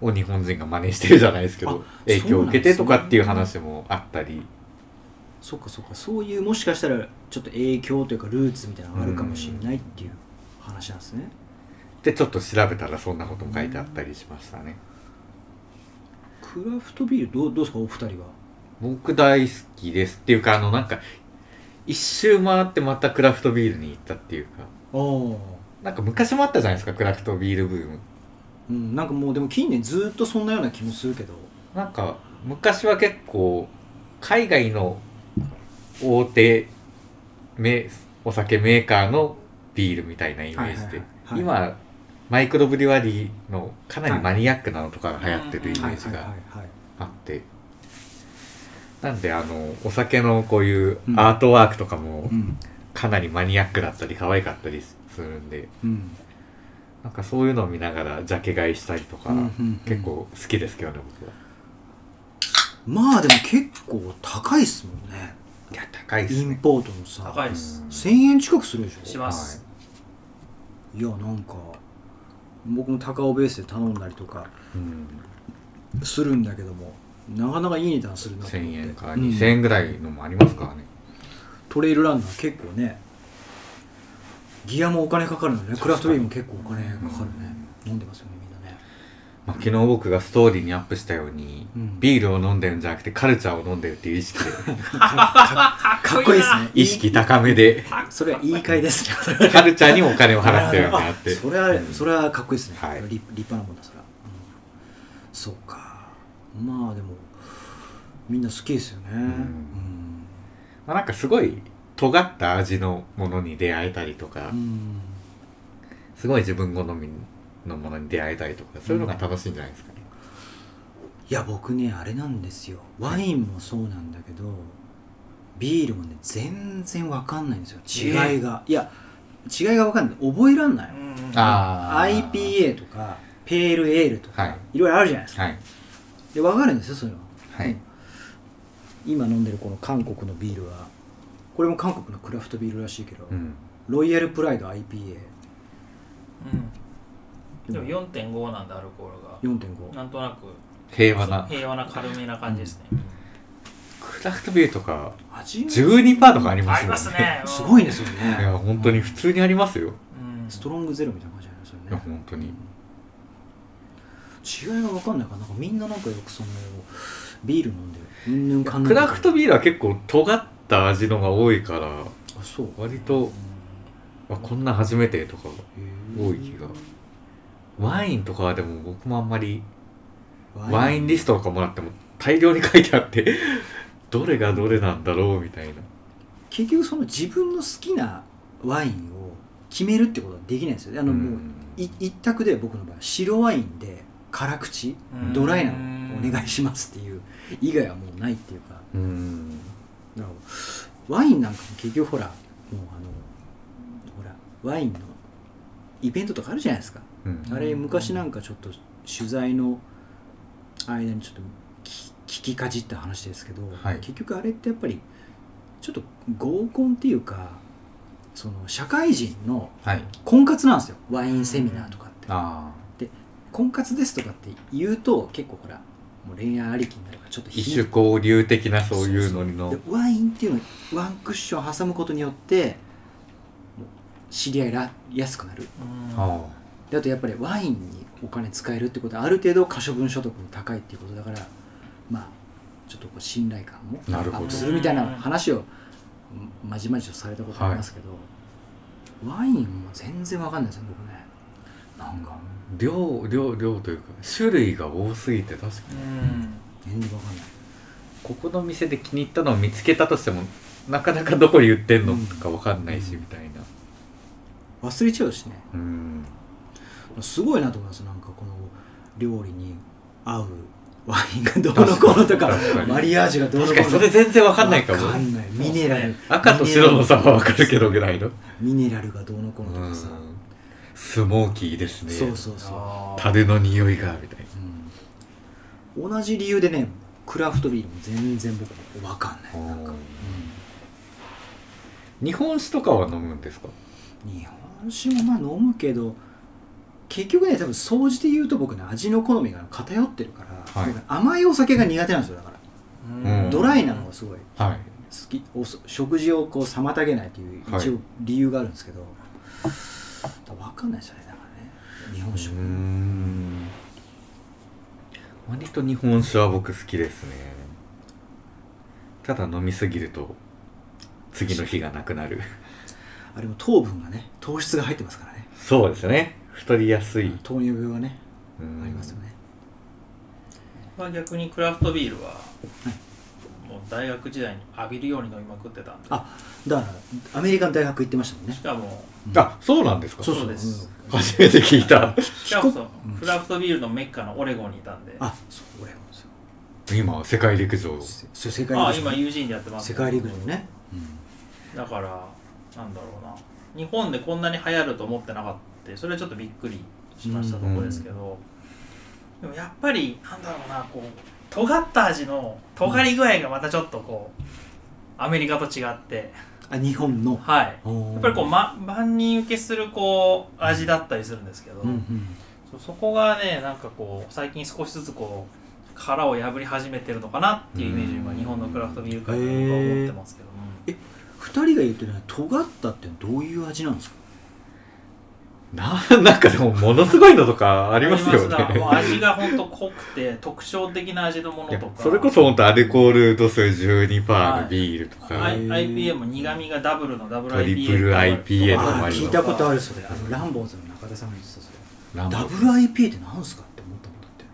S4: を日本人が真似してるじゃないですけ
S3: あ
S4: ど影響を受けてとかっていう話もあったり
S3: そっかそっかそういうもしかしたらちょっと影響というかルーツみたいなのがあるかもしれないっていう話なんですね
S4: でちょっと調べたらそんなことも書いてあったりしましたね
S3: クラフトビールどうどうですかお二人は
S4: 僕大好きですっていうかあのなんか一周回ってまたクラフトビールに行ったっていうか
S3: ああ
S4: なんか昔もあったじゃないですかクラフトビールブーム
S3: うん、なんかもうでも近年ずっとそんなような気もするけど
S4: なんか昔は結構海外の大手めお酒メーカーのビールみたいなイメージで
S3: はいはいは
S4: 今マイクロブリュワリーのかなりマニアックなのとかが流行ってるイメ
S3: はい
S4: ー
S3: はい
S4: ジ
S3: はい
S4: が
S3: はい
S4: あってなんであのお酒のこういう
S3: うん
S4: アートワークとかも
S3: うん
S4: かなりマニアックだったり可愛かったりするんで
S3: うん
S4: なんかそういうのを見ながらジャケ買いしたりとか
S3: うんうんうん
S4: 結構好きですけどね僕は。
S3: まあでも結構高いっすもんね
S4: いや高いっ
S3: イ
S4: すね
S3: ンポートのさ
S5: 高いです
S3: 1000円近くするでしょ
S5: します、
S3: いやなんか僕も高尾ベースで頼んだりとか
S4: うん
S3: するんだけどもなかなかいい値段するなと思っ
S4: 1000
S3: て
S4: 円から
S3: うん
S4: 2000円ぐらいのもありますからね、
S3: トレイルランナー結構ねギアもお金かかるのねクラフトビールも結構お金かかるね飲んでますよねみんなね
S4: まあ、昨日僕がストーリーにアップしたように、
S3: うん
S4: ビールを飲んでるんじゃなくてカルチャーを飲んでるっていう意 識で
S3: かっこいいですね
S4: 意識高 めで
S3: それは言い換えですね
S4: カルチャーにお金を払ってるんだなって
S3: あそれは
S4: うん
S3: それはかっこいいですね、
S4: はい
S3: 立立派なもんだそれは、うんそうかまあでもみんな好きですよね、うん
S4: まあ、なんかすごい尖った味のものに出会えたりとか、
S3: うん
S4: すごい自分好みのものに出会えたりとかそういうのが楽しいんじゃないですかね、
S3: いや僕ねあれなんですよワインもそうなんだけどビールもね全然わかんないんですよ違いが、いや違いがわかんない覚えらんないの、
S4: ああ
S3: IPA とかペールエールとか、
S4: はい
S3: いろいろあるじゃないですか
S4: はい
S3: で分かるんですよそれは
S4: はい
S3: 今飲んでるこの韓国のビールはこれも韓国のクラフトビールらしいけど、
S4: うん
S3: ロイヤルプライド IPA
S5: うん、でも4.5なんでアルコールが
S3: 4.5
S5: なんとなく
S4: 平和な
S5: 平和な軽めな感じですね、
S4: クラフトビールとか
S3: 味
S4: 12%とかありま
S5: あ
S4: すよ
S5: り
S4: ね
S5: ますね、
S3: すご
S5: い、
S3: いですよ
S4: いや
S3: ね
S4: 本当に普通にありますよ
S5: うん、
S3: ストロングゼロみたいな感じなんですよ
S4: いや
S3: ね
S4: 本当に
S3: 違いが分かんないからなんかみんななんかよくそのビール飲んでるうんぬんかんぬん
S4: クラフトビールは結構尖った味のが多いから
S3: あそう
S4: 割とあこんな初めてとか多い気がワインとかはでも僕もあんまりワインリストとかもらっても大量に書いてあって どれがどれなんだろうみたいな
S3: 結局その自分の好きなワインを決めるってことはできないんですよあの、
S4: う
S3: もうんい一択で僕の場合白ワインで辛口
S5: うん
S3: ドライなのお願いしますっていう以外はもうないっていうか
S4: うん
S3: だからワインなんかも結局ほらもうあのほらワインのイベントとかあるじゃないですか
S4: うん
S3: あれ昔なんかちょっと取材の間にちょっと聞聞きかじった話ですけど、
S4: はい
S3: 結局あれってやっぱりちょっと合コンっていうかその社会人の
S4: はい
S3: 婚活なんですよワインセミナーとかって、
S4: あ
S3: 婚活ですとかって言うと結構ほらもう恋愛ありきになるからちょっと
S4: ー
S3: 引い
S4: 一種交流的なそういうのにの
S3: でワインっていうのをワンクッション挟むことによってもう知り合いらやすくなる
S5: うん
S4: あ
S3: であとやっぱりワインにお金使えるってことはある程度可処分所得も高いっていうことだからまあちょっとこう信頼感もア
S4: なるほど
S3: ップするみたいな話をうんまじまじとされたことありますけど、ワインも全然わかんないですよ僕ねなんか
S4: ー量量量というか種類が多すぎて確かに
S5: う
S3: 全
S5: ん
S3: 然わかんない
S4: ここの店で気に入ったのを見つけたとしてもなかなかどこに売ってんの
S3: うん
S4: かわかんないし、
S3: うん
S4: みたいな
S3: 忘れちゃうしね
S4: うん
S3: すごいなと思いますなんかこの料理に合うワインがどうのこうのとか
S4: 確かに
S3: マリアージュがどうのこ
S4: 確
S3: う
S4: か
S3: の
S4: にそれ全然わかんないかも
S3: わかんないミネラル
S4: 赤と白の差はわかるけどぐらいの
S3: ミネラルがどうのこうのとかさ、
S4: スモーキーですね
S3: そうそうそう、
S5: あー
S4: 樽の匂いがみたい
S3: うん同じ理由でねクラフトビールも全然僕も分かんない、
S4: な
S3: なんか
S4: 日本酒とかは飲むんですか
S3: 日本酒もまあ飲むけど結局ね多分総じて言うと僕ね味の好みが偏ってるから、
S4: はい
S3: 僕ね甘いお酒が苦手なんですよだから、
S4: うん
S3: ドライなのがすごい
S4: はい
S3: 好きおそ食事をこう妨げないという
S4: はい
S3: 一応理由があるんですけど、だから分かんないですよねだからね日本酒も、
S4: ん割と日本酒は僕好きですねただ飲みすぎると次の日がなくなる
S3: あれも糖分がね糖質が入ってますからね
S4: そうですね太りやすい
S3: 糖尿病がね、
S4: うん
S3: ありますよね
S5: まあ、逆にクラフトビールは、もう大学時代に浴びるように飲みまくってたんで
S3: あだからアメリカの大学行ってましたもんね
S5: しかも
S4: あそうなんですか
S5: そうです
S4: 初めて聞いた
S5: しかもそのクラフトビールのメッカのオレゴンにいたんで、
S3: あそう俺もですよ
S4: 今世界陸上
S3: そう世界
S5: あ
S3: 陸上
S5: 今ユージーンでやってます
S3: 世
S5: けど
S3: 界陸上ね、
S5: だからなんだろうな日本でこんなに流行ると思ってなかったそれはちょっとびっくりしましたところですけど、でもやっぱりなんだろうなこう尖った味の尖り具合がまたちょっとこう、アメリカと違って
S3: あ日本の
S5: はい
S3: や
S5: やっぱりこう、ま、万人受けするこう味だったりするんですけど、
S3: うんうん、
S5: そそこがねなんかこう最近少しずつこう殻を破り始めてるのかなっていうイメージ
S4: う
S5: は
S4: ん
S5: 日本のクラフトビール界で僕は思ってますけども、
S3: 2人が言ってるのは尖ったってどういう味なんですか
S4: ななんかでもものすごいのとかありますよね
S5: ありますなもう味が本当濃くて特徴的な味のも
S4: い
S5: の
S4: や
S5: とか
S4: それこそ本当アルコール度数12%のビールとか、
S5: I-
S3: へー
S5: IPA も苦味がダブルのダブル IPA
S4: トリプル IPA
S5: とか
S4: の
S3: あ
S4: マリオ
S3: 聞いたことあるそれあのランボーズの中田さんが言ってたそれ
S4: ランボ
S3: ダブル IPA って何すかって思ったもんだって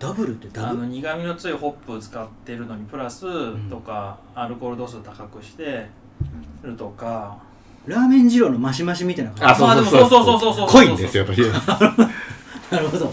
S3: ダブルってダ
S5: あ
S3: ブ
S5: の
S3: ル
S5: 苦味の強いホップを使ってるのにプラス
S3: ん
S5: とかアルコール度数高くしてるとか
S3: ラーメン二郎のマシマシみたいな
S4: あ、
S3: 感
S4: そ
S5: まあで
S4: う
S5: も
S4: そうそう。
S5: そうそうそうそう
S4: 濃いんですよ、とりあえず。
S3: じなるほどへ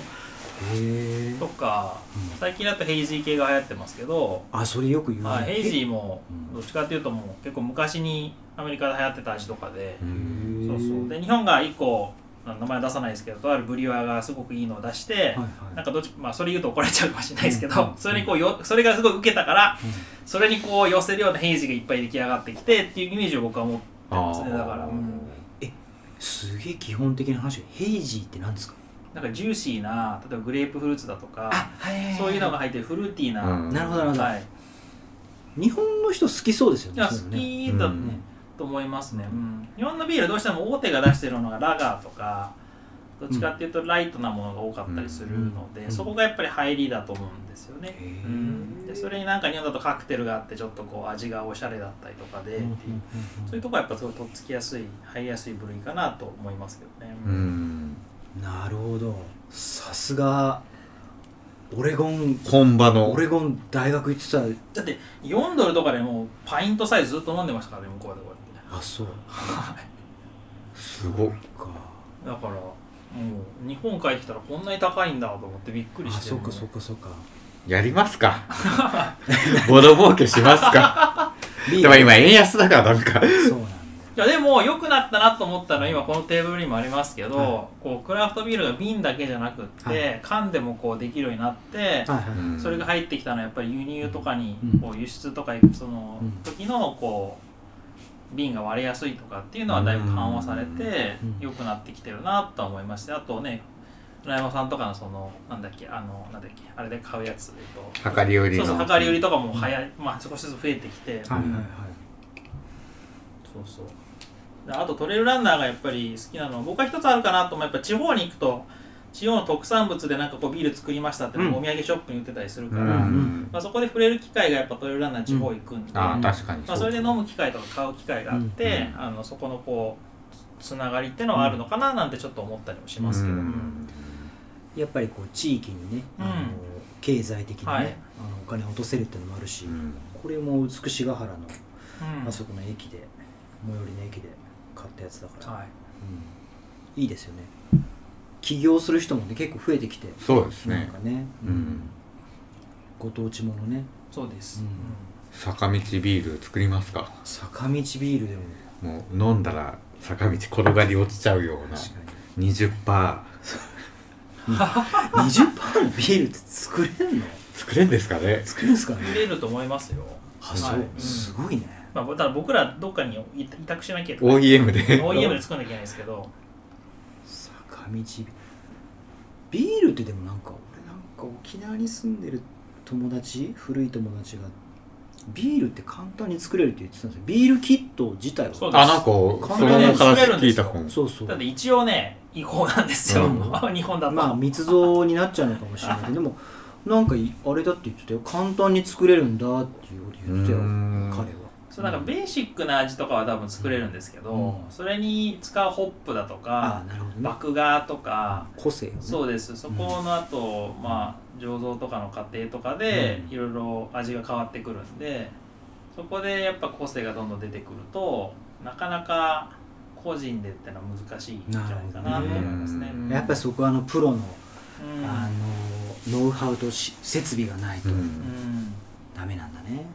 S3: え
S5: とか、最近だとヘイジー系が流行ってますけど、
S3: あそれよく言うね
S5: まあ、ヘイジ
S3: へ
S5: ーも
S3: うん
S5: どっちかっていうともう結構昔にアメリカで流行ってた味とかで、
S4: うん
S3: え
S5: そうそうで日本が一個あの名前は出さないですけどとあるブリュワーがすごくいいのを出して、
S3: はいはい
S5: なんかどっちまあそれ言うと怒られちゃうかもしれないですけど、
S3: うんうん
S5: それにこうよそれがすごい受けたから、
S3: うん
S5: それにこう寄せるようなヘイジーがいっぱい出来上がってきてっていうイメージを僕は持ってますねだから、うん
S3: すげえ基本的な話ヘイジーって何ですか
S5: なんかジューシーな例えばグレープフルーツだとか
S3: は
S5: そういうのが入ってるフルーティーな、
S4: うん
S3: なるほどなるほど、
S5: はい、
S3: 日本の人好きそうですよ
S5: い
S3: ね
S5: や好
S3: そういうのね
S5: きだ
S4: うん
S3: ね
S5: と思いますね、うん日本のビールはどうしても大手が出してるのがラガーとかどっちかっていうとライトなものが多かったりするので、
S3: うん
S5: そこがやっぱり入りだと思うんですよね、
S3: へ
S5: う
S3: ー
S5: ん、でそれになんか日本だとカクテルがあってちょっとこう味がおしゃれだったりとかでっ
S3: う
S5: てい
S3: ん
S5: う、
S3: うん
S5: そういうとこはやっぱすごいとっつきやすい入りやすい部類かなと思いますけどね、
S4: うんうん
S3: うんなるほどさすがオレゴン
S4: 本場の
S3: オ。レゴン大学行ってた
S5: だって4ドルとかでもうパイントさえずっと飲んでましたからね向こうでこうやって
S3: あそう
S4: すごっ。
S3: か
S5: だからもう日本帰ってきたらこんなに高いんだと思ってびっくり
S3: あ
S5: して
S3: そうかそうかそうか
S4: やりますか ボロ儲けします か
S3: ビ
S4: でも今円安だからなんか。
S3: そうなんだ
S5: いやでも良くなったなと思ったのは今このテーブルにもありますけど、
S3: は
S5: こうクラフトビールが瓶だけじゃなくって、
S3: はい
S5: 缶でもこうできるようになって、
S3: はいはい、
S4: うん
S5: それが入ってきたのはやっぱり輸入とかに
S3: うん
S5: こう輸出とかその
S3: うん
S5: 時のこう瓶が割れやすいとかっていうのはだいぶ緩和されて
S3: うん
S5: 良くなってきてるなとは思いましてあとね村山さんとかのそのなんだっけあのなんだっけあれで買うやつえっと
S4: 量り売り
S5: そ
S4: の。
S5: うそう量り売りとかも早い、まあ、少しずつ増えてきて、
S3: はいはいはい
S5: そうそうであとトレイルランナーがやっぱり好きなのは僕は一つあるかなと思うやっぱ地方に行くと地方の特産物でなんかこうビール作りましたってのがお土産ショップに売ってたりするから、
S4: うん
S3: うん
S5: まあ、そこで触れる機会がやっぱトレイルランナー地方行くんで、
S4: あ
S5: ま
S4: あ、確かにう。
S5: あ、それで飲む機会とか買う機会があって、
S4: う
S5: あのそこのこうつつながりってのはあるのかななんてちょっと思ったりもしますけど、
S4: う
S5: うん
S4: ん
S3: やっぱりこう地域にね、
S5: うん
S3: あの経済的にね、
S5: はい
S3: あのお金を落とせるっていうのもあるし、
S4: うん
S3: これも美しが原の
S5: うん
S3: あそこの駅で最寄りの駅で買ったやつだから、
S5: はい
S3: うんいいですよね起業する人もね結構増えてきて
S4: そうです
S3: なん
S4: ね
S3: か。ね、
S4: うん。
S3: ご当地ものね
S5: そうです、
S3: うん
S4: 坂道ビール作りますか
S3: 坂道ビールでも
S4: もう飲んだら坂道転がり落ちちゃうような。
S3: 確かに
S4: 20%。
S3: 20%のビールって作れんの
S4: 作れんですかね
S3: 作れるんすかね
S5: うん売れると思いますよ
S3: あそう、
S5: はいうん
S3: すごいね
S5: まあ、ただ僕らどっかに委委託しなきゃいけない
S4: ?OEM で。
S5: OEM で作んなきゃいけないですけど
S3: 坂道ビールビールってでもなんか俺なんか沖縄に住んでる友達古い友達がビールって簡単に作れるって言ってたんですよビールキット自体は
S5: そう
S4: あ、なんか、そ
S3: 簡単
S4: の
S3: に
S5: 作れ
S4: 話
S5: るん
S4: 聞
S5: で
S4: い
S5: す
S4: た
S5: よ
S4: かも。
S3: そうそう
S5: だって一応ね違法なんですよ、
S4: う
S5: 日本だと、
S3: まあ密造になっちゃうのかもしれないけどでもなんかいあれだって言ってたよ簡単に作れるんだっていうこと言ってたよ
S4: うーん
S3: 彼は
S5: そうなんかベーシックな味とかは多分作れるんですけど、
S3: うん
S5: それに使うホップだと
S3: あ
S5: か
S3: あなるほどね
S5: 麦芽とか
S3: 個性をね
S5: そうですそこのあと、まあ醸造とかの過程とかで
S3: うん
S5: いろいろ味が変わってくるんでそこでやっぱ個性がどんどん出てくるとなかなか個人でってのは難しいんじゃないかなと思いますね
S4: なるほどね。
S5: うん
S3: やっぱりそこはあのプロの
S5: うん
S3: あのノウハウとし設備がないと
S4: うん
S5: うん
S3: ダメなんだね、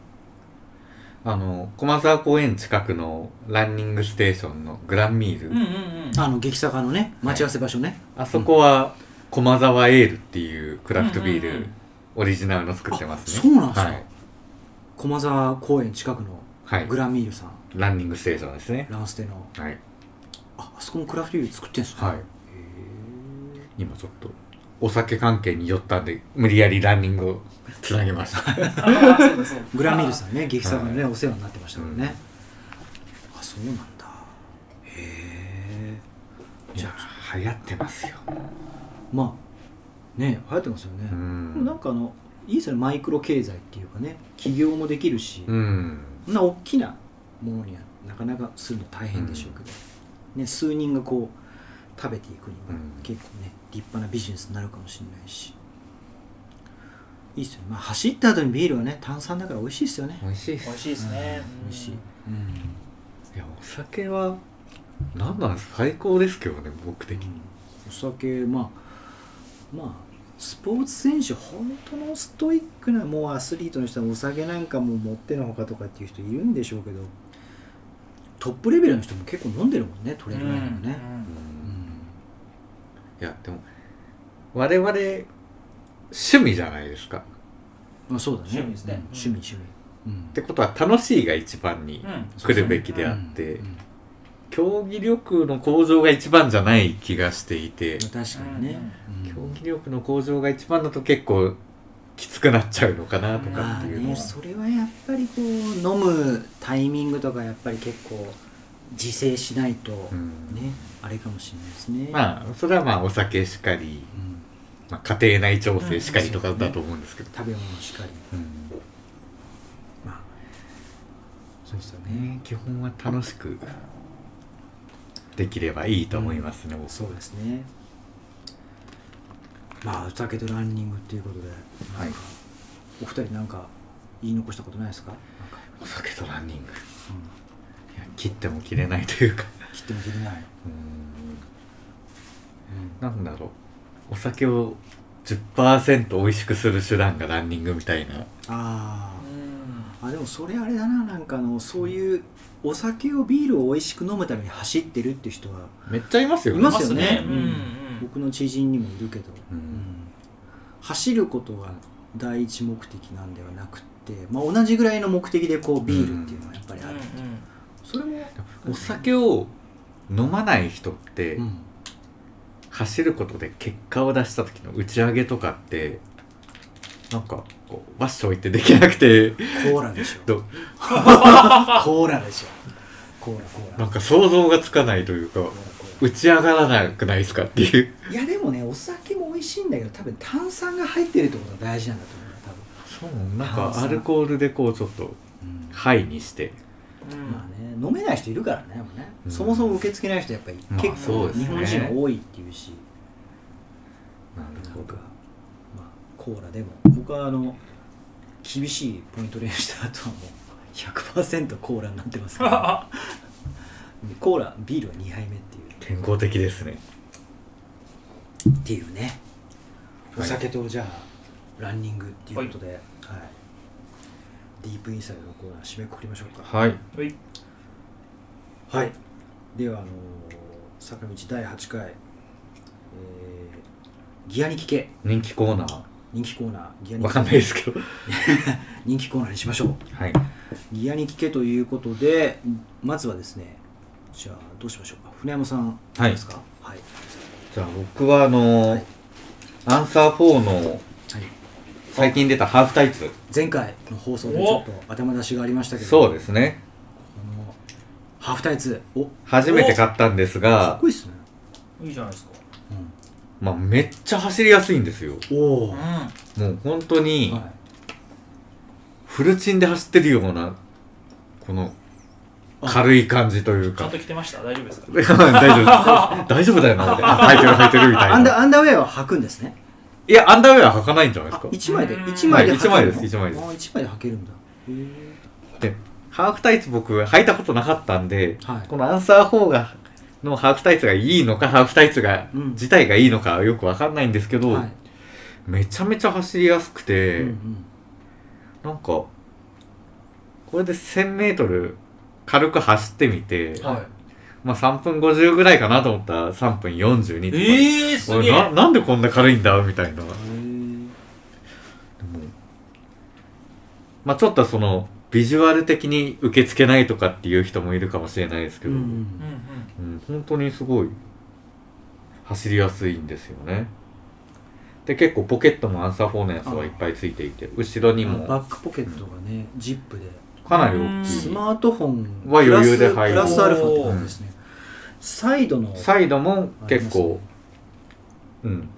S4: あの、駒沢公園近くのランニングステーションのグランミール。
S5: うんうんうん
S3: あの激坂のね待ち合わせ場所ね、
S4: あそこは、駒沢エールっていうクラフトビー
S5: うんうんう
S4: ル
S5: ん、
S4: オリジナルの作ってますね。
S3: あそうなんですか
S4: はい。
S3: 駒沢公園近くの
S4: はい
S3: グ。ランミールさん、
S4: ランニングステーションですね。
S3: ランステの
S4: はい。
S3: ああそこもクラフトビール作ってんすか、
S4: は
S3: へ
S4: い。今ちょっと、お酒関係に寄ったんで、無理やりランニングをつなげました。
S5: あそうだそうだ
S3: えグランミールさんね激坂のね、
S4: は
S3: お世話になってましたからね、あそうなんだへえ
S4: じゃあ、流行ってますよ。
S3: まあね流行ってますよね、
S4: う
S3: でもなん
S4: ん。
S3: かあのいいですよねマイクロ経済っていうかね起業もできるし、
S4: うん。
S3: そんな大きなものにはなかなかするの大変でしょうけど、ね、数人がこう食べていくには
S4: うん
S3: 結構ね立派なビジネスになるかもしれないしいいっすよね、まあ、走った後にビールはね炭酸だから美味しいっすよね
S4: 美味しいっ
S5: 美味
S4: す。
S5: しいですね
S3: うん美味しい、
S4: いやお酒は何なんですか最高ですけどね僕的に、
S3: お酒まあまあスポーツ選手本当のストイックなもうアスリートの人はお酒なんかもう持ってのほかとかっていう人いるんでしょうけどトップレベルの人も結構飲んでるもんねトレーニングね、
S4: いやでも我々趣味じゃないですかっ
S3: まあ、そうだね
S5: 趣味ですね
S3: うん趣味趣味、うん、
S4: てことは楽しいが一番に
S5: うん
S4: 来るべきであって、競技力の向上が一番じゃない気がしていて、
S3: 確かにね、うん
S4: 競技力の向上が一番だと結構きつくなっちゃうのかなとか
S3: ま
S4: っ
S3: あ
S4: ていうの
S3: ね
S4: は、
S3: それはやっぱりこう飲むタイミングとかやっぱり結構自制しないとね、
S4: うん
S3: あれかもしれないですね
S4: まあそれはまあお酒しかり、
S3: うん
S4: まあ、家庭内調整しかりとかだと思うんですけど、
S3: 食べ物しかり
S4: うん
S3: まあそうですよね
S4: ね、基本は楽しくできればいいと思いますね、僕
S3: そうですねまあお酒とランニングっていうことで、
S4: はい
S3: お二人なんか言い残したことないですか
S4: お酒とランニング、いや切っても切れないというか
S3: 切っても切れない、
S4: うん
S3: う
S4: なんだろうお酒を10%美味しくする手段がランニングみたいな、
S3: ん、あ
S5: う
S3: ー
S5: ん
S3: あでもそれあれだななんかあのそういうお酒をビールを美味しく飲むために走ってるって人は
S4: めっちゃいますよね
S3: いますよね
S5: うんうん
S3: 僕の知人にもいるけど、
S4: うん
S3: 走ることが第一目的なんではなくって、まあ、同じぐらいの目的でこうビールっていうのはやっぱりある、それも、
S4: お酒を飲まない人って、
S3: うん
S4: 走ることで結果を出した時の打ち上げとかってなんかこうワッショイってできなくて
S3: コーラでしょ
S4: ど
S3: コーラでしょコーラコーラ
S4: なんか想像がつかないというか
S3: コーラコー
S4: 打ち上がらなくないですかっていう
S3: ラいやでもねお酒も美味しいんだけど多分炭酸が入ってるってことが大事なんだと思うよ多分、
S4: そうなんかアルコールでこうちょっとハイにして
S5: うん
S3: まあね飲めない人いるからねもうね、
S4: うん
S3: そもそも受け付けない人やっぱり
S4: まあ
S3: 結
S4: そ
S3: 構
S4: うです
S3: 日
S4: ね
S3: 本人が多いっていうし、
S4: なる
S3: なん
S4: ほ
S3: か
S4: ど、
S3: まあ、コーラでも僕はあの厳しいポイント練習した後はもう100%コーラになってます からコーラビールは2杯目っていう
S4: 健康的ですね
S3: っていうねお
S4: はい
S3: 酒とじゃあランニングっていうことで、はいディープインサイドのコーナー締めくくりましょうか
S4: はい
S5: ほい
S3: はいではあのー坂道第8回、えーギアに聞け
S4: 人気コーナー
S3: 人気コーナーギアに
S4: わ
S3: 聞
S4: かん
S3: け
S4: ないですけど
S3: 人気コーナーにしましょう
S4: はい
S3: ギアに聞けということでまずはですねじゃあどうしましょうか船山さん
S4: はい
S3: ですかはい
S4: じゃあ僕はあのー
S3: はい
S4: アンサー4の
S3: はい
S4: 最近出たハーフタイツ
S3: 前回の放送でちょっと頭出しがありましたけど
S4: そう
S3: こ
S4: ですね
S3: のハーフタイツお
S4: 初めて買ったんです
S3: かっ
S4: が
S3: こいいっすね、
S5: いいじゃないですか
S4: まあ、めっちゃ走りやすいんですよ
S3: うん、おお、
S5: うん
S3: は
S4: もう本当
S3: い
S4: にフルチンで走ってるようなこの軽い感じという
S5: ちゃん
S4: か
S5: と着てました大丈夫ですか
S4: 大丈夫 大丈夫だよ なみたいな履いてる履いてるみた
S3: ア
S4: い
S3: ンダ
S4: な
S3: アンダーウェアは履くんですね
S4: いやアンダーウェア履かないんじゃないで
S3: あ
S4: すか
S3: 一枚で
S5: うん
S3: 一枚で履けるの、
S4: はい一枚です一枚です
S3: あ一枚で履けるんだへ
S4: でハーフタイツ僕履いたことなかったんで、
S3: はい
S4: このアンサー4がのハーフタイツがいいのかハーフタイツが、
S3: うん
S4: 自体がいいのかよくわかんないんですけ
S3: え
S4: ど、
S3: はい
S4: めちゃめちゃ走りやすくて、
S3: うんうん
S4: なんかこれで 1000m 軽く走ってみて、
S5: は
S4: まあ3分50ぐらいかなと思ったら3分42とか、
S5: ええす
S4: 俺
S5: げ
S4: な
S5: え
S4: なんでこんな軽いんだみたいなでも
S3: へ
S4: まあちょっとそのビジュアル的に受け付けないとかっていう人もいるかもしれないです
S3: え
S4: け
S3: う
S4: ど、うん
S3: ん
S4: 本当にすごい走りやすいんですよねで結構ポケットもアンサー4のやつはいっぱいついていて後ろに
S3: うん、バ
S4: も
S3: ックポケットがね、ジップで
S4: かなり大
S3: ス
S4: きい
S3: マートフォン
S4: は余裕で入る
S3: プラスプラスアルファってことですね、サイドの
S4: サイドも結構、うん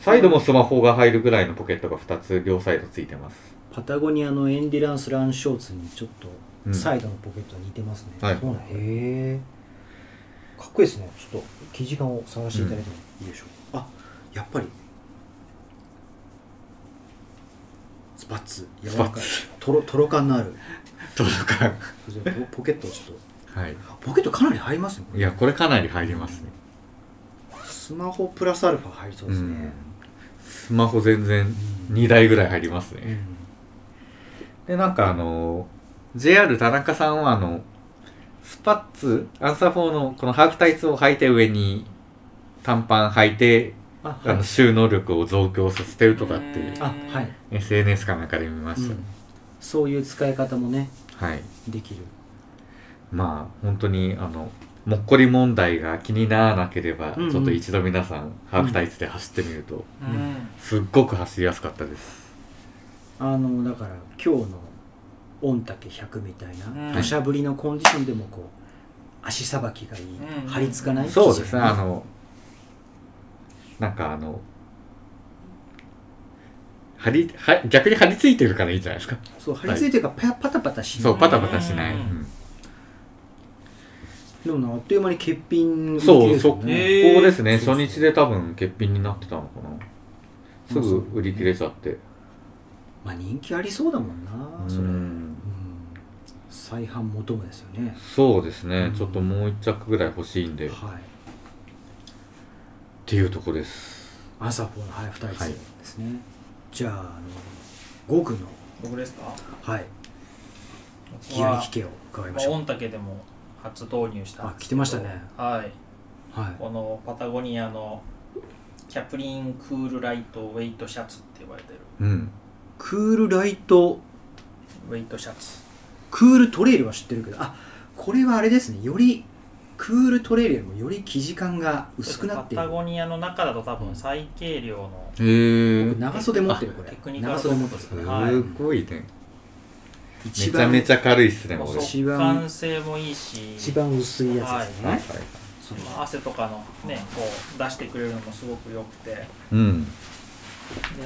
S4: サイドもスマホが入るぐらいのポケットが2つ両サイドついてます
S3: パタゴニアのエンディランスランショーツにちょっ
S4: う
S3: と
S4: ん
S3: サイドのポケットは似てますね、
S4: はい
S3: そうなんへえかっこいいですねちょっと生地感を探していただいてもいいでしょうか、あやっぱりスパッツ柔らかい
S4: ス
S3: とろとろ感のある
S4: どうか
S3: それでポポケットをちょっと
S4: はい
S3: ポケットかなり入りますねこ
S4: い
S3: れ
S4: やこれかなり入りますね
S3: スマホプラスアルファ入りそうですね、
S4: スマホ全然2台ぐらい入ります
S3: うん
S4: ねでなんかあの JR 田中さんはあのスパッツアンサー4のこのハーフタイツを履いて上に短パン履いて
S3: あは
S4: あ
S3: い
S4: の収納力を増強させてるとかっていう
S3: あはい、
S4: SNS かなんかで見ま
S3: う
S4: した、
S3: んそういう使い方もね
S4: はい
S3: できる
S4: まあ本当にあのもっこり問題が気にならなければ、
S3: うんうん
S4: ちょっと一度皆さんハーフタイツで走ってみると、
S5: う
S3: うん
S5: ん
S4: すっごく走りやすかったです
S3: あのだから今日の御嶽100みたい
S5: うん
S3: な土砂降りのコンディションでもこう足さばきがいい、
S5: うん
S3: 張り付かない
S4: そうですね
S3: 生
S4: あ
S3: 地が
S4: のなんかあの張りは逆に張り付いてるからいいんじゃないですか
S3: そう張り付いてるからパパタパタしな
S4: そ
S3: いう
S4: パタパタしない、
S5: うん
S4: うん
S3: でもなあっという間に欠品
S4: そうそう、
S5: ねへー
S4: ここですね
S3: そうそう
S4: 初日で多分欠品になってたのかなすぐ売り切れちゃって
S3: まあ人気ありそうだもんな、それ、う
S4: う
S3: ん、
S4: ん
S3: 再販求むですよね
S4: そうですね、
S3: うん
S4: ちょっともう一着ぐらい欲しいんでっ
S3: はい
S4: ていうとこです
S3: アンサー4のハーフタイ
S4: は
S3: ツ
S4: い
S3: ですね、じゃああの5区の
S5: 僕ですか
S3: はいギ
S5: 僕
S3: ア
S5: は
S3: に聞けを伺いま
S5: まあ
S3: しょう
S5: 御嶽でも初導入したんですけど
S3: あ来てましたね
S5: はい
S3: はい
S5: このパタゴニアのキャプリンクールライトウェイトシャツって言われてる
S4: うん
S3: クールライト
S5: ウェイトシャツ
S3: クールトレイルは知ってるけどあこれはあれですねよりクールトレイルよりもより生地感が薄くなってい
S5: パタ
S3: る
S5: ゴニアの中だと多
S3: うん
S5: 分最軽量の、
S4: へえ
S3: 僕長袖持ってるこれ
S5: テクニカル
S3: 長袖持ってる
S5: ソ
S4: す
S5: フトはい
S4: ごいね、
S3: 一
S4: めちゃ
S3: 番
S4: めちゃ軽いっすねこ
S5: もう
S4: れ
S3: 一
S5: 速
S3: 番
S5: 乾性もいいし
S3: 一番薄いやつですね、
S5: は
S4: はいい
S3: そう
S5: まあ汗とかのねこう出してくれるのもすごく良くて
S4: うん
S5: で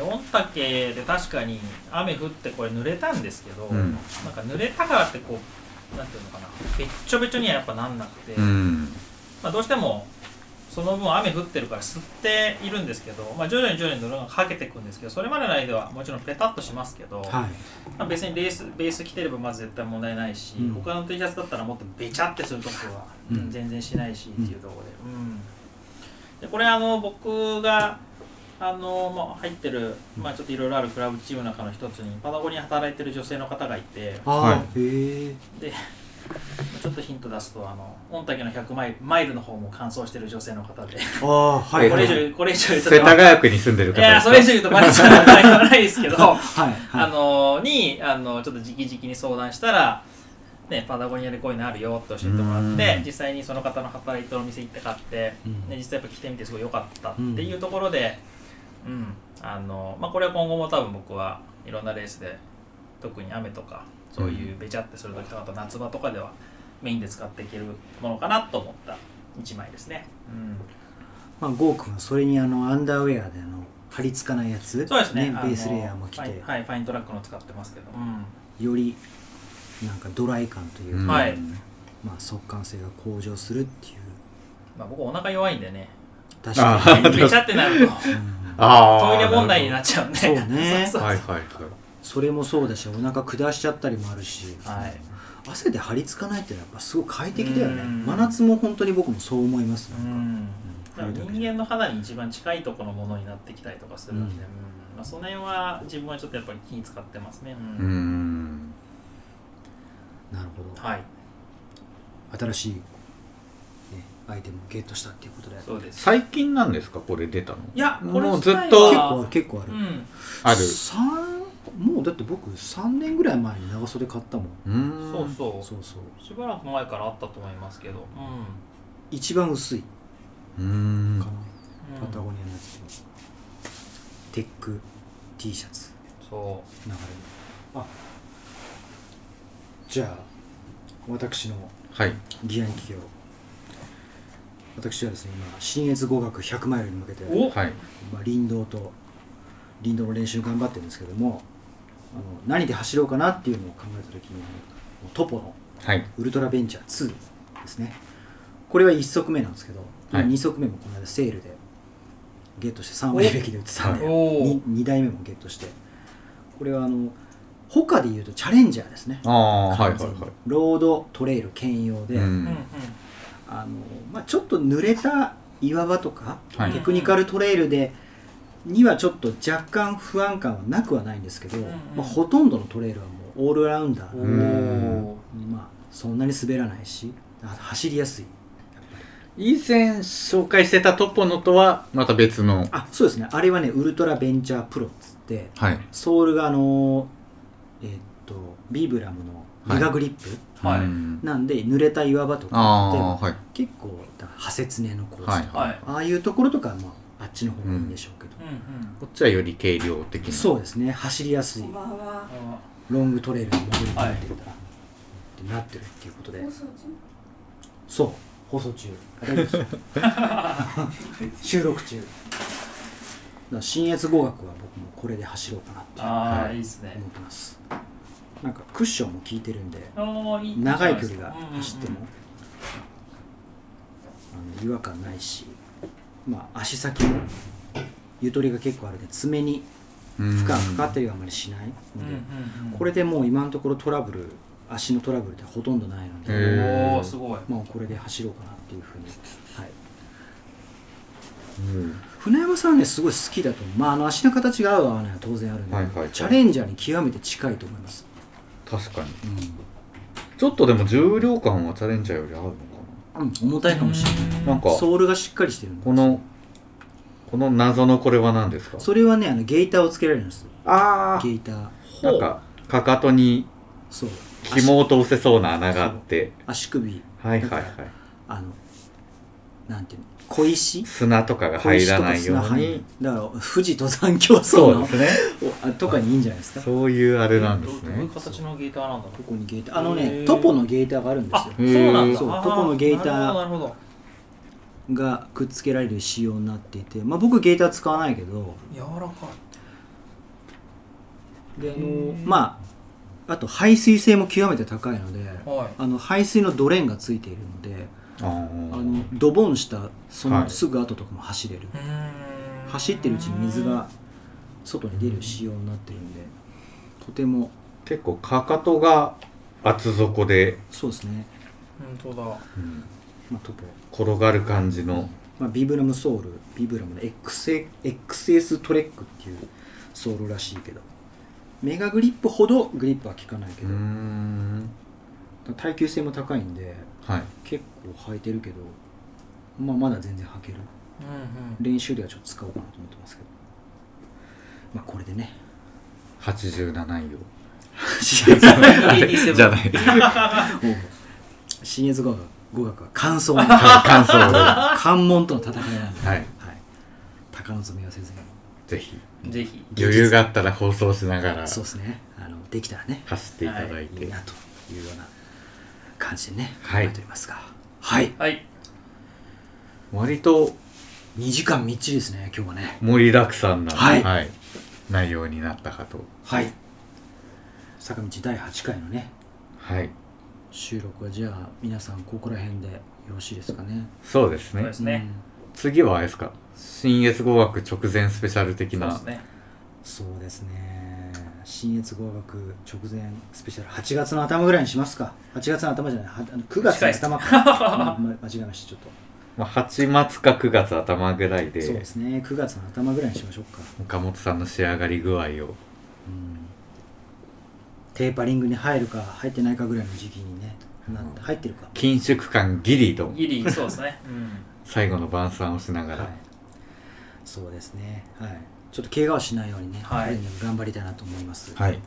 S5: 御嶽で確かに雨降ってこれ濡れたんですけど、
S4: うん
S5: なんか濡れたからってこうなんていうのかなべっちょべちょにはやっぱなんなくて、
S4: うん
S5: まあ、どうしてもその分雨降ってるから吸っているんですけど、まあ、徐々に徐々に泥がはけていくんですけどそれまでの間はもちろんペタッとしますけど、
S3: はい
S5: まあ、別にレースベース着てればまず絶対問題ないし、
S3: うん
S5: 他の T シャツだったらもっとべちゃってするとこは
S3: うん
S5: 全然しないしっていうところで,、うんでこれあの僕があの、まあ、入ってる、まあ、ちょっといろいろあるクラブチームの中の一つにパタゴニアに働いてる女性の方がいて
S3: ああ、
S4: は
S3: へえ
S5: でちょっとヒント出すとあの御嶽の100マイマイルの方も乾燥してる女性の 方で
S3: ああはい
S5: こ
S3: は
S5: れ
S3: い
S5: 以上言うこれ以上言うと
S4: 世田谷区に住んでる
S5: い
S4: 方
S5: やそれ以上言うとバレちゃうから言わないですけど
S3: はいはい
S5: あのにあのちょっと直々に相談したら、ね、パタゴニアでこういうのあるよって教えてもらって、
S4: うん
S5: 実際にその方の働いてるお店行って買って、
S3: うん
S5: ね、実際やっぱ来てみてすごい良かったっていうところで、うんあのまあ、これは今後も多分僕はいろんなレースで特に雨とかそういうべちゃってする時とかあと夏場とかではメインで使っていけるものかなと思った1枚ですね。うん
S3: まあゴー君はそれにあのアンダーウェアであの張り付かないやつ
S5: そうですねあの
S3: ベースレイヤーも着
S5: ファイ
S3: て
S5: ンはい、ファイントラックの使ってますけど、うん
S3: よりなんかドライ感というか、
S4: うん
S5: はい
S3: まあ速乾性が向上するっていう
S5: まあ、僕お腹弱いんでね
S3: 確かに、
S4: あ
S5: めちゃってな
S3: う
S5: ると
S3: ん
S4: ああ
S5: トイレ問題になっちゃうんで
S3: そうね
S5: そうそう
S4: はいはいはい
S3: それもそうだしお腹下しちゃったりもあるし、
S5: はい
S3: 汗で張り付かないってのはやっぱすごい快適だよね
S5: うん
S3: 真夏も本当に僕もそう思います
S5: う
S3: なんか
S5: んだから人間の肌に一番近いところのものになってきたりとかするんで、
S3: うん
S5: うんまあ、その辺は自分はちょっとやっぱり気に使ってますね、うん
S4: うん
S3: なるほど、
S5: はい
S3: 新しい、ね、アイテムをゲットしたっていうことで結
S5: そうです
S4: 最近なんですかこれ出たの
S5: いやこれ
S4: もう
S5: 自
S4: ず
S5: 体
S4: っ
S5: は
S4: と
S3: 構ある結構あ
S5: う
S3: る、
S5: ん
S4: ある
S3: 三もうだって僕3年ぐらい前に長袖買ったもん
S4: うーん
S5: そうそう
S3: そうそう
S5: しばらく前からあったと思いますけど、うん
S3: 一番薄いう
S4: うーん
S3: かな、
S5: うん
S3: パタゴニアのやつでテック T シャツ
S5: そ
S3: 流れあじゃあ私の
S4: はい
S3: ギアに聞けよ私はですね今信越合格100マイルに向けて
S5: うお、
S4: はい
S3: まあ、林道と林道の練習頑張ってるんですけどもあの何で走ろうかなっていうのを考えた時にあのトポの
S4: はい
S3: ウルトラベンチャー2ですねこれは1足目なんですけど、
S4: はい
S3: 2足目もこの間セールでゲットして3割引きで売ってたんで
S5: おー
S3: 2, 台目もゲットしてこれはあの他で言うとチャレンジャーですね
S4: ああはい
S3: 完
S4: はい
S3: 全に
S4: はい
S3: ロードトレイル兼用で、
S4: うん
S5: うんうん
S3: あのまあ、ちょっと濡れた岩場とか、
S4: はい
S3: テクニカルトレイルでにはちょっと若干不安感はなくはないんですけど、
S5: うんうん
S3: まあ、ほとんどのトレイルはもうオールラウンダー
S5: お
S3: で、
S5: ー
S3: まあ、そんなに滑らないしあ走りやすい
S4: 以前紹介してたトポノとはまた別の
S3: あそうですねあれはねウルトラベンチャープロっつって
S4: はい
S3: ソールがあのえーっとビブラムのメガグリップ、
S5: はい
S4: うん
S3: なんで濡れた岩場とか
S4: あ
S3: っ
S4: あはい
S3: て結構だから破切ねのコースとか、
S4: はい
S5: はい
S3: ああいうところとかは、まあ、あっちの方がいいんでしょうけど、
S5: うんうん
S4: こっちはより軽量的な
S3: そうですね走りやすい
S6: こんばんは。
S5: あ
S3: ロングトレイルに潜り込んでた
S5: は
S3: ら、ってなってるっていうことで
S6: 放送中
S3: そう放送中あ大丈夫です 収録中だから新越語学は僕もこれで走ろうかなって
S5: あ
S4: は
S5: ー
S4: い
S5: いいですね
S3: 思ってますなんかクッションも効いてるんで
S5: あーいい
S3: 長い距離が走ってもあの違和感ないしまあ足先もゆとりが結構あるんで爪に
S4: うん
S3: 負荷がかかったりはあまりしないので、これでもう今のところトラブル足のトラブルってほとんどないので、
S4: へー
S5: おおーすごい
S3: まあ、これで走ろうかなっていうふうに、はい、
S4: うん
S3: 船山さんねすごい好きだと思う、まあ、あの足の形が合う合わないは当然あるんで、
S4: はいはいはい
S3: チャレンジャーに極めて近いと思います、
S4: 確かにちょっとでも重量感はチャレンジャーより合うのか
S3: うん、重たいかもしれ
S4: ななんか
S3: ないソールがしっかりしてるんで
S4: このこの謎のこれは何ですか
S3: それはねあのゲーターをつけられるんです
S4: あ
S3: ゲーター
S4: あなんかかかとに
S3: そう
S4: 紐を通せそうな穴があって
S3: 足首
S4: はいはいはい
S3: あのなんていうの小石
S4: 砂とかが
S3: 小
S4: 入
S3: 石と
S4: らな
S3: か
S4: い
S3: 砂
S4: よう
S3: 入んない
S4: に
S3: だから富士登山競
S4: そ
S3: 争
S4: う
S3: の
S4: ですね
S3: おあとかにいいんじゃないですかこ
S4: そういうあれなんで
S5: ど
S4: す
S5: どうい
S4: ね
S5: う形のゲーターなんだろう
S3: こにゲーターあの
S5: へ
S3: ね
S5: ー
S3: トポのゲーターがあるんです
S5: あ
S3: よ
S5: そうなんだ
S3: そう
S5: あー
S3: どこのゲーター
S5: なるほどなるほ
S3: がくっつけられる仕様になっていて、まあ、僕ゲーター使わないけど
S5: ど柔らかい
S3: であの
S5: ー
S3: まああと排水性も極めて高いので
S5: は
S3: あの排水のドレーンがついているので
S4: あ
S3: あ
S4: ー
S3: のドボンしたそ
S4: は
S3: の
S4: い
S3: すぐ後とかも走れる、
S5: いうーん
S3: 走ってるうちに水が外に出る仕様になってるんでとても
S4: 結構かかとが厚底で、
S3: そうですね、
S5: 本当だ
S4: うん
S3: まあ、トポ、
S4: 転がる感じの
S3: まあ、ビブラムソールビブラムの XA XS トレックっていうソールらしいけどメガグリップほどグリップは効かないけ
S4: うー
S3: ど、
S4: ん
S3: 耐久性も高いんで
S4: はい
S3: 結構履いてるけど、まあ、まだ全然履ける
S5: うん
S3: 練習ではちょっと使おうかなと思ってますけどまあこれでね
S4: 87位を
S3: 新越語
S5: 87
S4: じゃない
S3: 新越語学語学は感想の
S4: 感想を
S3: 関門との戦いなんで、
S4: はい
S3: はい、鷹の爪をせずに
S4: ぜひ
S5: うん ぜひ
S4: 余裕があったら放送しながら
S3: そう
S4: 走
S3: ですねあのできたらね
S4: っていただい
S3: いい
S4: て、
S3: なというような感じでね考
S4: はい
S3: えておりますがはい、
S5: はい
S4: 割と
S3: 2時間みっちりですね今日はね
S4: 盛りだくさんな、
S3: はい
S4: 内容になったかと
S3: はい坂道第8回のね
S4: はい
S3: 収録はじゃあ皆さんここら辺でよろしいですかね
S4: そうです
S5: そう
S4: ね
S5: ですね
S3: うん
S4: 次はあれですか新越語学直前スペシャル的
S5: そうで
S4: な
S5: すね
S3: そうですね新越合格直前スペシャル8月の頭ぐらいにしますか8月の頭じゃないはあの9月の頭か、うんま間違えましたちょっと
S4: まあ、8月か9月頭ぐらい
S3: そう
S4: で
S3: ですね9月の頭ぐらいにしましょうか、
S4: 岡本さんの仕上がり具合を
S3: うんテーパリングに入るか入ってないかぐらいの時期にねな
S4: うん
S3: 入ってるか、
S4: 緊縮感ギリと
S5: ギリそうですねうん
S4: 最後の晩餐をしながら、
S3: はいそうですねはいちょっと怪我をしないようにね、
S5: はい
S3: これね頑張りたいなと思います
S4: はい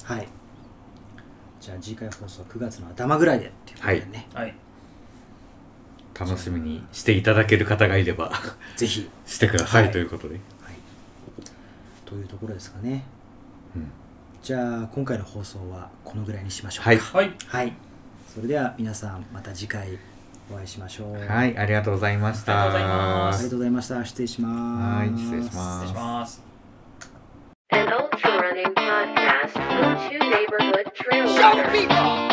S3: じゃあ次回放送は9月の頭ぐらいでっていうことでね、
S5: はい
S4: 楽しみにしていただける方がいれば
S3: ぜひ、
S4: してください、
S3: はい
S4: ということで、
S3: はい、というところですかね
S4: うん
S3: じゃあ今回の放送はこのぐらいにしましょうか
S4: はい
S5: はい
S3: はい、それでは皆さんまた次回お会いしましょう、
S4: は
S3: あ
S4: いありがとうございました
S5: ありがとうございま
S3: りがとうございました失礼します
S4: はい失礼します
S5: 失礼します
S1: An ultra running podcast, go to neighborhood trail
S2: Show the
S1: runner.
S2: people.